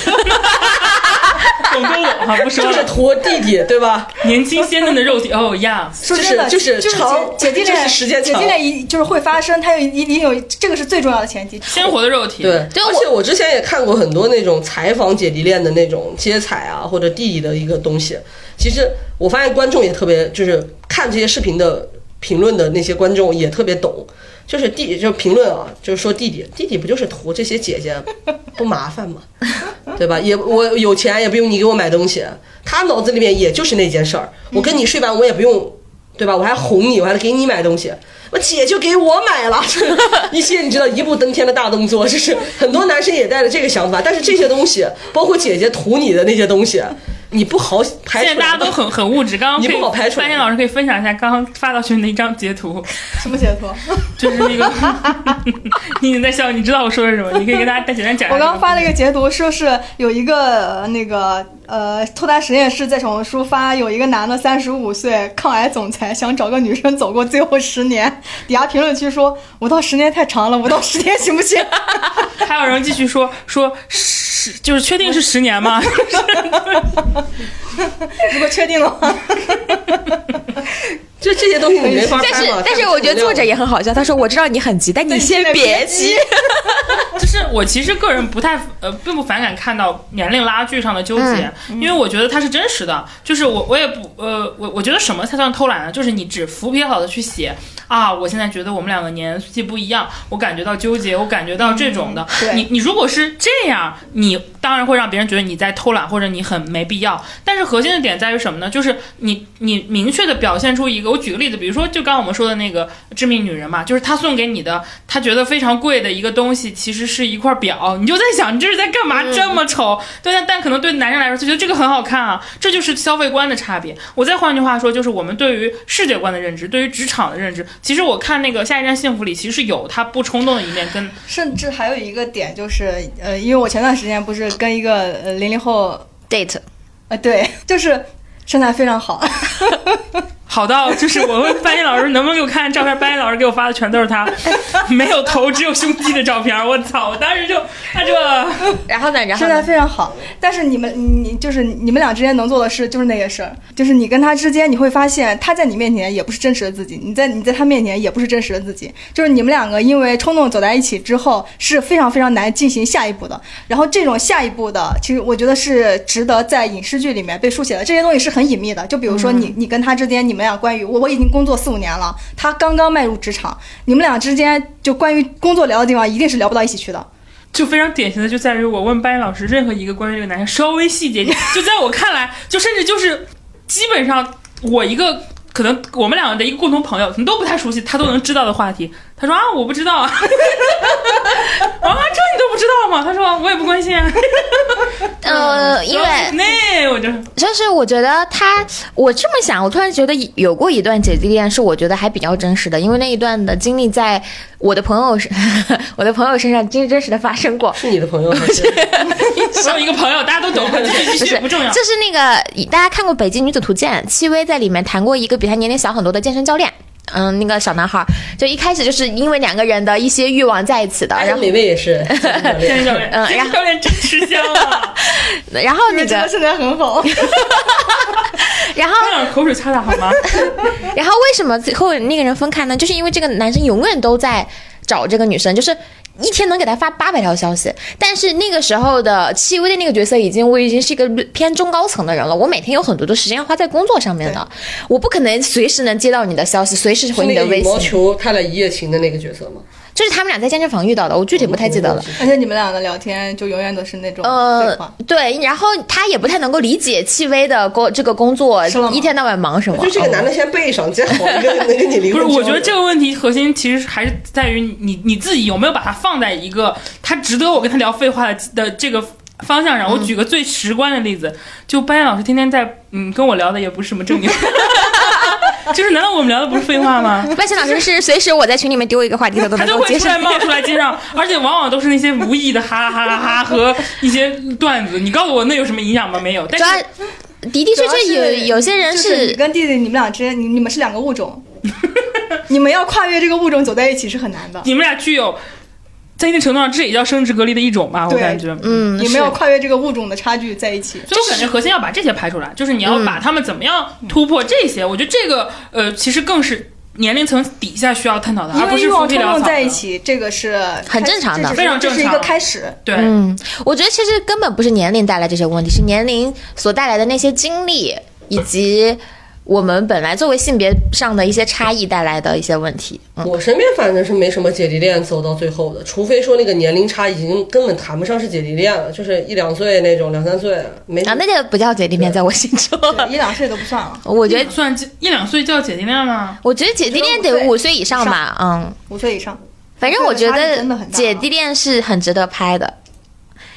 [SPEAKER 3] 得我哈，不说
[SPEAKER 5] 就是
[SPEAKER 3] 了。
[SPEAKER 5] 图弟弟，对吧？
[SPEAKER 3] 年轻鲜嫩的肉体，哦呀，
[SPEAKER 4] 说真的，
[SPEAKER 5] 就是就
[SPEAKER 4] 就是
[SPEAKER 5] 是长
[SPEAKER 4] 姐姐弟
[SPEAKER 5] 就
[SPEAKER 4] 恋，
[SPEAKER 5] 是时间
[SPEAKER 4] 姐
[SPEAKER 5] 长
[SPEAKER 4] 弟恋一就是会发生，它有一定有这个是最重要的前提。
[SPEAKER 3] 鲜活的肉体，
[SPEAKER 5] 对，
[SPEAKER 2] 对
[SPEAKER 5] 而且我之前也看过很多那种采访姐弟恋的那种接彩啊，或者弟弟的一个东西。其实我发现观众也特别，就是看这些视频的评论的那些观众也特别懂，就是弟就是评论啊，就是说弟弟弟弟不就是图这些姐姐不麻烦吗？对吧？也我有钱也不用你给我买东西，他脑子里面也就是那件事儿，
[SPEAKER 2] 嗯
[SPEAKER 5] 我跟你睡完我也不用。对吧？我还哄你，我还给你买东西，我姐就给我买 了， 一些你知道一步登天的大动作，就是很多男生也带着这个想法，但是这些东西，包括姐姐图你的那些东西，你不好排
[SPEAKER 3] 现
[SPEAKER 5] 除
[SPEAKER 3] 在
[SPEAKER 5] 的。
[SPEAKER 3] 大家都很很物 质。刚刚
[SPEAKER 5] 你
[SPEAKER 3] 可
[SPEAKER 5] 不好排
[SPEAKER 3] 以，
[SPEAKER 5] 除
[SPEAKER 3] 范天老师可以分享一下刚刚发到群里的一张截图，
[SPEAKER 4] 什么解脱？
[SPEAKER 3] 就是那个 你已经在笑，你知道我说的是什么？你可以给大家简单讲一下。
[SPEAKER 4] 我刚刚发了一个截图，说是有一个呃那个呃偷达实验室在小红书发，有一个男的三十五岁抗癌总裁想找个女生走过最后十年，底下评论区说五到十年太长了，五到十天行不 行？
[SPEAKER 3] 还有人继续说说十，就是确定是十年 吗？
[SPEAKER 4] 如果确定的 话，
[SPEAKER 5] 就这些东西你没法
[SPEAKER 2] 但
[SPEAKER 5] 拍
[SPEAKER 2] 是
[SPEAKER 5] 嘛。
[SPEAKER 2] 但是我觉得作者也很好笑，他说我知道你很急，但你先别急。
[SPEAKER 3] 就是我其实个人不太呃，并不反感看到年龄拉锯上的纠结，
[SPEAKER 5] 嗯
[SPEAKER 3] 因为我觉得它是真实的。就是我我也不呃，我我觉得什么才算偷懒呢？就是你只扶皮好的去写啊，我现在觉得我们两个年纪不一样，我感觉到纠结，我感觉到这种的。
[SPEAKER 4] 对
[SPEAKER 3] 你你如果是这样，你当然会让别人觉得你在偷懒或者你很没必要。但是核心的点在于什么呢？就是你你明确的表现出一个，我举个例子，比如说就刚刚我们说的那个致命女人嘛，就是她送给你的，她觉得非常贵的一个东西，其实是一块表，你就在想你这是在干嘛？这么丑，对，但但可能对男人来说，就觉得这个很好看啊，这就是消费观的差别。我再换句话说，就是我们对于世界观的认知，对于职场的认知，其实我看那个《下一站幸福》里，其实有他不冲动的一面跟，
[SPEAKER 4] 甚至还有一个点就是，呃，因为我前段时间不是跟一个呃零零后
[SPEAKER 2] date
[SPEAKER 4] 呃，对，就是身材非常好，
[SPEAKER 3] 好到就是我问班级老师能不能给我看照片，班级老师给我发的全都 是他没有头只有胸肌的照片，我操！我当时就他这
[SPEAKER 2] 然后呢，然后
[SPEAKER 4] 身材
[SPEAKER 2] 呢？
[SPEAKER 4] 非常好。但是你们，你就是你们俩之间能做的事就是那些事儿，就是你跟他之间，你会发现他在你面前也不是真实的自己，你在你在他面前也不是真实的自己。就是你们两个因为冲动走在一起之后，是非常非常难进行下一步的。然后这种下一步的，其实我觉得是值得在影视剧里面被书写的。这些东西是很隐秘的，就比如说
[SPEAKER 2] 嗯
[SPEAKER 4] 你、你跟他之间，你们俩关于我我已经工作四五年了，他刚刚迈入职场，你们俩之间就关于工作聊的地方，一定是聊不到一起去的。
[SPEAKER 3] 就非常典型的就在于我问班级老师任何一个关于这个男生稍微细节一点，就在我看来，就甚至就是基本上我一个可能我们两个的一个共同朋友，可能都不太熟悉，他都能知道的话题，他说啊我不知 道啊，啊这你都不知道吗？他说我也不关心啊，
[SPEAKER 2] 呃，因为
[SPEAKER 3] 那我就
[SPEAKER 2] 就是我觉得他，我这么想，我突然觉得有过一段姐弟恋是我觉得还比较真实的，因为那一段的经历在我的朋友身， 我的朋友身上真真实的发生过。
[SPEAKER 5] 是你的朋友 还是？
[SPEAKER 3] 我有一个朋友，大家都懂，继续
[SPEAKER 2] 不
[SPEAKER 3] 继
[SPEAKER 2] 是
[SPEAKER 3] 续，不重要
[SPEAKER 2] 就。是那个大家看过《北京女子图鉴》，戚薇在里面谈过一个比她年龄小很多的健身教练。嗯，那个小男孩儿就一开始就是因为两个人的一些欲望在一起的，
[SPEAKER 3] 哎
[SPEAKER 5] 艾
[SPEAKER 2] 然
[SPEAKER 5] 丽
[SPEAKER 2] 后
[SPEAKER 5] 哎美味 也是，
[SPEAKER 3] 健 身教练，
[SPEAKER 2] 嗯
[SPEAKER 3] 健身教练真吃香 啊！
[SPEAKER 2] 然后那
[SPEAKER 4] 真的
[SPEAKER 2] 个，
[SPEAKER 4] 身材很好，
[SPEAKER 2] 然后
[SPEAKER 3] 快点口水擦擦 好吗？
[SPEAKER 2] 然后为什么最后那个人分开呢？就是因为这个男生永远都在找这个女生，就是一天能给她发八百条消息。但是那个时候的戚薇的那个角色已经，我已经是一个偏中高层的人了，我每天有很多的时间要花在工作上面的，我不可能随时能接到你的消息，随时
[SPEAKER 5] 是
[SPEAKER 2] 回
[SPEAKER 5] 那
[SPEAKER 2] 你的
[SPEAKER 5] 个
[SPEAKER 2] 微
[SPEAKER 5] 羽毛
[SPEAKER 2] 信。
[SPEAKER 5] 球看了一夜情的那个角色吗？
[SPEAKER 2] 就是他们俩在健身房遇到的，我具体不太记得了。
[SPEAKER 4] 而且你们俩的聊天就永远都是那种
[SPEAKER 2] 呃
[SPEAKER 4] 废话。，
[SPEAKER 2] 对，然后他也不太能够理解戚薇的工这个工作
[SPEAKER 4] 是吗
[SPEAKER 2] 一天到晚忙什么。
[SPEAKER 5] 就这个男的先背上，再好一个能跟你离
[SPEAKER 3] 不
[SPEAKER 5] 婚。
[SPEAKER 3] 是，我觉得这个问题核心其实还是在于你你自己有没有把它放在一个他值得我跟他聊废话的的这个方向上。我举个最直观的例子，就班燕老师天天在嗯跟我聊的也不是什么正经， 就是难道我们聊的不是废话吗？
[SPEAKER 2] 外哦星老师是随时我在群里面丢一个话题，他都
[SPEAKER 3] 他
[SPEAKER 2] 能
[SPEAKER 3] 就
[SPEAKER 2] 够
[SPEAKER 3] 会
[SPEAKER 2] 接
[SPEAKER 3] 突
[SPEAKER 2] 受。
[SPEAKER 3] 然冒出来接 上，而且往往都是那些无意义的哈哈哈哈和一些段子。你告诉我那有什么影响吗？没有。但
[SPEAKER 2] 主
[SPEAKER 3] 是
[SPEAKER 2] 要的的确
[SPEAKER 4] 主
[SPEAKER 2] 确
[SPEAKER 4] 要是
[SPEAKER 2] 有有些人
[SPEAKER 4] 就是你
[SPEAKER 2] 是。
[SPEAKER 4] 跟弟弟，你们俩之间，你你们是两个物种， 你们要跨越这个物种走在一起是很难的。
[SPEAKER 3] 你们俩具有在一定程度上，这也叫生殖隔离的一种吧？我
[SPEAKER 4] 对
[SPEAKER 3] 感觉，
[SPEAKER 2] 嗯，
[SPEAKER 4] 你
[SPEAKER 2] 是
[SPEAKER 4] 们要跨越这个物种的差距在一起，
[SPEAKER 3] 所以我感觉核心要把这些排出来，就是你要把他们怎么样突破这些。我觉得这个呃，其实更是年龄层底下需要探讨的，
[SPEAKER 4] 因
[SPEAKER 3] 啊而不
[SPEAKER 4] 为
[SPEAKER 3] 是
[SPEAKER 4] 欲
[SPEAKER 3] 夫
[SPEAKER 4] 望
[SPEAKER 3] 妻
[SPEAKER 4] 冲
[SPEAKER 3] 聊
[SPEAKER 4] 动
[SPEAKER 3] 草
[SPEAKER 4] 在一
[SPEAKER 3] 的。
[SPEAKER 4] 起，这个是
[SPEAKER 2] 很正常的
[SPEAKER 4] 这只是
[SPEAKER 3] 非常正
[SPEAKER 4] 这
[SPEAKER 3] 常
[SPEAKER 4] 是一个开始。
[SPEAKER 3] 对，
[SPEAKER 2] 嗯，我觉得其实根本不是年龄带来这些问题，是年龄所带来的那些经历，以及我们本来作为性别上的一些差异带来的一些问题。嗯，
[SPEAKER 5] 我身边反正是没什么姐弟恋走到最后的，除非说那个年龄差已经根本谈不上是姐弟恋了，就是一两岁那种，两三岁没
[SPEAKER 2] 啊，那个不叫姐弟恋，在我心中，
[SPEAKER 4] 对一两岁都不算了，
[SPEAKER 2] 我觉得，
[SPEAKER 3] 算一两岁叫姐弟恋吗？
[SPEAKER 2] 我觉得姐弟恋得五岁以上吧，嗯，
[SPEAKER 4] 五岁以上，
[SPEAKER 2] 反正我觉
[SPEAKER 4] 这个差异
[SPEAKER 2] 得
[SPEAKER 4] 真的很大啊
[SPEAKER 2] 姐弟恋是很值得拍的，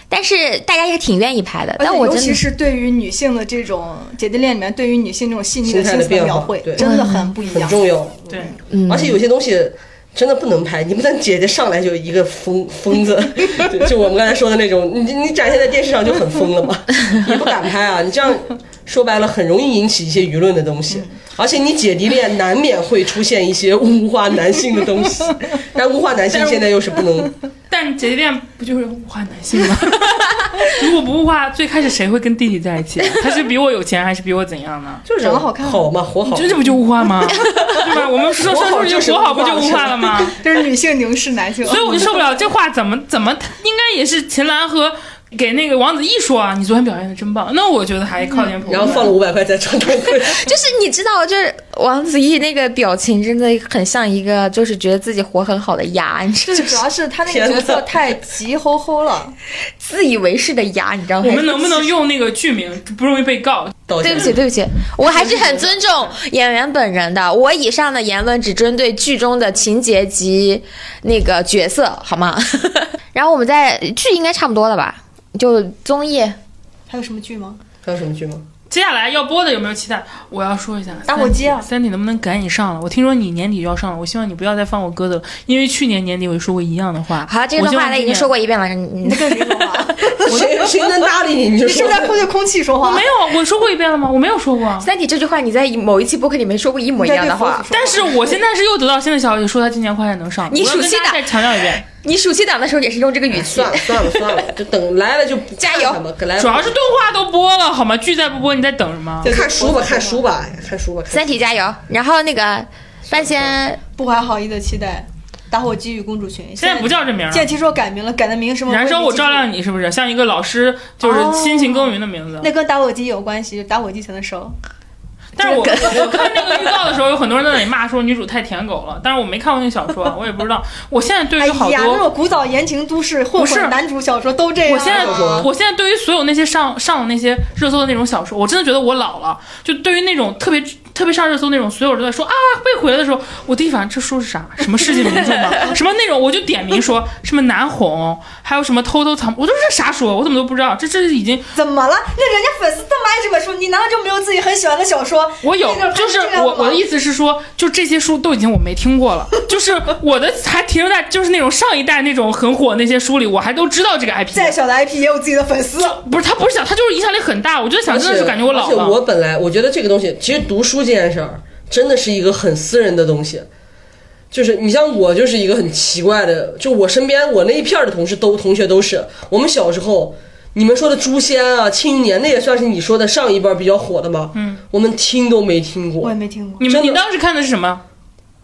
[SPEAKER 2] 但是大家也挺愿意拍的，
[SPEAKER 4] 而
[SPEAKER 2] 但
[SPEAKER 4] 且
[SPEAKER 2] 我
[SPEAKER 4] 尤
[SPEAKER 2] 真
[SPEAKER 4] 其
[SPEAKER 2] 的
[SPEAKER 4] 是对于女性的这种姐弟恋里面，对于女性这种细腻的
[SPEAKER 5] 心态
[SPEAKER 4] 心
[SPEAKER 5] 的
[SPEAKER 4] 思
[SPEAKER 5] 变
[SPEAKER 4] 的
[SPEAKER 5] 化
[SPEAKER 4] 描绘
[SPEAKER 5] 对，
[SPEAKER 4] 真的很不一
[SPEAKER 5] 很
[SPEAKER 4] 样。
[SPEAKER 5] 重要。
[SPEAKER 3] 对，
[SPEAKER 2] 嗯
[SPEAKER 5] 而且有些东西真的不能拍，你不能姐姐上来就一个疯疯子，就就我们刚才说的那种，你你展现在电视上就很疯了嘛，你不敢拍啊，你这样说白了很容易引起一些舆论的东西，而且你姐弟恋难免会出现一些物化男性的东西，但物化男性现在又是不能，
[SPEAKER 3] 但姐弟恋不就是物化男性 吗？如果不物化，最开始谁会跟弟弟在一起啊？他是比我有钱还是比我怎样呢？
[SPEAKER 5] 就是
[SPEAKER 4] 长得好看
[SPEAKER 5] 好嘛，活好，
[SPEAKER 3] 这这 不就物化吗？对吧？我们说说出去活好不就物化了吗？
[SPEAKER 4] 这是女性凝视 男性，
[SPEAKER 3] 所以我就受不了这话怎么怎么，应该也是秦岚和给那个王子异说啊，你昨天表现的真棒，那我觉得还靠
[SPEAKER 2] 嗯
[SPEAKER 3] 点谱。
[SPEAKER 5] 然后放了五百块在床头 柜，
[SPEAKER 2] 就是你知道，就是王子异那个表情真的很像一个就是觉得自己活很好的鸭， 你知道
[SPEAKER 4] 就 是主要是他那
[SPEAKER 5] 天
[SPEAKER 4] 个
[SPEAKER 5] 哪
[SPEAKER 4] 角色太急吼吼了，
[SPEAKER 2] 自以为是的鸭，你知道吗？
[SPEAKER 3] 我们能不能用那个剧名，不容易被告？
[SPEAKER 5] 道
[SPEAKER 2] 对
[SPEAKER 5] 歉
[SPEAKER 2] 不起，对不起，我还是很尊重演员本人的。我以上的言论只针对剧中的情节及那个角色，好吗？ 然后我们在剧应该差不多了吧？就综艺《
[SPEAKER 4] 还有什么剧吗？
[SPEAKER 5] 还有什么剧吗？
[SPEAKER 3] 接下来要播的有没有期待？我要说一下，
[SPEAKER 4] 打火机啊
[SPEAKER 3] 三体三体能不能赶紧上了？我听说你年底就要上了，我希望你不要再放我鸽子了，因为去年年底我也说过一样的话。
[SPEAKER 2] 好，这
[SPEAKER 3] 我
[SPEAKER 2] 段
[SPEAKER 3] 希望
[SPEAKER 2] 话呢已经
[SPEAKER 3] 今年
[SPEAKER 2] 说过一遍了，你
[SPEAKER 4] 你
[SPEAKER 2] 你
[SPEAKER 4] 在跟谁说话？
[SPEAKER 5] 谁谁能搭理你？你就
[SPEAKER 4] 你是
[SPEAKER 5] 说
[SPEAKER 4] 不是在空对空气说话
[SPEAKER 3] 没？有，我说过一遍了吗？我没有说过。
[SPEAKER 2] 三体》这句话你在某一期播客里面说过一模一
[SPEAKER 4] 你在
[SPEAKER 2] 样
[SPEAKER 4] 对
[SPEAKER 2] 的
[SPEAKER 4] 佛
[SPEAKER 2] 话
[SPEAKER 4] 祖。说
[SPEAKER 3] 但是我现在是又得到新的消息，说他今年快能上。
[SPEAKER 2] 你
[SPEAKER 3] 我要
[SPEAKER 2] 暑
[SPEAKER 3] 跟
[SPEAKER 2] 期
[SPEAKER 3] 大家
[SPEAKER 2] 的
[SPEAKER 3] 再强调一遍，
[SPEAKER 2] 你暑期档的时候也是用这个语气
[SPEAKER 5] 算。 了算了算了，就等来了就不
[SPEAKER 2] 加油
[SPEAKER 5] 看吧，来了
[SPEAKER 3] 主要是动画都播了，好吗？剧再不播，你在等什么？
[SPEAKER 5] 看书吧，看书吧，看书吧。看书
[SPEAKER 2] 三体加油！然后那个半仙，
[SPEAKER 4] 不怀好意的期待，打火机与公主裙。
[SPEAKER 3] 现在不叫这名儿了。
[SPEAKER 4] 剑七说改名了，改的名什么？
[SPEAKER 3] 燃烧我照亮。你，是哦不是像一个老师就是辛勤耕耘的名字？
[SPEAKER 4] 那跟打火机有关系，打火机才能收。
[SPEAKER 3] 但是我我看那个预告的时候，有很多人在那里骂说女主太舔狗了，但是我没看过那个小说，啊我也不知道。我现在对
[SPEAKER 4] 哎
[SPEAKER 3] 于好
[SPEAKER 4] 呀，那
[SPEAKER 3] 多，
[SPEAKER 4] 种古早言情都市
[SPEAKER 3] 不
[SPEAKER 4] 混
[SPEAKER 3] 是
[SPEAKER 4] 混男主小说都这样。啊
[SPEAKER 3] 我现在
[SPEAKER 5] 小说
[SPEAKER 3] 我现在对于所有那些上上那些热搜的那种小说，我真的觉得我老了。就对于那种特别特别上热搜那种，所有人都在说啊被毁了的时候，我第一反应这书是啥？什么世界名著吗？ 什么那种我就点名说什么难哄，还有什么偷偷藏，我都是这啥说，我怎么都不知道。这这已经
[SPEAKER 4] 怎么了？那人家粉丝这么爱这本书，你难道就没有自己很喜欢的小说？
[SPEAKER 3] 我有
[SPEAKER 4] 那个，
[SPEAKER 3] 就
[SPEAKER 4] 还
[SPEAKER 3] 是
[SPEAKER 4] 这样
[SPEAKER 3] 我我的意
[SPEAKER 4] 吗
[SPEAKER 3] 思是说，就这些书都已经我没听过了，就是我的还停留在就是那种上一代那种很火那些书里，我还都知道这个 IP。
[SPEAKER 4] 再小的 IP 也有自己的粉丝。
[SPEAKER 3] 不是他不是想，他就是影响力很大。我就想
[SPEAKER 5] 而
[SPEAKER 3] 真的
[SPEAKER 5] 且
[SPEAKER 3] 是感觉我
[SPEAKER 5] 而
[SPEAKER 3] 老
[SPEAKER 5] 且
[SPEAKER 3] 了。
[SPEAKER 5] 我本来我觉得这个东西，其实读书这件事儿，真的是一个很私人的东西。就是你像我，就是一个很奇怪的，就我身边我那一片儿的同事都同学都是，我们小时候你们说的《诛仙》啊，《庆余年》那也算是你说的上一辈儿比较火的吧？嗯，我们听都没听
[SPEAKER 4] 我
[SPEAKER 5] 过
[SPEAKER 4] 也。没听过。
[SPEAKER 3] 你们
[SPEAKER 5] 真的
[SPEAKER 3] 你当时看的是什么？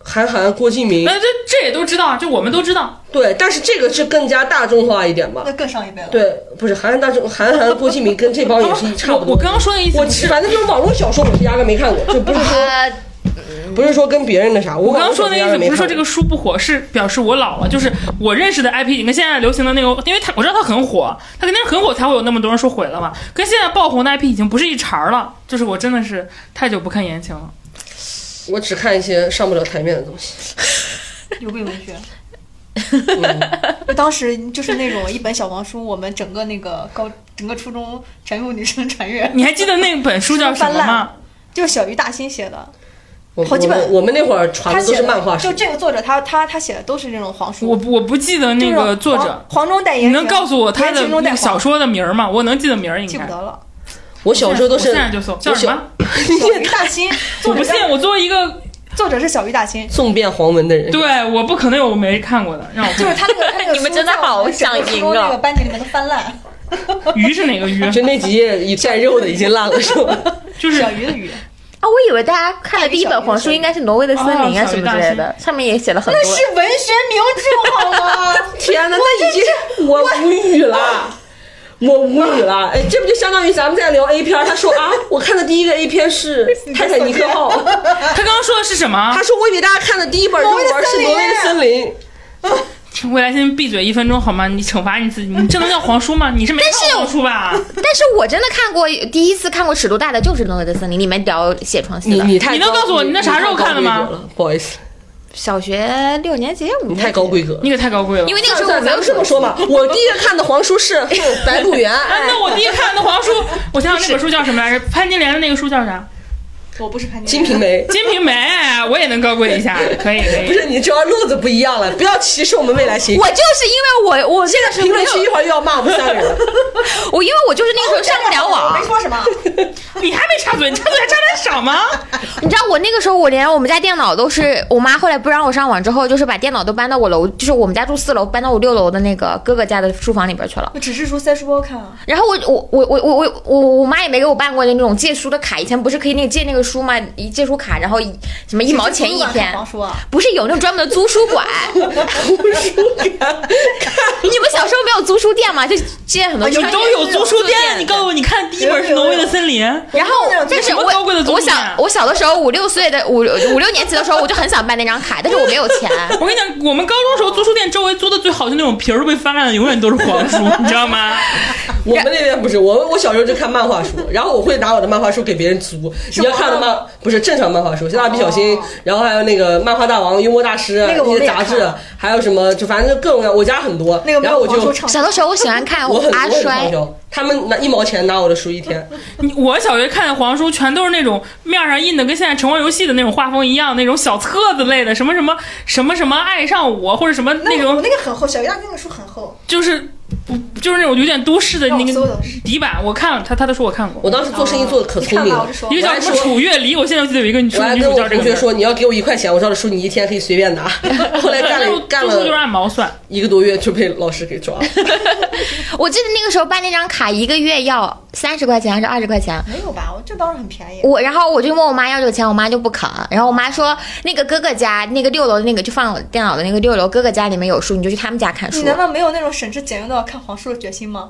[SPEAKER 5] 韩寒、郭敬明
[SPEAKER 3] 那，这这也都知道啊，就我们都知道。
[SPEAKER 5] 对，但是这个是更加大众化一点吧
[SPEAKER 4] 那？更上一辈了。
[SPEAKER 5] 对，不是韩寒大众，韩寒、郭敬明跟这帮哦也是一差不
[SPEAKER 3] 我
[SPEAKER 5] 多
[SPEAKER 3] 我。刚刚说的意思
[SPEAKER 5] 我
[SPEAKER 3] 不是，
[SPEAKER 5] 反正就是网络小说，我是压根没看过，就不是 说
[SPEAKER 2] 呃，
[SPEAKER 5] 不是说跟别人的啥。我
[SPEAKER 3] 我刚刚
[SPEAKER 5] 网络
[SPEAKER 3] 说
[SPEAKER 5] 小
[SPEAKER 3] 的
[SPEAKER 5] 说
[SPEAKER 3] 意
[SPEAKER 5] 压
[SPEAKER 3] 思
[SPEAKER 5] 根没
[SPEAKER 3] 不是说
[SPEAKER 5] 看
[SPEAKER 3] 这
[SPEAKER 5] 过。
[SPEAKER 3] 个书不火，是表示我老了，就是我认识的 IP 你跟现在流行的那个，因为它我知道它很火，它肯定是很火才会有那么多人说毁了嘛。跟现在爆红的 IP 已经不是一茬儿了，就是我真的是太久不看言情了。
[SPEAKER 5] 我只看一些上不了台面的东西。
[SPEAKER 4] 有鬼文学。
[SPEAKER 5] 嗯
[SPEAKER 4] 就当时就是那种一本小黄书，我们整个那个高整个初中全部女生传 阅，
[SPEAKER 3] 你还记得那本书叫什么
[SPEAKER 4] 翻
[SPEAKER 3] 吗
[SPEAKER 4] 烂？就是小鱼大新写的，
[SPEAKER 5] 我
[SPEAKER 4] 好几本
[SPEAKER 5] 我们我们那会儿传
[SPEAKER 4] 他
[SPEAKER 5] 的都
[SPEAKER 4] 写
[SPEAKER 5] 是
[SPEAKER 4] 的
[SPEAKER 5] 漫画书
[SPEAKER 4] 就，这个作者他他他写的都是这种黄书。
[SPEAKER 3] 我不我不记得那个作
[SPEAKER 4] 就是
[SPEAKER 3] 者
[SPEAKER 4] 黄，黄中带
[SPEAKER 3] 你
[SPEAKER 4] 言情，
[SPEAKER 3] 能告诉我他
[SPEAKER 4] 言
[SPEAKER 3] 的
[SPEAKER 4] 情中
[SPEAKER 3] 那
[SPEAKER 4] 带
[SPEAKER 3] 个小
[SPEAKER 4] 黄
[SPEAKER 3] 说的名儿吗？我能记得名儿，应
[SPEAKER 4] 记
[SPEAKER 3] 该
[SPEAKER 4] 不。得了。
[SPEAKER 5] 我小时候都是
[SPEAKER 3] 我现在就搜叫什么？
[SPEAKER 4] 小鱼大新，
[SPEAKER 3] 我
[SPEAKER 4] 作
[SPEAKER 3] 不
[SPEAKER 4] 者
[SPEAKER 3] 信，
[SPEAKER 4] 叫
[SPEAKER 3] 我作为一个
[SPEAKER 4] 作者是小鱼大新，
[SPEAKER 5] 纵遍黄文的人。
[SPEAKER 3] 对，我不可能有我没看过的，让我
[SPEAKER 4] 就是他那个他那个
[SPEAKER 2] 你们
[SPEAKER 4] 书
[SPEAKER 2] 真的
[SPEAKER 4] 在我
[SPEAKER 2] 好
[SPEAKER 4] 整个
[SPEAKER 2] 想
[SPEAKER 4] 初
[SPEAKER 2] 赢
[SPEAKER 4] 中那
[SPEAKER 2] 啊
[SPEAKER 4] 个班级里面都翻烂，
[SPEAKER 3] 鱼是哪个鱼？
[SPEAKER 5] 就那几页已蘸肉的已经烂了，是吧？
[SPEAKER 3] 就是
[SPEAKER 4] 小鱼的鱼，
[SPEAKER 2] 啊，我以为大家看的第一本黄书应该是《挪威的森林》啊
[SPEAKER 3] 哦
[SPEAKER 2] 什么之类的，上面也写了很
[SPEAKER 4] 那
[SPEAKER 2] 多。
[SPEAKER 4] 是文学名著好吗？
[SPEAKER 5] 天哪，那已经我无语了，我无语了。哎，这不就相当于咱们在聊 A 片儿？他说啊，我看的第一个 A 片是《泰坦尼克号》，
[SPEAKER 3] 他刚刚说的是什么
[SPEAKER 5] 他？说啊我给大家看的第一本中文是《挪威的森林》，
[SPEAKER 3] 未来先闭嘴一分钟好吗？你惩罚你自己，你这能叫黄书吗？你是没看过黄书吧？
[SPEAKER 2] 但是我真 的看过，第一次看过尺度大的就是《挪威的森林》，里面聊血床戏
[SPEAKER 5] 你
[SPEAKER 2] 的。
[SPEAKER 5] 你太
[SPEAKER 3] 你能
[SPEAKER 5] 高
[SPEAKER 3] 告诉我你那啥时候看的吗
[SPEAKER 5] 你太高规格了？不好意思，
[SPEAKER 2] 小学六年级、五
[SPEAKER 5] 你
[SPEAKER 2] 年级
[SPEAKER 5] 太高规格了。
[SPEAKER 3] 你可太高贵了。
[SPEAKER 2] 因为那个时候我
[SPEAKER 5] 算
[SPEAKER 2] 没
[SPEAKER 5] 咱
[SPEAKER 2] 有
[SPEAKER 5] 们这么说吧，我第一个看的黄书是《哼白鹿原》，
[SPEAKER 3] 啊，那我第一看的黄书，我想想那本书叫什么来着？潘金莲的那个书叫啥？
[SPEAKER 4] 我不是潘
[SPEAKER 5] 《
[SPEAKER 4] 金莲
[SPEAKER 5] 金瓶梅》
[SPEAKER 3] 《金瓶梅》， 我也能高贵一下，可以可
[SPEAKER 5] 不
[SPEAKER 3] 以。
[SPEAKER 5] 是你，主要路子不一样了，不要歧视我们未来型。
[SPEAKER 2] 我就是因为我我现在
[SPEAKER 5] 评论区一会儿又要骂我们三个人了。
[SPEAKER 2] 我因为我就是那个时候上不了
[SPEAKER 4] 我
[SPEAKER 2] 网
[SPEAKER 4] 没，说什么，
[SPEAKER 3] 你还没插嘴，你插嘴还插的少吗？
[SPEAKER 2] 你知道我那个时候我连我们家电脑都是我妈后来不让我上网之后，就是把电脑都搬到我楼，就是我们家住四楼，搬到我六楼的那个哥哥家的书房里边去了。
[SPEAKER 4] 我只是说塞书包看啊。
[SPEAKER 2] 然后我我我我我我我我妈也没给我办过那种借书的卡，以前不是可以那个借那个书吗？一借书卡，然后一什么一毛钱一
[SPEAKER 4] 只是图书馆
[SPEAKER 2] 天
[SPEAKER 4] 看，黄书啊。
[SPEAKER 2] 不是有那种专门的租书馆？ 你们小时候没有租书店吗？就借很多
[SPEAKER 3] 你
[SPEAKER 2] 穿越
[SPEAKER 3] 都哦有租书店，你告诉
[SPEAKER 2] 我。
[SPEAKER 3] 我，你看第一本是《挪威的森林》，
[SPEAKER 2] 然后，但是
[SPEAKER 3] 什么
[SPEAKER 2] 我
[SPEAKER 3] 高贵的租啊
[SPEAKER 2] 我
[SPEAKER 3] 书店
[SPEAKER 2] 小我小的时候五六岁的五六五六年级的时候，我就很想办那张卡，但是我没有钱。
[SPEAKER 3] 我跟你讲，我们高中时候租书店周围租的最好就那种皮儿都被翻烂的，永远都是黄书，你知道吗？
[SPEAKER 5] 我们那边不是我，我小时候就看漫画书，然后我会拿我的漫画书给别人租。你要看的漫不是正常漫画书，像《蜡笔小新》，然后还有那个《漫画大王》《幽默大师》
[SPEAKER 4] 那个我
[SPEAKER 5] 一
[SPEAKER 4] 们
[SPEAKER 5] 些
[SPEAKER 4] 也
[SPEAKER 5] 杂志啊
[SPEAKER 4] 看，
[SPEAKER 5] 还有什么，就反正就各种各样，我家很多。
[SPEAKER 4] 那个没
[SPEAKER 5] 然后
[SPEAKER 4] 有
[SPEAKER 5] 我
[SPEAKER 4] 黄书
[SPEAKER 5] 就
[SPEAKER 4] 畅
[SPEAKER 2] 小的时候我喜欢看
[SPEAKER 5] 啊我很多
[SPEAKER 2] 阿
[SPEAKER 5] 很畅
[SPEAKER 2] 衰，
[SPEAKER 5] 销，他们拿一毛钱拿我的书一天，
[SPEAKER 3] 你我小学看的黄书全都是那种面上印的，跟现在橙黄游戏的那种画风一样，那种小册子类的，什么什么什么什么爱上我，或者什么那
[SPEAKER 4] 我
[SPEAKER 3] 种，
[SPEAKER 4] 那个很厚，小鱼大那个书很厚，
[SPEAKER 3] 就是不就是那种有点都市的那
[SPEAKER 4] 让我搜
[SPEAKER 3] 个
[SPEAKER 4] 搜试
[SPEAKER 3] 底板。我看了他他的书我看过，
[SPEAKER 5] 我当时做生意做的可
[SPEAKER 4] 你
[SPEAKER 5] 聪
[SPEAKER 4] 看
[SPEAKER 5] 明
[SPEAKER 4] 吧，我
[SPEAKER 5] 了
[SPEAKER 4] 就。说
[SPEAKER 3] 一个叫什么楚月离，我现在记得有一个女
[SPEAKER 5] 我
[SPEAKER 3] 主
[SPEAKER 5] 还
[SPEAKER 3] 女
[SPEAKER 5] 跟
[SPEAKER 3] 主
[SPEAKER 5] 我
[SPEAKER 3] 叫这个
[SPEAKER 5] 同学
[SPEAKER 3] 名儿。
[SPEAKER 5] 说，你要给我一块钱，我照的书你一天可以随 便拿。后来干了干
[SPEAKER 3] 租书就是
[SPEAKER 5] 了
[SPEAKER 3] 按毛算，
[SPEAKER 5] 一个多月，就被老师 给抓了。
[SPEAKER 2] 我记得那个时候办那张卡一个月要三十块钱还是二十块钱，
[SPEAKER 4] 没有吧？我这当时很便宜。
[SPEAKER 2] 我然后我就问我妈要这个钱，我妈就不肯。然后我妈说，那个哥哥家那个六楼的那个就放我电脑的那个六楼哥哥家里面有书，你就去他们家看
[SPEAKER 4] 你
[SPEAKER 2] 书。
[SPEAKER 4] 难道没有那种省吃俭用到要看黄书的决心吗？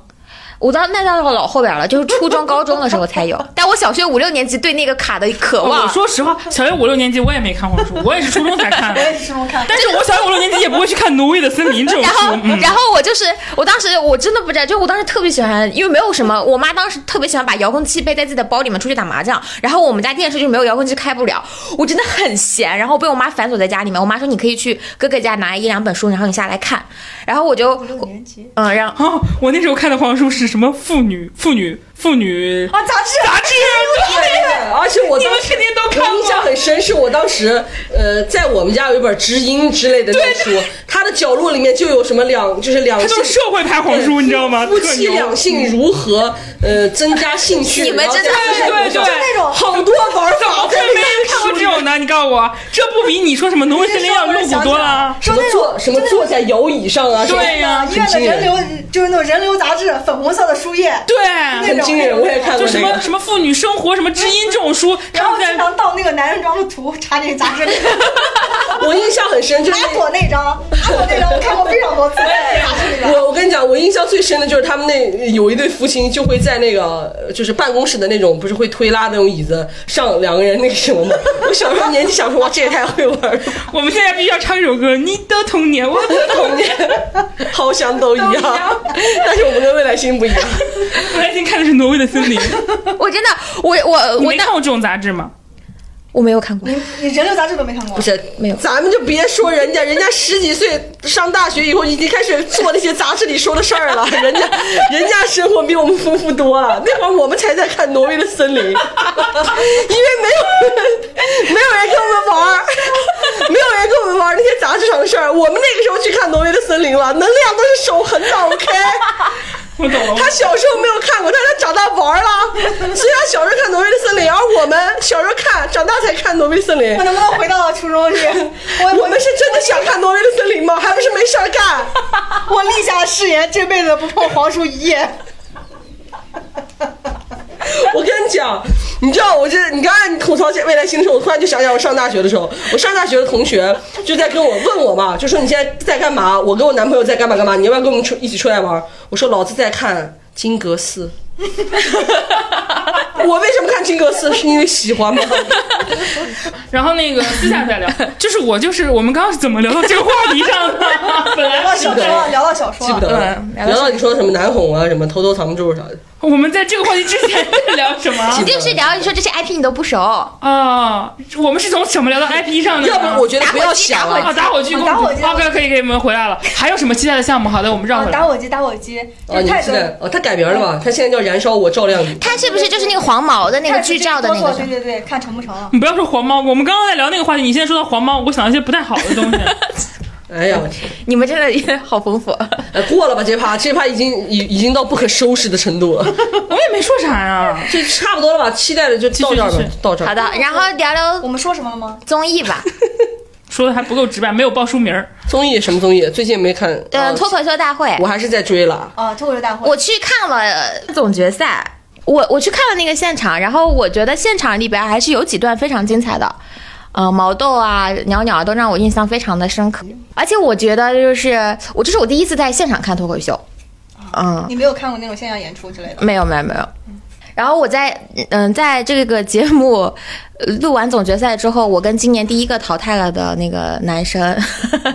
[SPEAKER 2] 我到那到老后边了，就是初中、高中的时候才有。 但我小学五六年级对那个卡的渴望，
[SPEAKER 3] 哦我说实话，小学五六年级我也没看黄书，我也是初中才看
[SPEAKER 4] 我
[SPEAKER 3] 的。
[SPEAKER 4] 也是这么看。
[SPEAKER 3] 但是我小学五六年级也不会去看《挪威的森林》这种
[SPEAKER 2] 然后
[SPEAKER 3] 书，，嗯
[SPEAKER 2] 然后我就是，我当时我真的不知道，就我当时特别喜欢，因为没有什么，我妈当时特别喜欢把遥控器背在自己的包里面出去打麻将，然后我们家电视就没有遥控器开不了，我真的很闲，然后被我妈反锁在家里面，我妈说你可以去哥哥家拿一两本书，然后你下来看，然后我就
[SPEAKER 4] 五，六年级，
[SPEAKER 2] 嗯，然后
[SPEAKER 3] 哦，我那时候看的黄书是什么妇女、妇女、妇女
[SPEAKER 4] 啊，杂志
[SPEAKER 3] 杂志，
[SPEAKER 5] 对，而且我
[SPEAKER 3] 你
[SPEAKER 5] 当
[SPEAKER 3] 们
[SPEAKER 5] 时
[SPEAKER 3] 肯定都看
[SPEAKER 5] 我印象
[SPEAKER 3] 过。
[SPEAKER 5] 很深，是我当时呃，在我们家有一本《知音》之类的那书，它的角落里面就有什么两，就是两
[SPEAKER 3] 它
[SPEAKER 5] 性
[SPEAKER 3] 都是社会排行书，你知道吗？
[SPEAKER 5] 夫
[SPEAKER 3] 特
[SPEAKER 5] 妻
[SPEAKER 3] 牛
[SPEAKER 5] 两性如何呃增加兴趣？
[SPEAKER 2] 你们
[SPEAKER 5] 然后
[SPEAKER 2] 真的
[SPEAKER 5] 再
[SPEAKER 3] 对对
[SPEAKER 5] 就
[SPEAKER 3] 对，
[SPEAKER 4] 那种
[SPEAKER 5] 好多玩
[SPEAKER 3] 怎么
[SPEAKER 5] 法
[SPEAKER 3] 会
[SPEAKER 5] 在那
[SPEAKER 3] 没
[SPEAKER 5] 个
[SPEAKER 3] 人看过这
[SPEAKER 5] 书里面
[SPEAKER 3] 种呢？你告诉我，这不比你说什么农业森林要露骨多了？啊
[SPEAKER 5] 什
[SPEAKER 4] 说
[SPEAKER 5] 么
[SPEAKER 4] 那种
[SPEAKER 5] 坐什么坐在摇椅上啊？什么
[SPEAKER 3] 对呀
[SPEAKER 4] 医院的人流就是那种人流杂志，粉红色的书页，
[SPEAKER 3] 对，
[SPEAKER 5] 很惊人，我也看
[SPEAKER 3] 就
[SPEAKER 5] 过
[SPEAKER 3] 什
[SPEAKER 5] 这
[SPEAKER 3] 么
[SPEAKER 5] 个。
[SPEAKER 3] 什么妇女生活、什么知音这种书，他
[SPEAKER 4] 然后
[SPEAKER 3] 们
[SPEAKER 4] 经
[SPEAKER 3] 在
[SPEAKER 4] 常到那个男人装的图查这个杂志里。
[SPEAKER 5] 我印象很深，就是
[SPEAKER 4] 阿朵那张，阿朵那张我看过非常多次，在杂志里边。
[SPEAKER 5] 我我跟你讲，我印象最深的就是他们那有一对夫妻就会在那个呃就是办公室的那种不是会推拉那种椅子上两个人那个什么吗？我小时候年纪小时候哇，这也太会玩了，
[SPEAKER 3] 我们现在必须要唱一首歌，《你的童年》，我的童年。
[SPEAKER 5] 好像都一
[SPEAKER 3] 都一
[SPEAKER 5] 样
[SPEAKER 3] 样，
[SPEAKER 5] 但是我们跟未来星不一样。
[SPEAKER 3] 我来先看的是《挪威的森林》，
[SPEAKER 2] 我真的，我我
[SPEAKER 3] 你
[SPEAKER 2] 我
[SPEAKER 3] 没
[SPEAKER 2] 那
[SPEAKER 3] 看过这种杂志吗？
[SPEAKER 2] 我没有看过
[SPEAKER 4] 你，你人流杂志都没看过
[SPEAKER 5] 不？是，
[SPEAKER 2] 没有
[SPEAKER 5] 咱们就别说人家，人家十几岁上大学以后已经开始做那些杂志里说的 事儿了，人家人家生活比我们丰富多了。那会儿我们才在看《挪威的 森林》，因为没有人没有人跟我们玩儿，没有人跟我们玩儿那些杂志上的事儿。我们那个时候去看《挪威的森林》了，能量都是手很早 OK。
[SPEAKER 3] 我懂了。
[SPEAKER 5] 他小时候没有看过，但是他长大玩 儿了。所以他小时候看《挪威的森林》，而我们小时候看，长大才看《挪威的森林》。
[SPEAKER 4] 我能不能回到初中去？我
[SPEAKER 5] 我们是真的想看《挪威的森林》吗？还不是没事 儿干。
[SPEAKER 4] 我立下誓言，这辈子不碰黄书一页。
[SPEAKER 5] 我跟你讲，你知道我这，你刚才你吐槽未来星的时候，我突然就想起来，我上大学的时候，我上大学的同学就在跟我问我嘛，就说你现在在干嘛？我跟我男朋友在干嘛干嘛？你要不要跟我们出一起出来玩？我说老子在看《金阁 寺》。我为什么看《金阁寺》？是因为喜欢吗？
[SPEAKER 3] 然后那个私下再聊，就是我就是我们刚刚是怎么聊到这个话题上的？本
[SPEAKER 4] 聊到
[SPEAKER 3] 来是
[SPEAKER 4] 小说了，聊到小说
[SPEAKER 5] 记不
[SPEAKER 4] 了。
[SPEAKER 5] 得了。
[SPEAKER 2] 对
[SPEAKER 5] 聊到你说什么南红啊，什么偷偷藏不住啥的，
[SPEAKER 3] 我们在这个话题之前在聊什么
[SPEAKER 5] 记？
[SPEAKER 2] 就是聊你说这些 IP 你都不熟，
[SPEAKER 3] 啊，我们是从什么聊到 IP 上的呢？
[SPEAKER 5] 要不然我觉得不要想了。
[SPEAKER 3] 啊，打火机公主，
[SPEAKER 4] 打火机
[SPEAKER 3] 啊，可以可以可以，我们回来了。还有什么期待的项目？好的，我们绕
[SPEAKER 4] 啊
[SPEAKER 3] 回，来。
[SPEAKER 4] 打火机，打火机，
[SPEAKER 5] 哦，
[SPEAKER 4] 这
[SPEAKER 5] 你
[SPEAKER 4] 太
[SPEAKER 5] 记
[SPEAKER 4] 多。
[SPEAKER 5] 得哦，他改名了吧？他现在叫燃烧我照亮你。
[SPEAKER 2] 他是不是就是那个黄毛的那个
[SPEAKER 4] 太
[SPEAKER 2] 剧照的那
[SPEAKER 4] 多
[SPEAKER 2] 个
[SPEAKER 4] 做？对对对，看成不成了。
[SPEAKER 3] 你不要说黄猫，我们刚刚在聊那个话题，你现在说到黄猫，我想到一些不太好的东西。
[SPEAKER 5] 哎呀，我天！
[SPEAKER 2] 你们真的也好丰 富，
[SPEAKER 5] 呃，过了吧这趴，这趴已经已已经到不可收拾的程度了，
[SPEAKER 3] 我也没说啥呀，
[SPEAKER 5] 就差不多了吧？期待的就到这儿吧
[SPEAKER 3] 继续继续，
[SPEAKER 5] 到这儿。
[SPEAKER 2] 好的，然后聊聊
[SPEAKER 4] 我们说什么了吗？
[SPEAKER 2] 综艺吧，
[SPEAKER 3] 说的还不够直白，没有报书名儿。
[SPEAKER 5] 综艺什么综艺？最近没看。
[SPEAKER 2] 呃，
[SPEAKER 5] 啊
[SPEAKER 2] 脱口秀大会，
[SPEAKER 5] 我还是在追了。
[SPEAKER 4] 啊，脱口秀大会。
[SPEAKER 2] 我去看了总决赛，我我去看了那个现场，然后我觉得现场里边还是有几段非常精彩的。呃，毛豆啊，袅袅啊都让我印象非常的深刻，而且我觉得就是我这是我第一次在现场看脱口秀，嗯，
[SPEAKER 4] 你没有看过那种线下演出 之类的？
[SPEAKER 2] 没有没有没有。然后我在嗯，在这个节目呃录完总决赛之后，我跟今年第一个淘汰了的那个男生，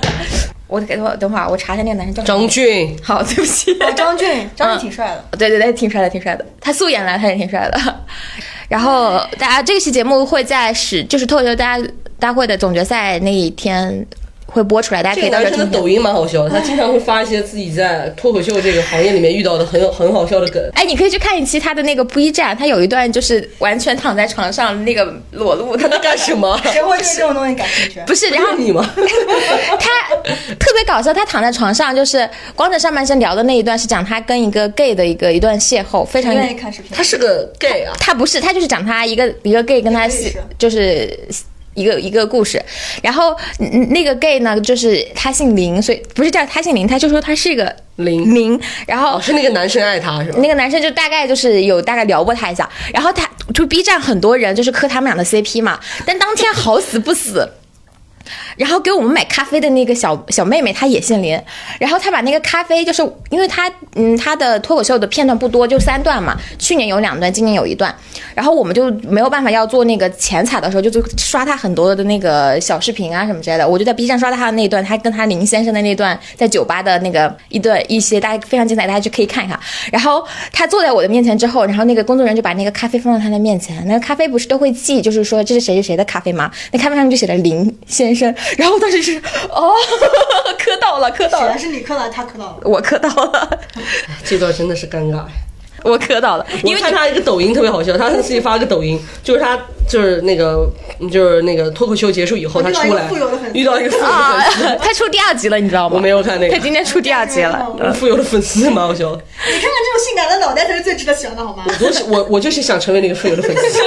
[SPEAKER 2] 我给我等会儿我查一下那个男生叫什么
[SPEAKER 5] 张俊，
[SPEAKER 2] 好，对不起，
[SPEAKER 4] 哦，张俊，张俊挺帅的。
[SPEAKER 2] 对对对，挺帅的，挺帅的。他素颜来，他也挺帅的。 然后大家这期节目会在十，就是脱口秀大家大会的总决赛那一天会播出来，大家
[SPEAKER 5] 这
[SPEAKER 2] 可以
[SPEAKER 5] 个
[SPEAKER 2] 到
[SPEAKER 5] 男
[SPEAKER 2] 时候
[SPEAKER 5] 生的
[SPEAKER 2] 听听。
[SPEAKER 5] 抖音蛮好笑的，他经常会发一些自己在脱口秀这个行业里面遇到的很很好笑的梗。
[SPEAKER 2] 哎，你可以去看一期他的那个 B 站，他有一段就是完全躺在床上那个裸露，他
[SPEAKER 5] 他在干什么？
[SPEAKER 4] 谁会对这种东西感兴趣？
[SPEAKER 2] 不是，然后
[SPEAKER 5] 是你吗？
[SPEAKER 2] 他特别搞笑，他躺在床上就是光着上半身聊的那一段是讲他跟一个 gay 的一个一段邂逅，非
[SPEAKER 4] 你
[SPEAKER 2] 常
[SPEAKER 4] 愿意看视频
[SPEAKER 5] 他？是个 gay 啊，
[SPEAKER 2] 他不是，他就是讲他一个一个 gay 跟他
[SPEAKER 4] 也可以
[SPEAKER 2] 喜
[SPEAKER 4] 是
[SPEAKER 2] 就是一个一个故事，然后嗯那个 gay 呢，就是他姓林，所以不是叫他姓林，他就说他是一个
[SPEAKER 5] 零
[SPEAKER 2] 林，然后
[SPEAKER 5] 哦，是那个男生爱他是吧？
[SPEAKER 2] 那个男生就大概就是有大概聊过他一下，然后他就 B 站很多人就是磕他们俩的 CP 嘛，但当天好死不死。然后给我们买咖啡的那个小小妹妹，她也姓林。然后她把那个咖啡，就是因为她，嗯，她的脱口秀的片段不多，就三段嘛。去年有两段，今年有一段。然后我们就没有办法要做那个前彩的时候，就就刷她很多的那个小视频啊什么之类的。我就在 B 站刷到她的那一段，她跟她林先生的那段在酒吧的那个一段一些，大家非常精彩，大家去可以看一看。然后她坐在我的面前之后，然后那个工作人员就把那个咖啡放到她的面前，那个咖啡不是都会记，就是说这是谁谁谁的咖啡吗？那咖啡上面就写着林先生，然后我当时是哦， 磕到了，磕到
[SPEAKER 4] 显
[SPEAKER 2] 了
[SPEAKER 4] 然，是你磕到，他磕到了。
[SPEAKER 2] 我磕到了。
[SPEAKER 5] 这段真的是尴尬。
[SPEAKER 2] 我磕到了，因
[SPEAKER 5] 我
[SPEAKER 2] 为
[SPEAKER 5] 看他一个抖音特别好笑，他自己发了个抖音，就是他就是那个就是那个脱口秀结束以后，
[SPEAKER 4] 我
[SPEAKER 5] 他
[SPEAKER 4] 哦遇到一
[SPEAKER 5] 出
[SPEAKER 4] 个
[SPEAKER 5] 来
[SPEAKER 4] 富有的粉丝
[SPEAKER 5] 遇到一个富有的
[SPEAKER 2] 啊
[SPEAKER 5] 粉丝，，
[SPEAKER 2] 他出第二集了，你知道吗？
[SPEAKER 5] 我没有看那
[SPEAKER 2] 他
[SPEAKER 5] 个呃
[SPEAKER 2] 今天出第二集了。 嗯
[SPEAKER 5] 富有的粉丝蛮好笑的。
[SPEAKER 4] 你看看这种性感的脑袋才是最值得喜欢的好吗？
[SPEAKER 5] 我是我我就是想成为那个富有的 粉丝，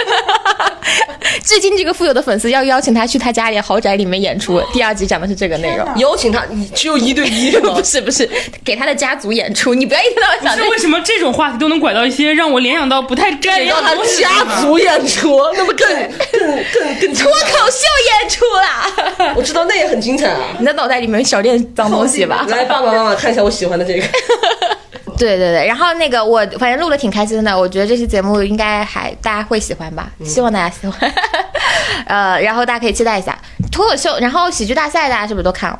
[SPEAKER 2] 至今这个富有的粉丝要邀请他去他家里豪宅里面演出，第二集讲的是这个内容。
[SPEAKER 5] 邀请他，你只有一对一是 吗
[SPEAKER 2] 不？是不是，给他的家族演出，你不要一天到晚想
[SPEAKER 3] 这为什么这种话题都能拐到一些让我联想到不太该
[SPEAKER 5] 给到
[SPEAKER 3] 联想
[SPEAKER 5] 他
[SPEAKER 4] 啊
[SPEAKER 3] 的东 西上
[SPEAKER 5] 家
[SPEAKER 3] 呢
[SPEAKER 5] 族演出，那不更更更更精
[SPEAKER 2] 脱
[SPEAKER 5] 彩？
[SPEAKER 2] 口秀演出啦！
[SPEAKER 5] 我知道那也很精彩啊！
[SPEAKER 2] 你的脑袋里面少点脏东西
[SPEAKER 4] 啊
[SPEAKER 2] 吧。
[SPEAKER 5] 来，爸爸妈妈看一下我喜欢的这个，
[SPEAKER 2] 对对对，然后那个我反正录的挺开心的，我觉得这期节目应该还大家会喜欢吧，希望大家喜欢。 呃，然后大家可以期待一下脱口秀，然后喜剧大赛大家是不是都看了？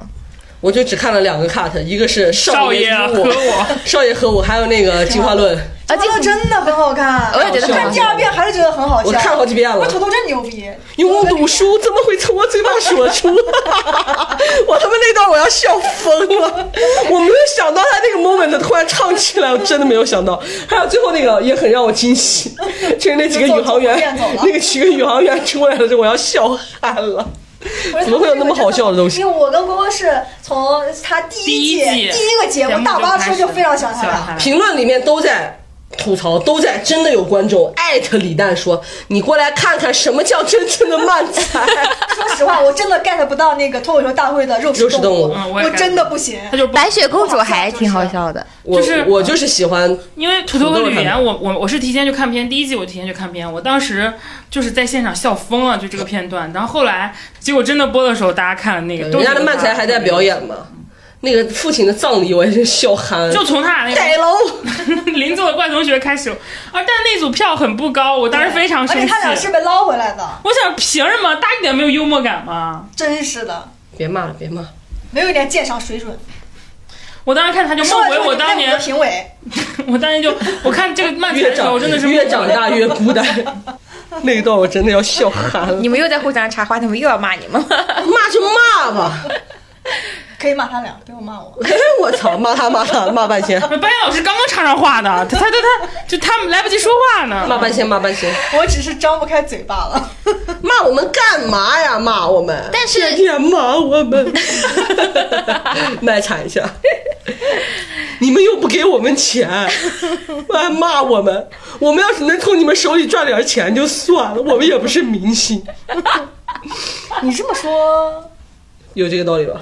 [SPEAKER 5] 我就只看了两个 cut，一个是
[SPEAKER 3] 少
[SPEAKER 5] 爷
[SPEAKER 3] 爷
[SPEAKER 5] 与
[SPEAKER 3] 和我，
[SPEAKER 5] 少爷和我，还有那个进化论，
[SPEAKER 2] 啊，这
[SPEAKER 4] 这
[SPEAKER 2] 是
[SPEAKER 4] 真的很好看，
[SPEAKER 2] 我也觉得很好
[SPEAKER 4] 看第二遍还是觉得很好笑，
[SPEAKER 5] 我看好几遍了
[SPEAKER 4] 我土豆真牛逼，
[SPEAKER 5] 用赌书怎么会从我嘴巴说出？我他妈那段我要笑疯了！我没有想到他那个 moment 突然唱起来，我真的没有想到。还有最后那个也很让我惊喜， 就是那几个宇航员
[SPEAKER 4] 就走走走了，
[SPEAKER 5] 那个几个宇航员出来了，我要笑憨了。
[SPEAKER 4] 怎
[SPEAKER 5] 怎么会有那么好笑的东西
[SPEAKER 4] 因为我跟郭郭是从他第一季
[SPEAKER 3] 第一季
[SPEAKER 4] 第一个节目大巴车就非常喜欢他
[SPEAKER 3] 喜欢
[SPEAKER 4] 了
[SPEAKER 3] 他。
[SPEAKER 5] 评论里面都在吐槽，都在真的有观众艾特李诞说：“你过来看看什么叫真正的慢才。
[SPEAKER 4] 说实话，我真的 get 不到那个脱口秀大会的肉
[SPEAKER 5] 肉
[SPEAKER 4] 食动
[SPEAKER 5] 食动物
[SPEAKER 3] 嗯我
[SPEAKER 4] 我
[SPEAKER 3] 也
[SPEAKER 4] 真的不行。
[SPEAKER 3] 他就不
[SPEAKER 2] 白雪公主还挺好笑 的，
[SPEAKER 5] 我”
[SPEAKER 3] 就是
[SPEAKER 5] 我就是喜欢
[SPEAKER 3] 因为土豆
[SPEAKER 5] 土
[SPEAKER 3] 和
[SPEAKER 5] 豆看
[SPEAKER 3] 吕
[SPEAKER 5] 的
[SPEAKER 3] 岩，我我我是提前就看片，第一季我提前就看片，我当时就是在现场笑疯了，就这个片段。然后后来结果真的播的时候，大家看了那个，都
[SPEAKER 5] 人
[SPEAKER 3] 觉
[SPEAKER 5] 家的
[SPEAKER 3] 得
[SPEAKER 5] 漫才还在表，演嘛，那个父亲的葬礼我也是笑憨。
[SPEAKER 3] 就从他俩
[SPEAKER 5] 逮
[SPEAKER 3] 那
[SPEAKER 5] 喽！
[SPEAKER 3] 个 邻座的怪同学开始，而但那组票很不高，我当时非常
[SPEAKER 4] 而
[SPEAKER 3] 生
[SPEAKER 4] 且
[SPEAKER 3] 气
[SPEAKER 4] 他。俩是被捞回来的，
[SPEAKER 3] 我想凭什么？大家一点没有幽默感吗？
[SPEAKER 4] 真是的，
[SPEAKER 5] 别骂了，别骂。
[SPEAKER 4] 没有一点鉴赏水准。
[SPEAKER 3] 我当时看他就
[SPEAKER 4] 说
[SPEAKER 3] 梦
[SPEAKER 4] 完
[SPEAKER 3] 回
[SPEAKER 4] 之后
[SPEAKER 3] 我
[SPEAKER 4] 你
[SPEAKER 3] 当
[SPEAKER 4] 看
[SPEAKER 3] 年
[SPEAKER 4] 我的，评委，
[SPEAKER 3] 我当年就我看这个 漫才
[SPEAKER 5] 越
[SPEAKER 3] 的时候，
[SPEAKER 5] 长
[SPEAKER 3] 我真的是
[SPEAKER 5] 越
[SPEAKER 3] 梦回
[SPEAKER 5] 长大越孤单。 那一段我真的要笑憨了。
[SPEAKER 2] 你们又在互相插话，他们又要骂你们了。
[SPEAKER 5] 骂就骂吧，
[SPEAKER 4] 可以骂他俩，不用骂我。
[SPEAKER 5] 哎我操，骂他骂他骂半天，
[SPEAKER 3] 班岩老师刚刚插上话的，他他他他就他们来不及说话呢，
[SPEAKER 5] 骂半天骂半天，
[SPEAKER 4] 我只是张不开嘴罢 了。
[SPEAKER 5] 骂我们干嘛呀？骂我们，
[SPEAKER 2] 但是
[SPEAKER 5] 天天骂我们，卖惨一下。你们又不给我们钱，还骂我们。我们要是能从你们手里赚点钱就算了，我们也不是明星，
[SPEAKER 4] 你这么说，
[SPEAKER 5] 有这个道理吧？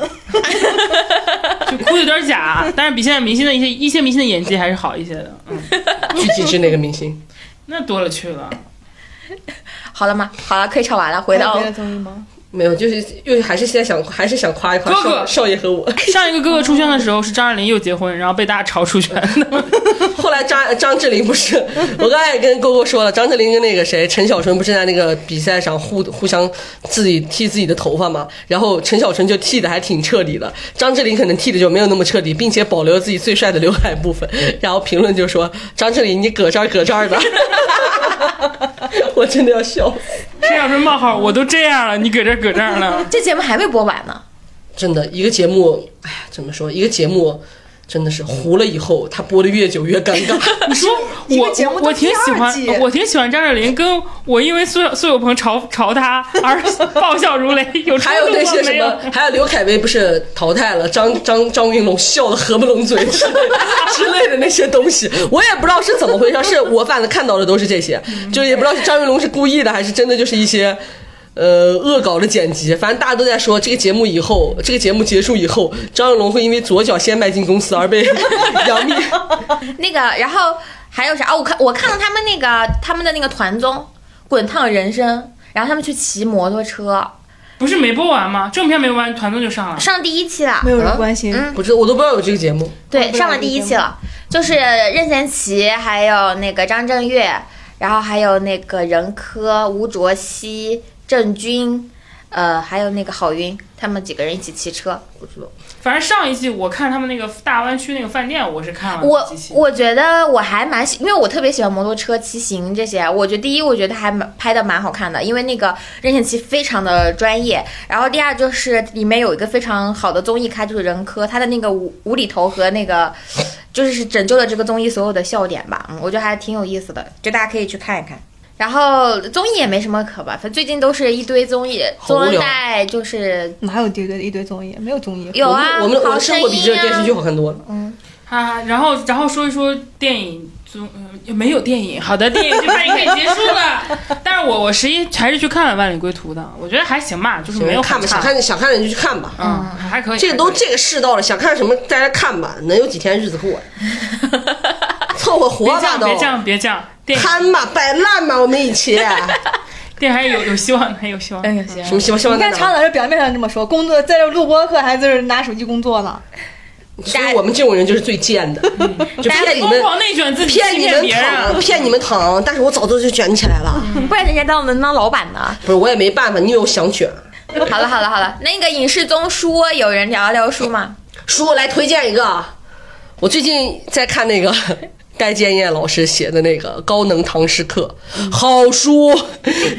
[SPEAKER 3] 就哭的有点假，但是比现在明星的一些一些明星的演技还是好一些的。嗯，
[SPEAKER 5] 具体指哪个明星？
[SPEAKER 3] 那多了去了。
[SPEAKER 2] 好了吗？好了，可以吵完了，回到
[SPEAKER 4] 还有别的综艺吗？
[SPEAKER 5] 没有，就是又还是现在想，还是想夸一夸
[SPEAKER 3] 哥哥
[SPEAKER 5] 少少爷和我。
[SPEAKER 3] 上一个哥哥出圈的时候是张爱玲又结婚，然后被大家嘲出圈的。
[SPEAKER 5] 后来张张智霖不是，我刚才也跟勾勾说了，张智霖跟那个谁陈小春不是在那个比赛上互互相自己剃自己的头发嘛，然后陈小春就剃的还挺彻底的，张智霖可能剃的就没有那么彻底，并且保留自己最帅的刘海部分，然后评论就说张智霖你搁这儿搁这儿的，我真的要笑，
[SPEAKER 3] 陈小春冒号，我都这样了，你搁这儿搁这儿呢？
[SPEAKER 2] 这节目还没播完呢，
[SPEAKER 5] 真的一个节目，哎呀，怎么说一个节目。真的是糊了以后，他播的越久越尴尬。
[SPEAKER 3] 你 说
[SPEAKER 4] 一个
[SPEAKER 3] 我
[SPEAKER 4] 节目
[SPEAKER 3] 我
[SPEAKER 4] 都
[SPEAKER 3] 我挺喜
[SPEAKER 4] 第二季
[SPEAKER 3] 欢，我挺喜欢张爱玲，跟我因为苏有苏有朋嘲嘲她 而爆笑如雷，有
[SPEAKER 5] 还有那些什
[SPEAKER 3] 没有
[SPEAKER 5] 么，还有刘恺威不是淘汰了张张张云龙，笑的合不拢嘴 之类之类的那些东西，我也不知道是怎么回事，是我反正看到的都是这些，
[SPEAKER 3] 嗯
[SPEAKER 5] 就也不知道是张云龙是故意的，还是真的就是一些。呃，恶搞的剪辑，反正大家都在说这个节目以后，这个节目结束以后，张云龙会因为左脚先迈进公司而被 杨幂
[SPEAKER 2] 那个，然后还有啥？哦，我看我看了他们那个他们的那个团综《滚烫人生》，然后他们去骑摩托车，
[SPEAKER 3] 不是没播完吗？正片没播完，团综就上了。
[SPEAKER 2] 上第一期了，
[SPEAKER 4] 没有人关心。
[SPEAKER 2] 嗯
[SPEAKER 5] 不知我都不知道有这个节目，
[SPEAKER 2] 对，上了第一期了，就是任贤齐，还有那个张震岳，然后还有那个任科、吴卓羲、郑钧，呃，还有那个郝云，他们几个人一起骑车。
[SPEAKER 5] 不知道。
[SPEAKER 3] 反正上一季我看他们那个大湾区那个饭店，我是看了
[SPEAKER 2] 我
[SPEAKER 3] 几期。
[SPEAKER 2] 我觉得我还蛮喜，因为我特别喜欢摩托车、骑行这些。我觉得第一，我觉得还蛮拍的蛮好看的，因为那个任贤齐非常的专业。然后第二就是里面有一个非常好的综艺咖，就是任科，他的那个无无厘头和那个。就是拯救了这个综艺所有的笑点吧。嗯，我觉得还挺有意思的，就大家可以去看一看。然后综艺也没什么可吧，反正最近都是一堆综艺，
[SPEAKER 5] 好无
[SPEAKER 2] 综
[SPEAKER 5] 聊
[SPEAKER 2] 艺带就是
[SPEAKER 4] 哪有一堆一堆综艺？没有综艺。
[SPEAKER 2] 有啊，
[SPEAKER 5] 我们我们我
[SPEAKER 2] 好
[SPEAKER 5] 的生
[SPEAKER 2] 声
[SPEAKER 5] 活比这
[SPEAKER 2] 音
[SPEAKER 5] 个
[SPEAKER 2] 啊，
[SPEAKER 5] 电 视剧好看多了。
[SPEAKER 3] 啊，然后然后说一说电影综，呃没有电影，好的，电影这番也可以结束了。但是我我十一还是去看了《万里归途》的，我觉得还行吧，就是没有
[SPEAKER 5] 看吧，
[SPEAKER 3] 很
[SPEAKER 5] 想
[SPEAKER 3] 差，
[SPEAKER 5] 看想看的你就去看吧。
[SPEAKER 3] 嗯，还可以。
[SPEAKER 5] 这个都
[SPEAKER 3] 还可以
[SPEAKER 5] 这个世道了，想看什么大家看吧，能有几天日子过呀？凑合活
[SPEAKER 3] 别这
[SPEAKER 5] 吧
[SPEAKER 3] 样，
[SPEAKER 5] 都，
[SPEAKER 3] 别这样，别这样，电影
[SPEAKER 5] 摊吧，摆烂吧，我们一 起。
[SPEAKER 3] 电影还有有希望的，还有希
[SPEAKER 2] 哎
[SPEAKER 3] 望的。
[SPEAKER 6] 嗯，行
[SPEAKER 5] 什。么希望希
[SPEAKER 4] 你
[SPEAKER 5] 望在
[SPEAKER 4] 看常
[SPEAKER 5] 哪？
[SPEAKER 4] 老师表面上这么说，工作在这录播课还就是拿手机工作呢。
[SPEAKER 5] 所以我们这种人就是最贱的， 就骗你
[SPEAKER 3] 嗯疯
[SPEAKER 5] 们
[SPEAKER 3] 狂内卷自己，
[SPEAKER 5] 骗
[SPEAKER 3] 欺
[SPEAKER 5] 你
[SPEAKER 3] 骗
[SPEAKER 5] 们
[SPEAKER 3] 别
[SPEAKER 5] 躺，
[SPEAKER 3] 人。啊
[SPEAKER 5] 骗你们躺，但是我早都就卷起来了。
[SPEAKER 2] 不然人家当能当老板呢。
[SPEAKER 5] 不是，我也没办法，你以为我想卷？ 啊
[SPEAKER 2] 好了好了好了，那个影视综书有人聊一聊书吗？
[SPEAKER 5] 叔，我来推荐一个，我最近在看那个 戴建业老师写的那个《高能唐诗课》，好书。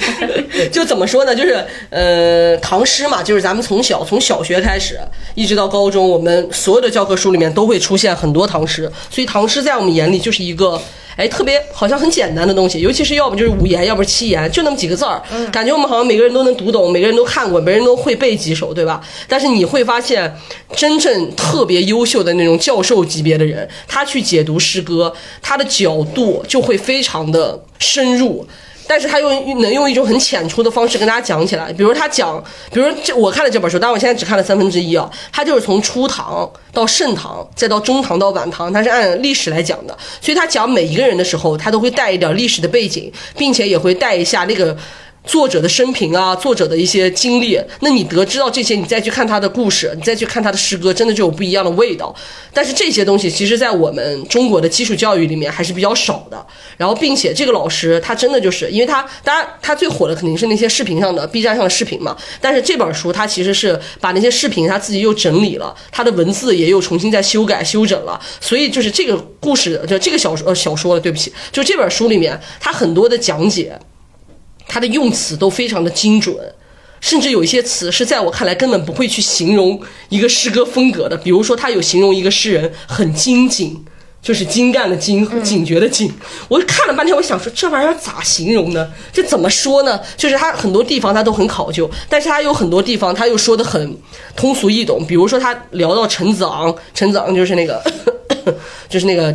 [SPEAKER 5] 就怎么说呢？就是呃，唐诗嘛，就是咱们从小从小学开始，一直到高中，我们所有的教科书里面都会出现很多唐诗，所以唐诗在我们眼里就是一个。哎，特别好像很简单的东西，尤其是要不就是五言，要不是七言，就那么几个字儿，感觉我们好像每个人都能读懂，每个人都看过，每个人都会背几首，对吧？但是你会发现，真正特别优秀的那种教授级别的人，他去解读诗歌，他的角度就会非常的深入。但是他用能用一种很浅出的方式跟大家讲起来，比如他讲，比如这我看了这本书，但我现在只看了三分之一啊，他就是从初唐到盛唐，再到中唐到晚唐，他是按历史来讲的，所以他讲每一个人的时候，他都会带一点历史的背景，并且也会带一下那个。作者的生平啊，作者的一些经历，那你得知到这些，你再去看他的故事，你再去看他的诗歌，真的就有不一样的味道。但是这些东西，其实在我们中国的基础教育里面还是比较少的。然后，并且这个老师他真的就是，因为他当然他最火的肯定是那些视频上的 B 站上的视频嘛，但是这本书他其实是把那些视频他自己又整理了，他的文字也又重新再修改修整了。所以就是这个故事，就这个小说呃小说了，对不起，就这本书里面他很多的讲解。他的用词都非常的精准，甚至有一些词是在我看来根本不会去形容一个诗歌风格的。比如说，他有形容一个诗人很精警，就是精干的精和警觉的警。我看了半天，我想说这玩意儿咋形容呢？这怎么说呢？就是他很多地方他都很考究，但是他有很多地方他又说的很通俗易懂。比如说，他聊到陈子昂，陈子昂就是那个， 就是那个。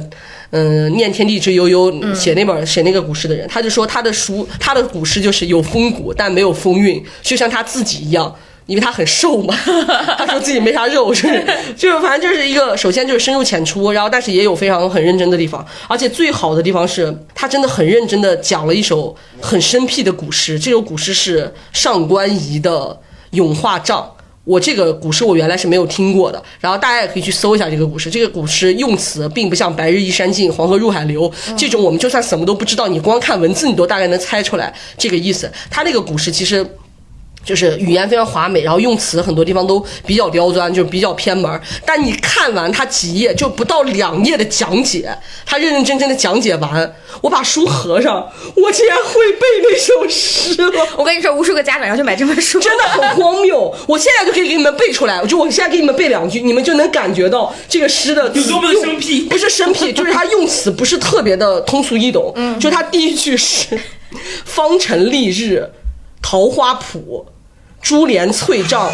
[SPEAKER 5] 嗯，念天地之悠悠，写那本、写那个古诗的人，他就说他的书，他的古诗就是有风骨，但没有风韵，就像他自己一样，因为他很瘦嘛， 他说自己没啥肉，就是 就是反正就是一个，首先就是深入浅出，然后但是也有非常很认真的地方，而且最好的地方是他真的很认真的讲了一首很生僻的古诗，这首古诗是上官仪的《咏画帐》。我这个古诗我原来是没有听过的，然后大家也可以去搜一下这个古诗。这个古诗用词并不像“白日依山尽，黄河入海流”这种，我们就算什么都不知道，你光看文字你都大概能猜出来这个意思。他那个古诗其实。 就是语言非常华美，然后用词很多地方都比较刁钻，就是比较偏门儿。但你看完他几页，就不到两页的讲解，他认认真真的讲解完，我把书合上，我竟然会背那首诗了。
[SPEAKER 2] 我跟你说，无数个家长要去买这本书，
[SPEAKER 5] 真的很荒谬。我现在就可以给你们背出来，我就我现在给你们背两句，你们就能感觉到这个诗的有
[SPEAKER 3] 多么的生僻
[SPEAKER 5] 不是生僻，就是它用词不是特别的通俗易懂。嗯，就它第一句是“芳尘丽日，桃花浦，珠帘翠 帐”。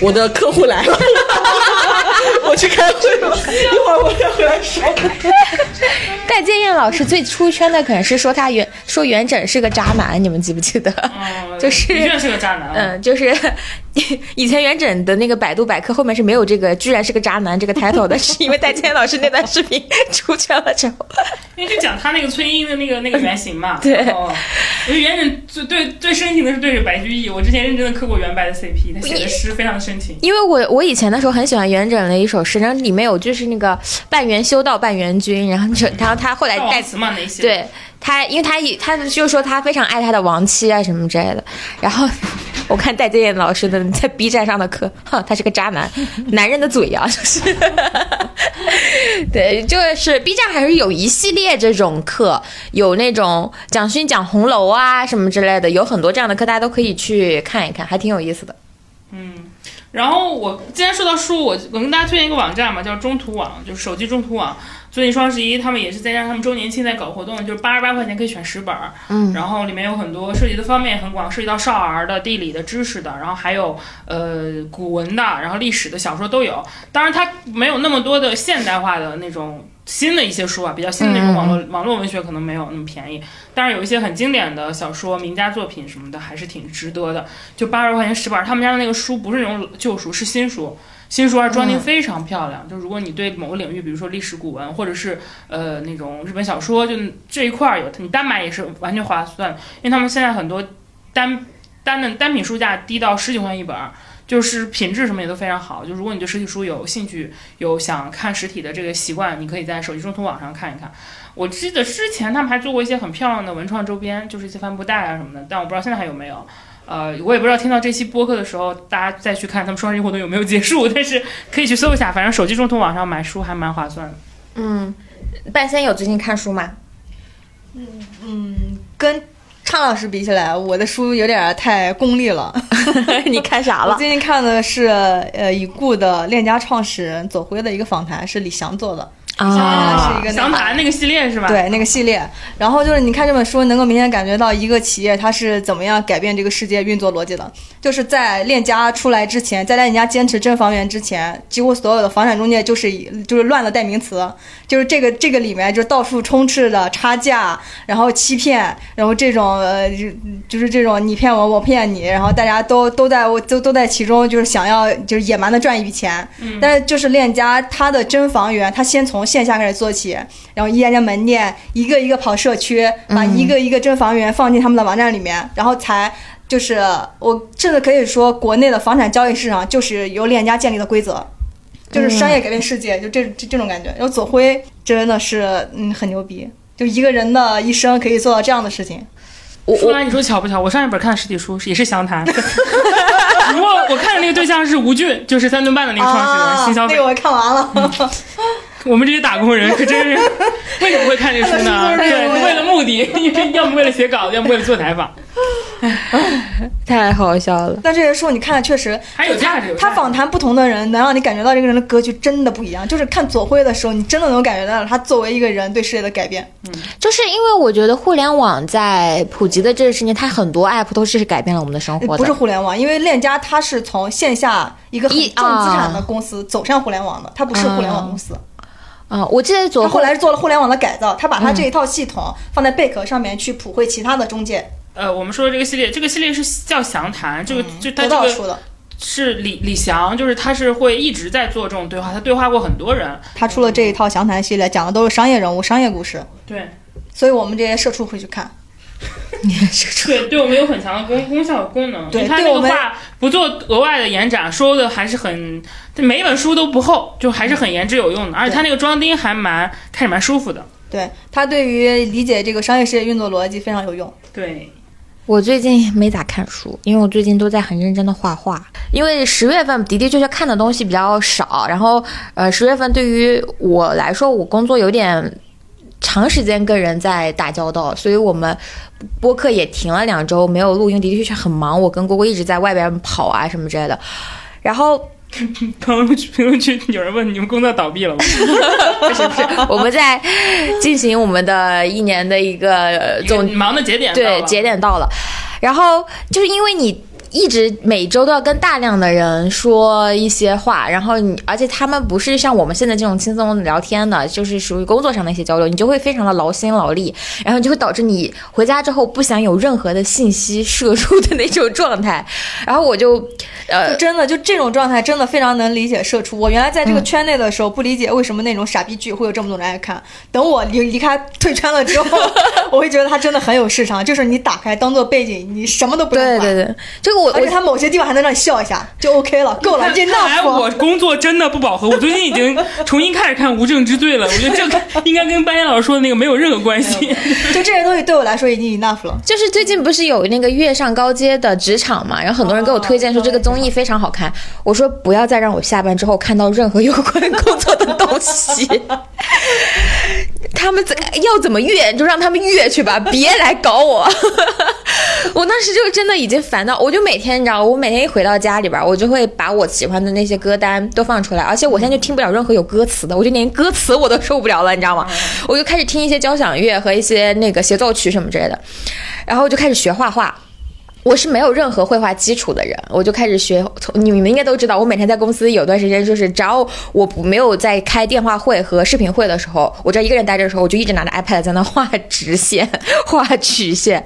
[SPEAKER 5] 我的客户来了， 我去开会了，一会儿我再回来说。
[SPEAKER 2] 戴建业老师最出圈的可能是说他袁说元稹是个渣男，你们记不记得？就是
[SPEAKER 3] 的确是个渣男。嗯，
[SPEAKER 2] 嗯，就是 以前元稹的那个百度百科后面是没有这个“居然是个渣男”这个 title 的，是因为戴建业老师那段视频出圈了之后，
[SPEAKER 3] 因为就讲他那个崔莺的那个那个原型嘛。
[SPEAKER 2] 对
[SPEAKER 3] 哦我觉得袁稹最对最深情的是对着白居易，我之前认真的磕过袁白的 CP，他写的诗非常深情。
[SPEAKER 2] 因为我我以前的时候很喜欢元稹的一首诗，然后里面有句是那个“半元修道半元君”，然后就然后他后来
[SPEAKER 3] 大
[SPEAKER 2] 戴
[SPEAKER 3] 王词嘛，那些。
[SPEAKER 2] 对他，因为他也他就说他非常爱他的亡妻啊什么之类的。然后我看戴建业老师的在 B 站上的课，哼，他是个渣男，男人的嘴啊，就是， 对，就是 B 站还是有一系列这种课，有那种蒋勋讲红楼啊什么之类的，有很多这样的课，大家都可以去看一看，还挺有意思的。
[SPEAKER 3] 嗯，然后我既然说到书，我我跟大家推荐一个网站嘛，叫中途网，就是手机中途网。最近双十一他们也是在让他们周年庆在搞活动，就是八十八块钱可以选十本儿，嗯，然后里面有很多涉及的方面也很广，涉及到少儿的、地理的知识的，然后还有呃古文的，然后历史的小说都有。当然它没有那么多的现代化的那种新的一些书啊，比较新的那种网络、网络文学可能没有那么便宜，但是有一些很经典的小说、名家作品什么的，还是挺值得的。就八十块钱十本儿，他们家的那个书不是那种旧书，是新书。新书而装订非常漂亮，就如果你对某个领域，比如说历史古文，或者是呃那种日本小说，就这一块儿有，你单买也是完全划算，因为他们现在很多单单的单品书价低到十几块钱一本儿，就是品质什么也都非常好。就如果你对实体书有兴趣，有想看实体的这个习惯，你可以在手机中途网上看一看。我记得之前他们还做过一些很漂亮的文创周边，就是一些帆布袋啊什么的，但我不知道现在还有没有。呃，我也不知道听到这期播客的时候，大家再去看他们双十一活动有没有结束， 但是可以去搜一下，反正手机中途网上买书还蛮划算的。
[SPEAKER 2] 嗯，半仙有最近看书吗？
[SPEAKER 4] 跟畅老师比起来，我的书有点儿太功利了。
[SPEAKER 2] 你看啥
[SPEAKER 4] 我？最近看的是呃已故的链家创始人左晖的一个访谈，是李翔做的。
[SPEAKER 2] 啊，
[SPEAKER 4] 是一个那个
[SPEAKER 3] 详谈那个系列是吧？，
[SPEAKER 4] 对那个系列。然后就是你看这本书，能够明显感觉到一个企业它是怎么样改变这个世界运作逻辑的。就是在链家出来之前，在链家坚持真房源之前，几乎所有的房产中介就是以就是乱的代名词，就是这个这个里面就是到处充斥的差价，然后欺骗，然后这种呃就就是这种你骗我我骗你，然后大家都都在我都都在其中，就是想要就是野蛮的赚一笔钱。但是就是链家它的真房源，它先从线下开始做起，然后一家家门店一个一个跑社区，把一个一个真房源放进他们的网站里面，然后才。就是我甚至可以说，国内的房产交易市场就是由链家建立的规则，就是商业改变世界，就这这这种感觉。然后左晖真的是嗯很牛逼，就一个人的一生可以做到这样的事情。
[SPEAKER 2] 我
[SPEAKER 3] 说来你说巧不巧？我上一本看的实体书也是详谈， 不过我看的那个对象是吴俊，就是三顿半的那个创始人，
[SPEAKER 2] 啊
[SPEAKER 3] 新消
[SPEAKER 4] 那
[SPEAKER 3] 费。嗯
[SPEAKER 4] 啊个我看完了，
[SPEAKER 3] 我们这些打工人可 真是为什么会看这书呢？对，为了目的， 要么为了写稿，要么为了做采访。
[SPEAKER 2] 太好笑了。
[SPEAKER 4] 但这些书你看了确实
[SPEAKER 3] 还有价值有价值
[SPEAKER 4] 他访谈不同的人，能让你感觉到这个人的格局真的不一样。就是看左晖的时候，你真的能感觉到他作为一个人对世界的改变。
[SPEAKER 2] 就是因为我觉得互联网在普及的这十年，它很多 app 都是改变了我们的生活的。
[SPEAKER 4] 哎不是互联网，因为链家它是从线下一个很
[SPEAKER 2] 一
[SPEAKER 4] 重资产的公司走向互联网的，它不是互联网公司。
[SPEAKER 2] 啊、我记得
[SPEAKER 4] 它
[SPEAKER 2] 左嗯
[SPEAKER 4] 后来是做了互联网的改造，它把它这一套系统放在贝壳上面去普惠其他的中介
[SPEAKER 3] 呃，我们说的这个系列，这个系列是叫详谈，这个、就它这
[SPEAKER 4] 得到
[SPEAKER 3] 个
[SPEAKER 4] 出的，
[SPEAKER 3] 是李李翔，就是他是会一直在做这种对话，他对话过很多人。
[SPEAKER 4] 它出了这一套详谈系列，讲的都是商业人物、商业故事，
[SPEAKER 3] 对
[SPEAKER 4] 所以我们这些社畜会去看。
[SPEAKER 3] 对，对我们有很强的功功效和功能。
[SPEAKER 4] 对
[SPEAKER 3] 因为他
[SPEAKER 4] 对
[SPEAKER 3] 那
[SPEAKER 4] 我
[SPEAKER 3] 个
[SPEAKER 4] 们
[SPEAKER 3] 话不做额外的延展，说的还是很，每一本书都不厚，就还是很言之有用的。而且他那个装订还蛮看着蛮舒服的。
[SPEAKER 4] 对它对于理解这个商业世界运作逻辑非常有用。
[SPEAKER 3] 对，
[SPEAKER 2] 我最近没咋看书，因为我最近都在很认真的画画。因为十月份的的确确看的东西比较少，然后呃，十月份对于我来说，我工作有点长时间跟人在打交道，所以我们播客也停了两周没有录音，的的确确很忙。我跟郭郭一直在外边跑啊什么之类的，然后
[SPEAKER 3] 朋友区评论区有人问你们工作倒闭了吗？
[SPEAKER 2] 我们在进行我们的一年的一个呃 总
[SPEAKER 3] 你忙的节点到
[SPEAKER 2] 对
[SPEAKER 3] 了，
[SPEAKER 2] 节点到了，然后就是因为你。一直每周都要跟大量的人说一些话，然后你，而且他们不是像我们现在这种轻松聊天的，就是属于工作上的一些交流，你就会非常的劳心劳力，然后就会导致你回家之后不想有任何的信息摄入的那种状态。然后我就，呃
[SPEAKER 4] 就，真的就这种状态，真的非常能理解社畜。我原来在这
[SPEAKER 3] 嗯
[SPEAKER 4] 个圈内的时候，不理解为什么那种傻逼剧会有这么多人爱看。等我离离开退圈了之后， 我会觉得它真的很有市场。就是你打开当做背景，你什么都不用
[SPEAKER 2] 对
[SPEAKER 4] 管。
[SPEAKER 2] 对对，这个我
[SPEAKER 4] 而且
[SPEAKER 2] 我
[SPEAKER 4] 它某些地方还能让你笑一下，就 OK 了，够了，
[SPEAKER 3] 看
[SPEAKER 4] 这
[SPEAKER 3] 看来
[SPEAKER 4] enough
[SPEAKER 3] 我
[SPEAKER 4] 了。
[SPEAKER 3] 工作真的不饱和，我最近已经重新开始看《无证之罪》了。我觉得这个应该跟班岩老师说的那个没有任何关系。
[SPEAKER 4] 就这些东西对我来说已经 enough 了。
[SPEAKER 2] 就是最近不是有那个《月上高阶的职场》嘛，然后很多人给我推荐说这个综艺非常好看，我说不要再让我下班之后看到任何有关工作的东西。他们怎要怎么越就让他们越去吧，别来搞我。我当时就真的已经烦到，我就每天你知道，我每天一回到家里边儿，我就会把我喜欢的那些歌单都放出来，而且我现在就听不了任何有歌词的，我就连歌词我都受不了了，你知道吗？我就开始听一些交响乐和一些那个协奏曲什么之类的，然后我就开始学画画。我是没有任何绘画基础的人，我就开始学。从你们应该都知道，我每天在公司有段时间，就是只要我不没有在开电话会和视频会的时候，我只要一个人待着的时候，我就一直拿着 iPad 在那画直线、画曲线。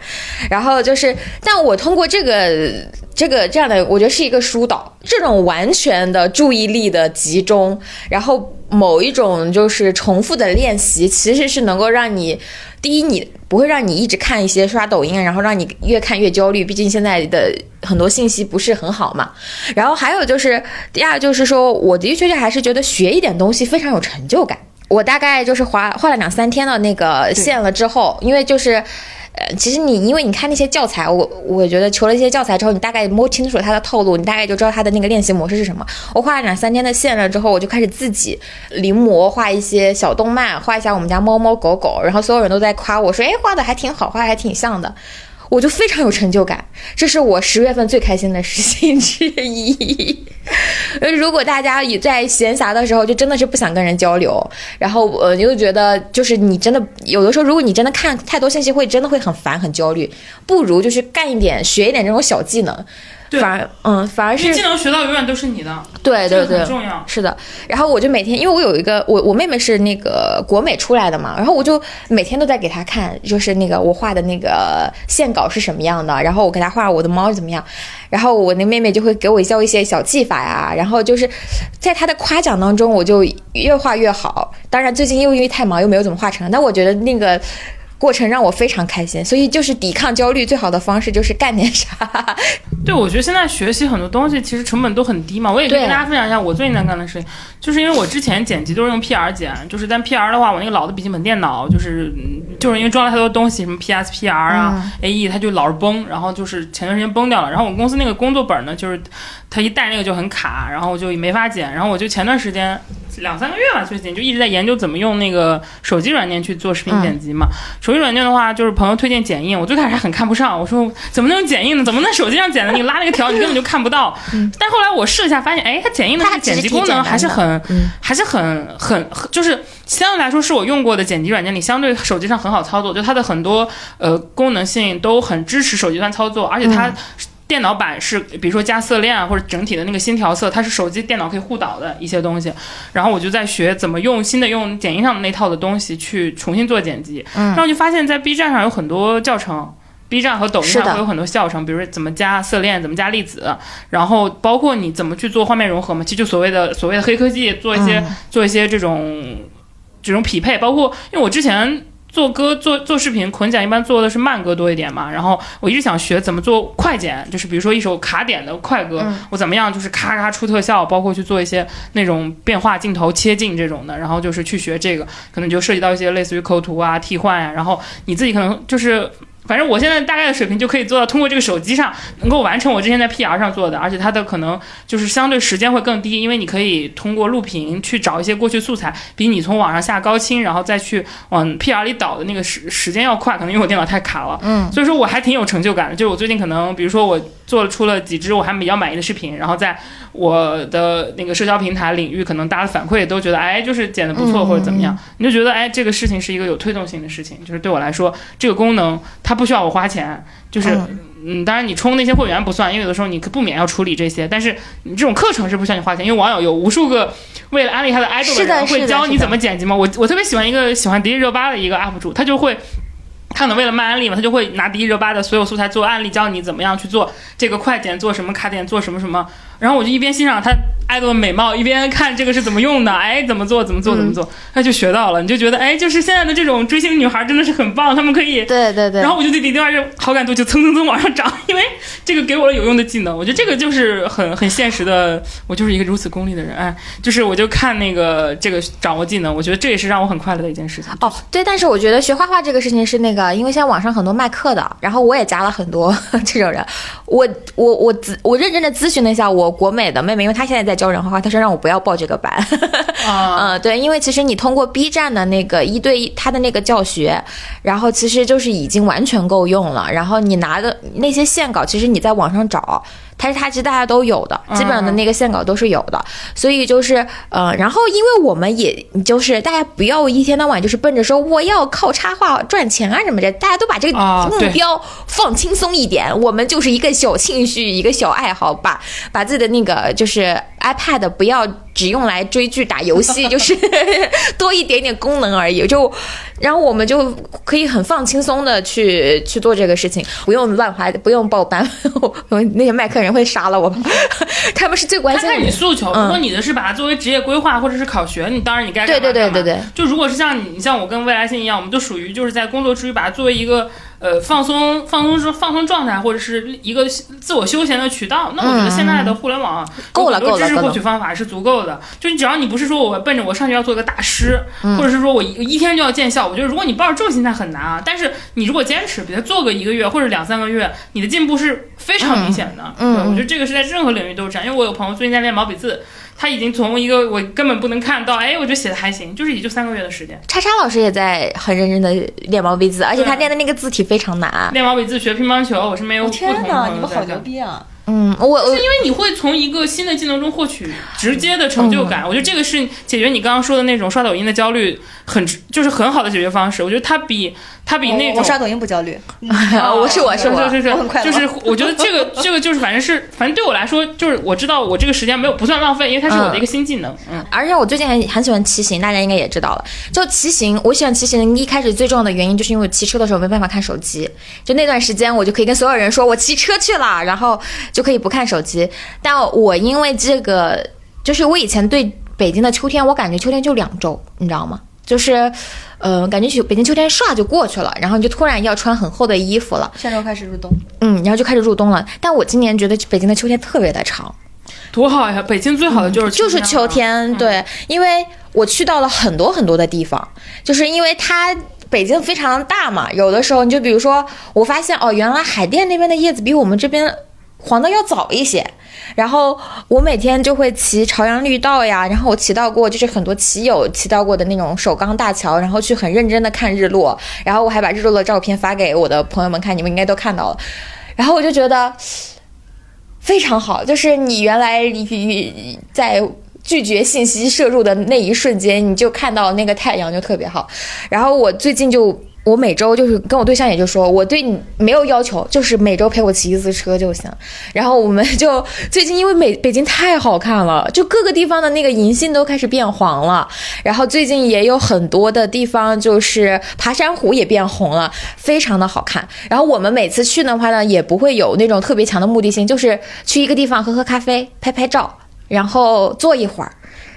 [SPEAKER 2] 然后就是，但我通过这个、这个、这样的，我觉得是一个疏导，这种完全的注意力的集中，然后某一种就是重复的练习，其实是能够让你第一，你不会让你一直看一些刷抖音，然后让你越看越焦虑。毕竟现在的很多信息不是很好嘛。然后还有就是，第二就是说，我的确确还是觉得学一点东西非常有成就感。我大概就是画画了两三天的那个线了之后，因为就是。呃，其实你因为你看那些教材，我我觉得求了一些教材之后，你大概摸清楚它的套路，你大概就知道它的那个练习模式是什么。我画了两三天的线了之后，我就开始自己临摹画一些小动漫，画一下我们家猫猫狗狗，然后所有人都在夸我说，哎，画的还挺好，画的还挺像的。我就非常有成就感，这是我十月份最开心的事情之一。呃如果大家也在闲暇的时候，就真的是不想跟人交流，然后呃，你又觉得就是你真的有的时候，如果你真的看太多信息会，真的会很烦很焦虑，不如就是干一点学一点这种小技能，
[SPEAKER 3] 对
[SPEAKER 2] 反而嗯反而
[SPEAKER 3] 这
[SPEAKER 2] 是
[SPEAKER 3] 技能学到永远都是你的，
[SPEAKER 2] 对
[SPEAKER 3] 这
[SPEAKER 2] 对
[SPEAKER 3] 个
[SPEAKER 2] 对
[SPEAKER 3] 很，重要。
[SPEAKER 2] 是的，然后我就每天，因为我有一个我我妹妹是那个国美出来的嘛，然后我就每天都在给她看，就是那个我画的那个线稿是什么样的，然后我给她画我的猫是怎么样，然后我那妹妹就会给我教一些小技法呀，然后就是在她的夸奖当中，我就越画越好。当然最近又因为太忙又没有怎么画成，但我觉得那个。过程让我非常开心，所以就是抵抗焦虑最好的方式就是干点啥。
[SPEAKER 3] 对，我觉得现在学习很多东西其实成本都很低嘛。我也可以
[SPEAKER 2] 对
[SPEAKER 3] 跟大家分享一下我最近在干的事情，就是因为我之前剪辑都是用 PR 剪，就是但 PR 的话，我那个老的笔记本电脑就是嗯就是因为装了太多东西，什么 PS、PR 啊、AE，它就老是崩，然后就是前段时间崩掉了。然后我公司那个工作本呢，就是它一带那个就很卡，然后我就没法剪。然后我就前段时间两三个月吧，最近就一直在研究怎么用那个手机软件去做视频剪辑
[SPEAKER 7] 嗯
[SPEAKER 3] 嘛。手机软件的话，就是朋友推荐剪映，我最开始还很看不上，我说怎么能用剪映呢？怎么能手机上剪的？你拉那个条，你根本就看不到。但后来我试了一下，发现哎，它剪映
[SPEAKER 7] 嗯
[SPEAKER 3] 的
[SPEAKER 7] 它
[SPEAKER 3] 那个
[SPEAKER 7] 其实
[SPEAKER 3] 剪辑
[SPEAKER 7] 挺
[SPEAKER 3] 功
[SPEAKER 7] 简
[SPEAKER 3] 能
[SPEAKER 7] 单
[SPEAKER 3] 还是
[SPEAKER 7] 的
[SPEAKER 3] 很、还是很很很就是相对来说是我用过的剪辑软件里相对手机上很好操作，就它的很多呃功能性都很支持手机端操作，而且它。
[SPEAKER 7] 嗯
[SPEAKER 3] 电脑版是，比如说加色链啊，或者整体的那个新调色，它是手机、电脑可以互导的一些东西。然后我就在学怎么用新的用剪映上的那套的东西去重新做剪辑，
[SPEAKER 2] 嗯
[SPEAKER 3] 然后就发现，在 B 站上有很多教程。B 站和抖音上
[SPEAKER 2] 是的
[SPEAKER 3] 会有很多教程，比如说怎么加色链、怎么加粒子，然后包括你怎么去做画面融合嘛，其实就所谓的所谓的黑科技，做一些、
[SPEAKER 2] 嗯
[SPEAKER 3] 做一些这种这种匹配，包括因为我之前做歌做做视频混剪，一般做的是慢歌多一点嘛。然后我一直想学怎么做快剪，就是比如说一首卡点的快歌，我怎么样就是咔咔出特效，包括去做一些那种变化镜头、切镜这种的。然后嗯就是去学这个，可能就涉及到一些类似于抠图啊、替换呀、然后你自己可能就是。反正我现在大概的水平就可以做到，通过这个手机上能够完成我之前在 PR 上做的，而且它的可能就是相对时间会更低，因为你可以通过录屏去找一些过去素材，比你从网上下高清，然后再去往 PR 里导的那个时时间要快，可能因为我电脑太卡了，嗯，所以说我还挺有成就感的。就是我最近可能，比如说我做出了几支我还比较满意的视频，然后在我的那个社交平台领域，可能大家的反馈都觉得，哎，就是剪得不
[SPEAKER 7] 嗯
[SPEAKER 3] 错或者怎么样，你就觉得，哎，这个事情是一个有推动性的事情，就是对我来说，这个功能它不需要我花钱，就是。嗯，当然你充那些会员不算，因为有的时候你可不免要处理这些，但是你这种课程是不需要你花钱，因为网友有无数个为了安利他的 idol
[SPEAKER 7] 是的
[SPEAKER 3] 人
[SPEAKER 7] 是的
[SPEAKER 3] 会教
[SPEAKER 7] 是
[SPEAKER 3] 你
[SPEAKER 7] 的
[SPEAKER 3] 怎么剪辑嘛。我我特别喜欢一个喜欢迪丽热巴的一个 UP 主，他就会。他可能为了卖安利嘛，他就会拿迪丽热巴的所有素材做案例，教你怎么样去做这个快剪，做什么卡点，做什么什么。然后我就一边欣赏他爱豆的美貌，一边看这个是怎么用的，哎，怎么做，怎么做，怎么做，他就学到了。你就觉得，哎，就是现在的这种追星女孩真的是很棒，她们可以
[SPEAKER 7] 对对对
[SPEAKER 3] 然后我就对迪丽热巴这好感度就蹭蹭蹭往上涨，因为这个给我了有用的技能。我觉得这个就是很很现实的，我就是一个如此功利的人，哎，就是我就看那个这个掌握技能，我觉得这也是让我很快乐的一件事情。
[SPEAKER 7] 哦，对，但是我觉得学画画这个事情是那个，因为现在网上很多卖 课的，然后我也加了很多这种人，我我我咨我认真的咨询了一下我
[SPEAKER 2] 国美的妹妹，因为她现在在教人画画，她说让我不要报这个班。
[SPEAKER 3] 啊
[SPEAKER 2] 嗯，对，因为其实你通过 B 站的那个一对一，它的那个教学，然后其实就是已经完全够用了。然后你拿的那些线稿，其实你在网上找，它是它其实大家都有的，基本
[SPEAKER 3] 嗯
[SPEAKER 2] 上的那个线稿都是有的。所以就是呃，然后因为我们也就是大家不要一天到晚就是奔着说我要靠插画赚钱啊什么的，大家都把这个
[SPEAKER 3] 啊
[SPEAKER 2] 目
[SPEAKER 3] 对
[SPEAKER 2] 标放轻松一点。我们就是一个小兴趣，一个小爱好，把把自己的那个就是 iPad 不要只用来追剧打游戏，就是 多一点点功能而已。就然后我们就可以很放轻松的去去做这个事情，不用乱花，不用报班。 我我那些麦克人会杀了我们， 他们是最关
[SPEAKER 3] 他
[SPEAKER 2] 心我
[SPEAKER 3] 看
[SPEAKER 2] 们
[SPEAKER 3] 你诉求，如果你的是把它作为职业规划或者是考学，你当然你该干
[SPEAKER 2] 嗯
[SPEAKER 3] 嘛
[SPEAKER 2] 对对对
[SPEAKER 3] 干嘛
[SPEAKER 2] 对对
[SPEAKER 3] 就如果是像你像我跟未来星一样，我们就属于就是在工作之余把它作为一个呃放松放松放松状态或者是一个自我休闲的渠道，那我觉得现在的互联
[SPEAKER 2] 嗯
[SPEAKER 3] 网啊
[SPEAKER 2] 够了
[SPEAKER 3] 有很
[SPEAKER 2] 够了
[SPEAKER 3] 多知识
[SPEAKER 2] 够了
[SPEAKER 3] 获取方法是足够的。就你只要你不是说我奔着我上学要做一个大师，或者是说我一一天就要见效，我觉得如果你抱着这种心态很难啊。但是你如果坚持，比如做个一个月或者两三个月，你的进步是非常明显的。
[SPEAKER 2] 嗯
[SPEAKER 3] 对
[SPEAKER 2] 嗯
[SPEAKER 3] 我觉得这个是在任何领域都是这样。因为我有朋友最近在练毛笔字，他已经从一个我根本不能看到，哎，我觉得写的还行，就是也就三个月的时间，
[SPEAKER 2] 叉叉老师也在很认真的练毛笔字，而且他
[SPEAKER 3] 啊
[SPEAKER 2] 练的那个字体非常难。
[SPEAKER 3] 练毛笔字、学乒乓球，我身边有
[SPEAKER 4] 我
[SPEAKER 3] 不同的
[SPEAKER 4] 天哪，
[SPEAKER 3] 朋
[SPEAKER 4] 你
[SPEAKER 3] 友
[SPEAKER 4] 们好
[SPEAKER 3] 在
[SPEAKER 4] 牛
[SPEAKER 3] 干。
[SPEAKER 4] 逼啊！
[SPEAKER 2] 嗯，我我
[SPEAKER 3] 是因为你会从一个新的技能中获取直接的成就感，我觉得这个是解决你刚刚说的那种刷抖音的焦虑很直就是很好的解决方式。我觉得它比它比那
[SPEAKER 4] 我
[SPEAKER 3] 种
[SPEAKER 4] 我刷抖音不焦虑，
[SPEAKER 2] 我是我是我
[SPEAKER 3] 是是
[SPEAKER 4] 我很快乐
[SPEAKER 3] 就是我觉得这个这个就是反正是反正对我来说就是我知道我这个时间没有不算浪费，因为它是我的一个新技能。嗯，
[SPEAKER 2] 而且我最近很很喜欢骑行，大家应该也知道了。就骑行，我喜欢骑行一开始最重要的原因就是因为我骑车的时候没办法看手机，就那段时间我就可以跟所有人说我骑车去了，然后就可以不看手机。但我因为这个，就是我以前对北京的秋天，我感觉秋天就两周，你知道吗？就是，呃，感觉秋北京秋天唰就过去了，然后你就突然要穿很厚的衣服了，
[SPEAKER 4] 下周开始入冬，
[SPEAKER 2] 嗯，然后就开始入冬了。但我今年觉得北京的秋天特别的长，
[SPEAKER 3] 多好呀！北京最好的就是
[SPEAKER 2] 就是秋天，
[SPEAKER 3] 嗯
[SPEAKER 2] 对，因为我去到了很多很多的地方，就是因为它。北京非常大嘛，有的时候你就比如说，我发现哦，原来海淀那边的叶子比我们这边黄的要早一些。然后我每天就会骑朝阳绿道呀，然后我骑到过就是很多骑友骑到过的那种首钢大桥，然后去很认真的看日落，然后我还把日落的照片发给我的朋友们看，你们应该都看到了。然后我就觉得，非常好，就是你原来与在拒绝信息摄入的那一瞬间，你就看到那个太阳就特别好。然后我最近就。我每周就是跟我对象也就说，我对你没有要求，就是每周陪我骑一次车就行。然后我们就最近因为美北京太好看了，就各个地方的那个银杏都开始变黄了，然后最近也有很多的地方就是爬山虎也变红了，非常的好看。然后我们每次去的话呢，也不会有那种特别强的目的性，就是去一个地方喝喝咖啡、拍拍照，然后坐一会儿，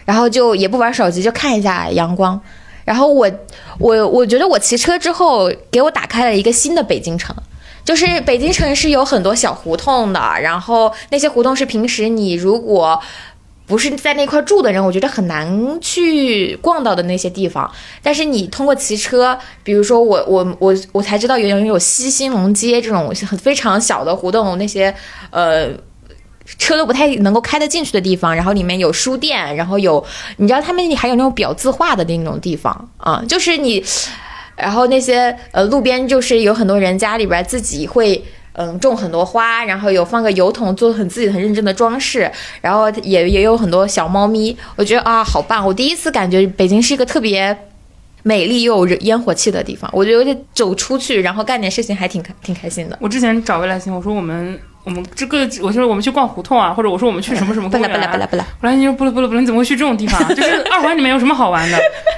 [SPEAKER 2] 然后就也不玩手机，就看一下阳光。然后我我我觉得我骑车之后，给我打开了一个新的北京城。就是北京城是有很多小胡同的，然后那些胡同是平时你如果不是在那块住的人，我觉得很难去逛到的那些地方。但是你通过骑车，比如说我我我我才知道原来有西兴隆街这种很非常小的胡同，那些呃。车都不太能够开得进去的地方，然后里面有书店，然后有你知道他们还有那种裱字画的那种地方啊、就是你，然后那些呃路边就是有很多人家里边自己会嗯种很多花，然后有放个油桶做很自己很认真的装饰，然后也也有很多小猫咪，我觉得啊好棒！我第一次感觉北京是一个特别美丽又有人烟火气的地方，我觉得走出去然后干点事情还挺开挺开心的。
[SPEAKER 3] 我之前找未来星，我说我们我们这个，我说我们去逛胡同啊，或者我说我们去什么什么
[SPEAKER 2] 不
[SPEAKER 3] 公
[SPEAKER 2] 啦
[SPEAKER 3] 园、
[SPEAKER 2] 不啦不啦
[SPEAKER 3] 啊。
[SPEAKER 2] 不啦，
[SPEAKER 3] 后来你说不了不了不了，你怎么会去这种地方啊？就是二环里面有什么好玩的？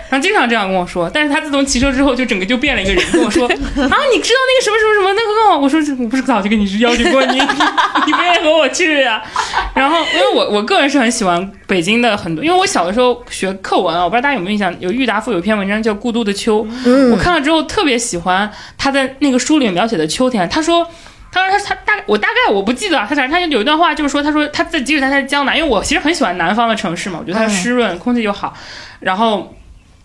[SPEAKER 3] 然后经常这样跟我说。但是他自从骑车之后，就整个就变了一个人，跟我说啊，你知道那个什么什么什么那个更好。我说我不是早就跟你邀请过你，你你非得和我去呀、 然后因为我我个人是很喜欢北京的很多，因为我小的时候学课文啊，我不知道大家有没有印象，有郁达夫有一篇文章叫《故都的秋》，我看了之后特别喜欢他在那个书里面描写的秋天，啊他说。他说他他大概我大概我不记得啊，他反正他有一段话就是说，他说他在即使他在江南，因为我其实很喜欢南方的城市嘛，我觉得它湿润，空气又好，然后。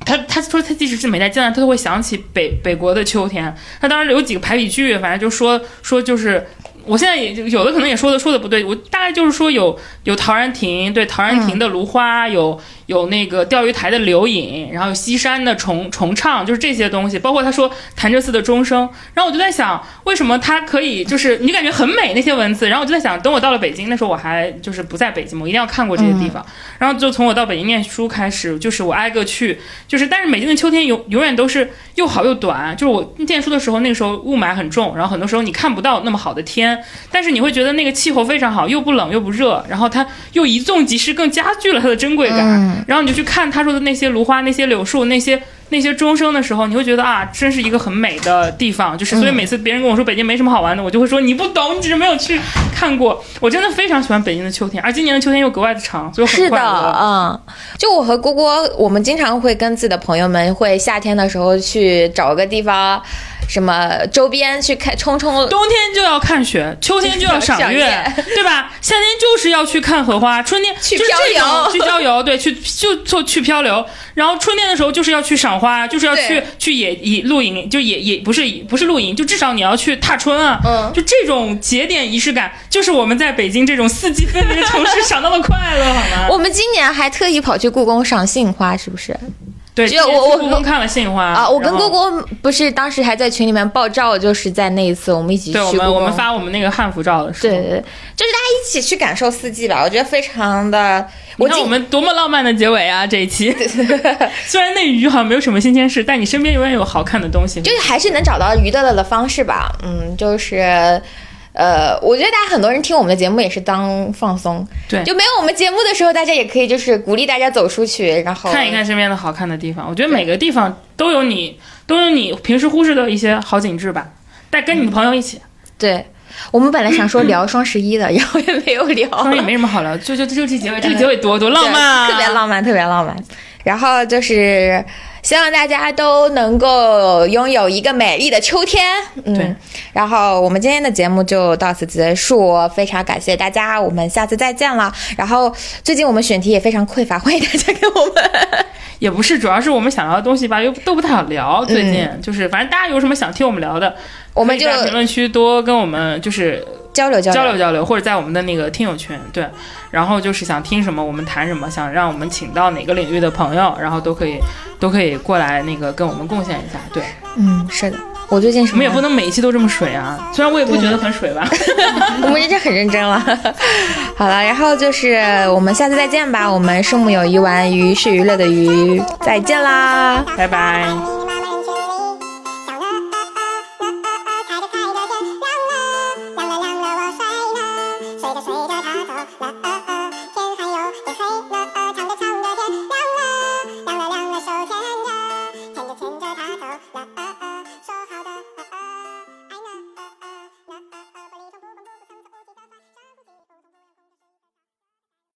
[SPEAKER 3] 他他说他即使是没在江南，他都会想起北北国的秋天。他当时有几个排比句，反正就说说就是我现在也就有的可能也说的说的不对，我大概就是说有有陶然亭，对陶然亭的芦花，有有那个钓鱼台的柳影，然后有西山的重重唱，就是这些东西，包括他说潭柘寺的钟声，然后我就在想，为什么它可以就是你感觉很美那些文字，然后我就在想，等我到了北京，那时候我还就是不在北京，我一定要看过这些地方，然后就从我到北京念书开始，就是我挨个去，就是但是北京的秋天永永远都是又好又短，就是我念书的时候，那个时候雾霾很重，然后很多时候你看不到那么好的天，但是你会觉得那个气候非常好，又不冷又不热，然后它又一纵即逝，更加剧了它的珍贵感。
[SPEAKER 2] 嗯
[SPEAKER 3] 然后你就去看他说的那些芦花、那些柳树、那些那些钟声的时候，你会觉得啊，真是一个很美的地方。就是
[SPEAKER 2] 嗯
[SPEAKER 3] 所以每次别人跟我说北京没什么好玩的，我就会说你不懂，你只是没有去看过。我真的非常喜欢北京的秋天，而今年的秋天又格外的长，所以我很
[SPEAKER 2] 是的，
[SPEAKER 3] 快乐。
[SPEAKER 2] 嗯，就我和郭郭，我们经常会跟自己的朋友们，会夏天的时候去找个地方，什么周边去看冲冲。
[SPEAKER 3] 冬天就要看雪，秋天就要赏
[SPEAKER 2] 赏
[SPEAKER 3] 月
[SPEAKER 2] 月，
[SPEAKER 3] 对吧？夏天就是要去看荷花，春天
[SPEAKER 2] 去
[SPEAKER 3] 就是这
[SPEAKER 2] 漂流
[SPEAKER 3] 种去郊游，对，去就做去漂流。然后春天的时候就是要去赏花，就是要去
[SPEAKER 2] 对
[SPEAKER 3] 去野野露营，就野野不是不是露营，就至少你要去踏春啊。
[SPEAKER 2] 嗯
[SPEAKER 3] 就这种节点仪式感，就是我们在北京这种四季分明的城市赏到的快乐，好吗？
[SPEAKER 2] 我们今年还特意跑去故宫赏杏花，是不是？
[SPEAKER 3] 对，
[SPEAKER 2] 只有
[SPEAKER 3] 今天
[SPEAKER 2] 我
[SPEAKER 3] 去
[SPEAKER 2] 我
[SPEAKER 3] 故宫看了杏花
[SPEAKER 2] 啊，我跟
[SPEAKER 3] 然后
[SPEAKER 2] 郭郭不是当时还在群里面爆照，就是在那一次我们一起去
[SPEAKER 3] 对我
[SPEAKER 2] 故宫。
[SPEAKER 3] 们我们发我们那个汉服照的时
[SPEAKER 2] 对
[SPEAKER 3] 候
[SPEAKER 2] 对，，对就是大家一起去感受四季吧，我觉得非常的。
[SPEAKER 3] 你
[SPEAKER 2] 我
[SPEAKER 3] 看
[SPEAKER 2] 今
[SPEAKER 3] 我们多么浪漫的结尾啊！这一期虽然那鱼好像没有什么新鲜事，但你身边永远有好看的东西。
[SPEAKER 2] 就是还是能找到娱乐的方式吧。嗯，就是，呃，我觉得大家很多人听我们的节目也是当放松，
[SPEAKER 3] 对
[SPEAKER 2] 就没有我们节目的时候，大家也可以就是鼓励大家走出去，然后
[SPEAKER 3] 看一看身边的好看的地方，我觉得每个地方都有你都有你平时忽视的一些好景致吧。但跟
[SPEAKER 2] 嗯
[SPEAKER 3] 你的朋友一起，
[SPEAKER 2] 对。我们本来想说聊双十一的， 然后也没有聊，
[SPEAKER 3] 当然也没什么好聊，就就就这结尾，这个结尾多多浪漫啊，
[SPEAKER 2] 哦对特别浪漫，特别浪漫。然后就是希望大家都能够拥有一个美丽的秋天。
[SPEAKER 3] 对
[SPEAKER 2] 嗯，然后我们今天的节目就到此结束，非常感谢大家，我们下次再见了。然后最近我们选题也非常匮乏，欢迎大家给我们。
[SPEAKER 3] 也不是，主要是我们想聊的东西吧，又都不太好聊。最近、就是，反正大家有什么想听我们聊的，
[SPEAKER 2] 嗯我们
[SPEAKER 3] 可以在
[SPEAKER 2] 就
[SPEAKER 3] 评论区多跟我们就是
[SPEAKER 2] 交流交
[SPEAKER 3] 交流
[SPEAKER 2] 流。
[SPEAKER 3] 交流，或者在我们的那个听友群，对，然后就是想听什么我们谈什么，想让我们请到哪个领域的朋友，然后都可以都可以过来那个跟我们贡献一下，对
[SPEAKER 2] 嗯，是的，我最近什么
[SPEAKER 3] 我们也不能每一期都这么水啊，虽然我也不觉得很水 吧，
[SPEAKER 2] 我们认真很认真了。 好了，然后就是我们下次再见吧。我们树木有鱼丸，鱼是娱乐的鱼，再见啦。
[SPEAKER 3] 拜拜。
[SPEAKER 1] Bye.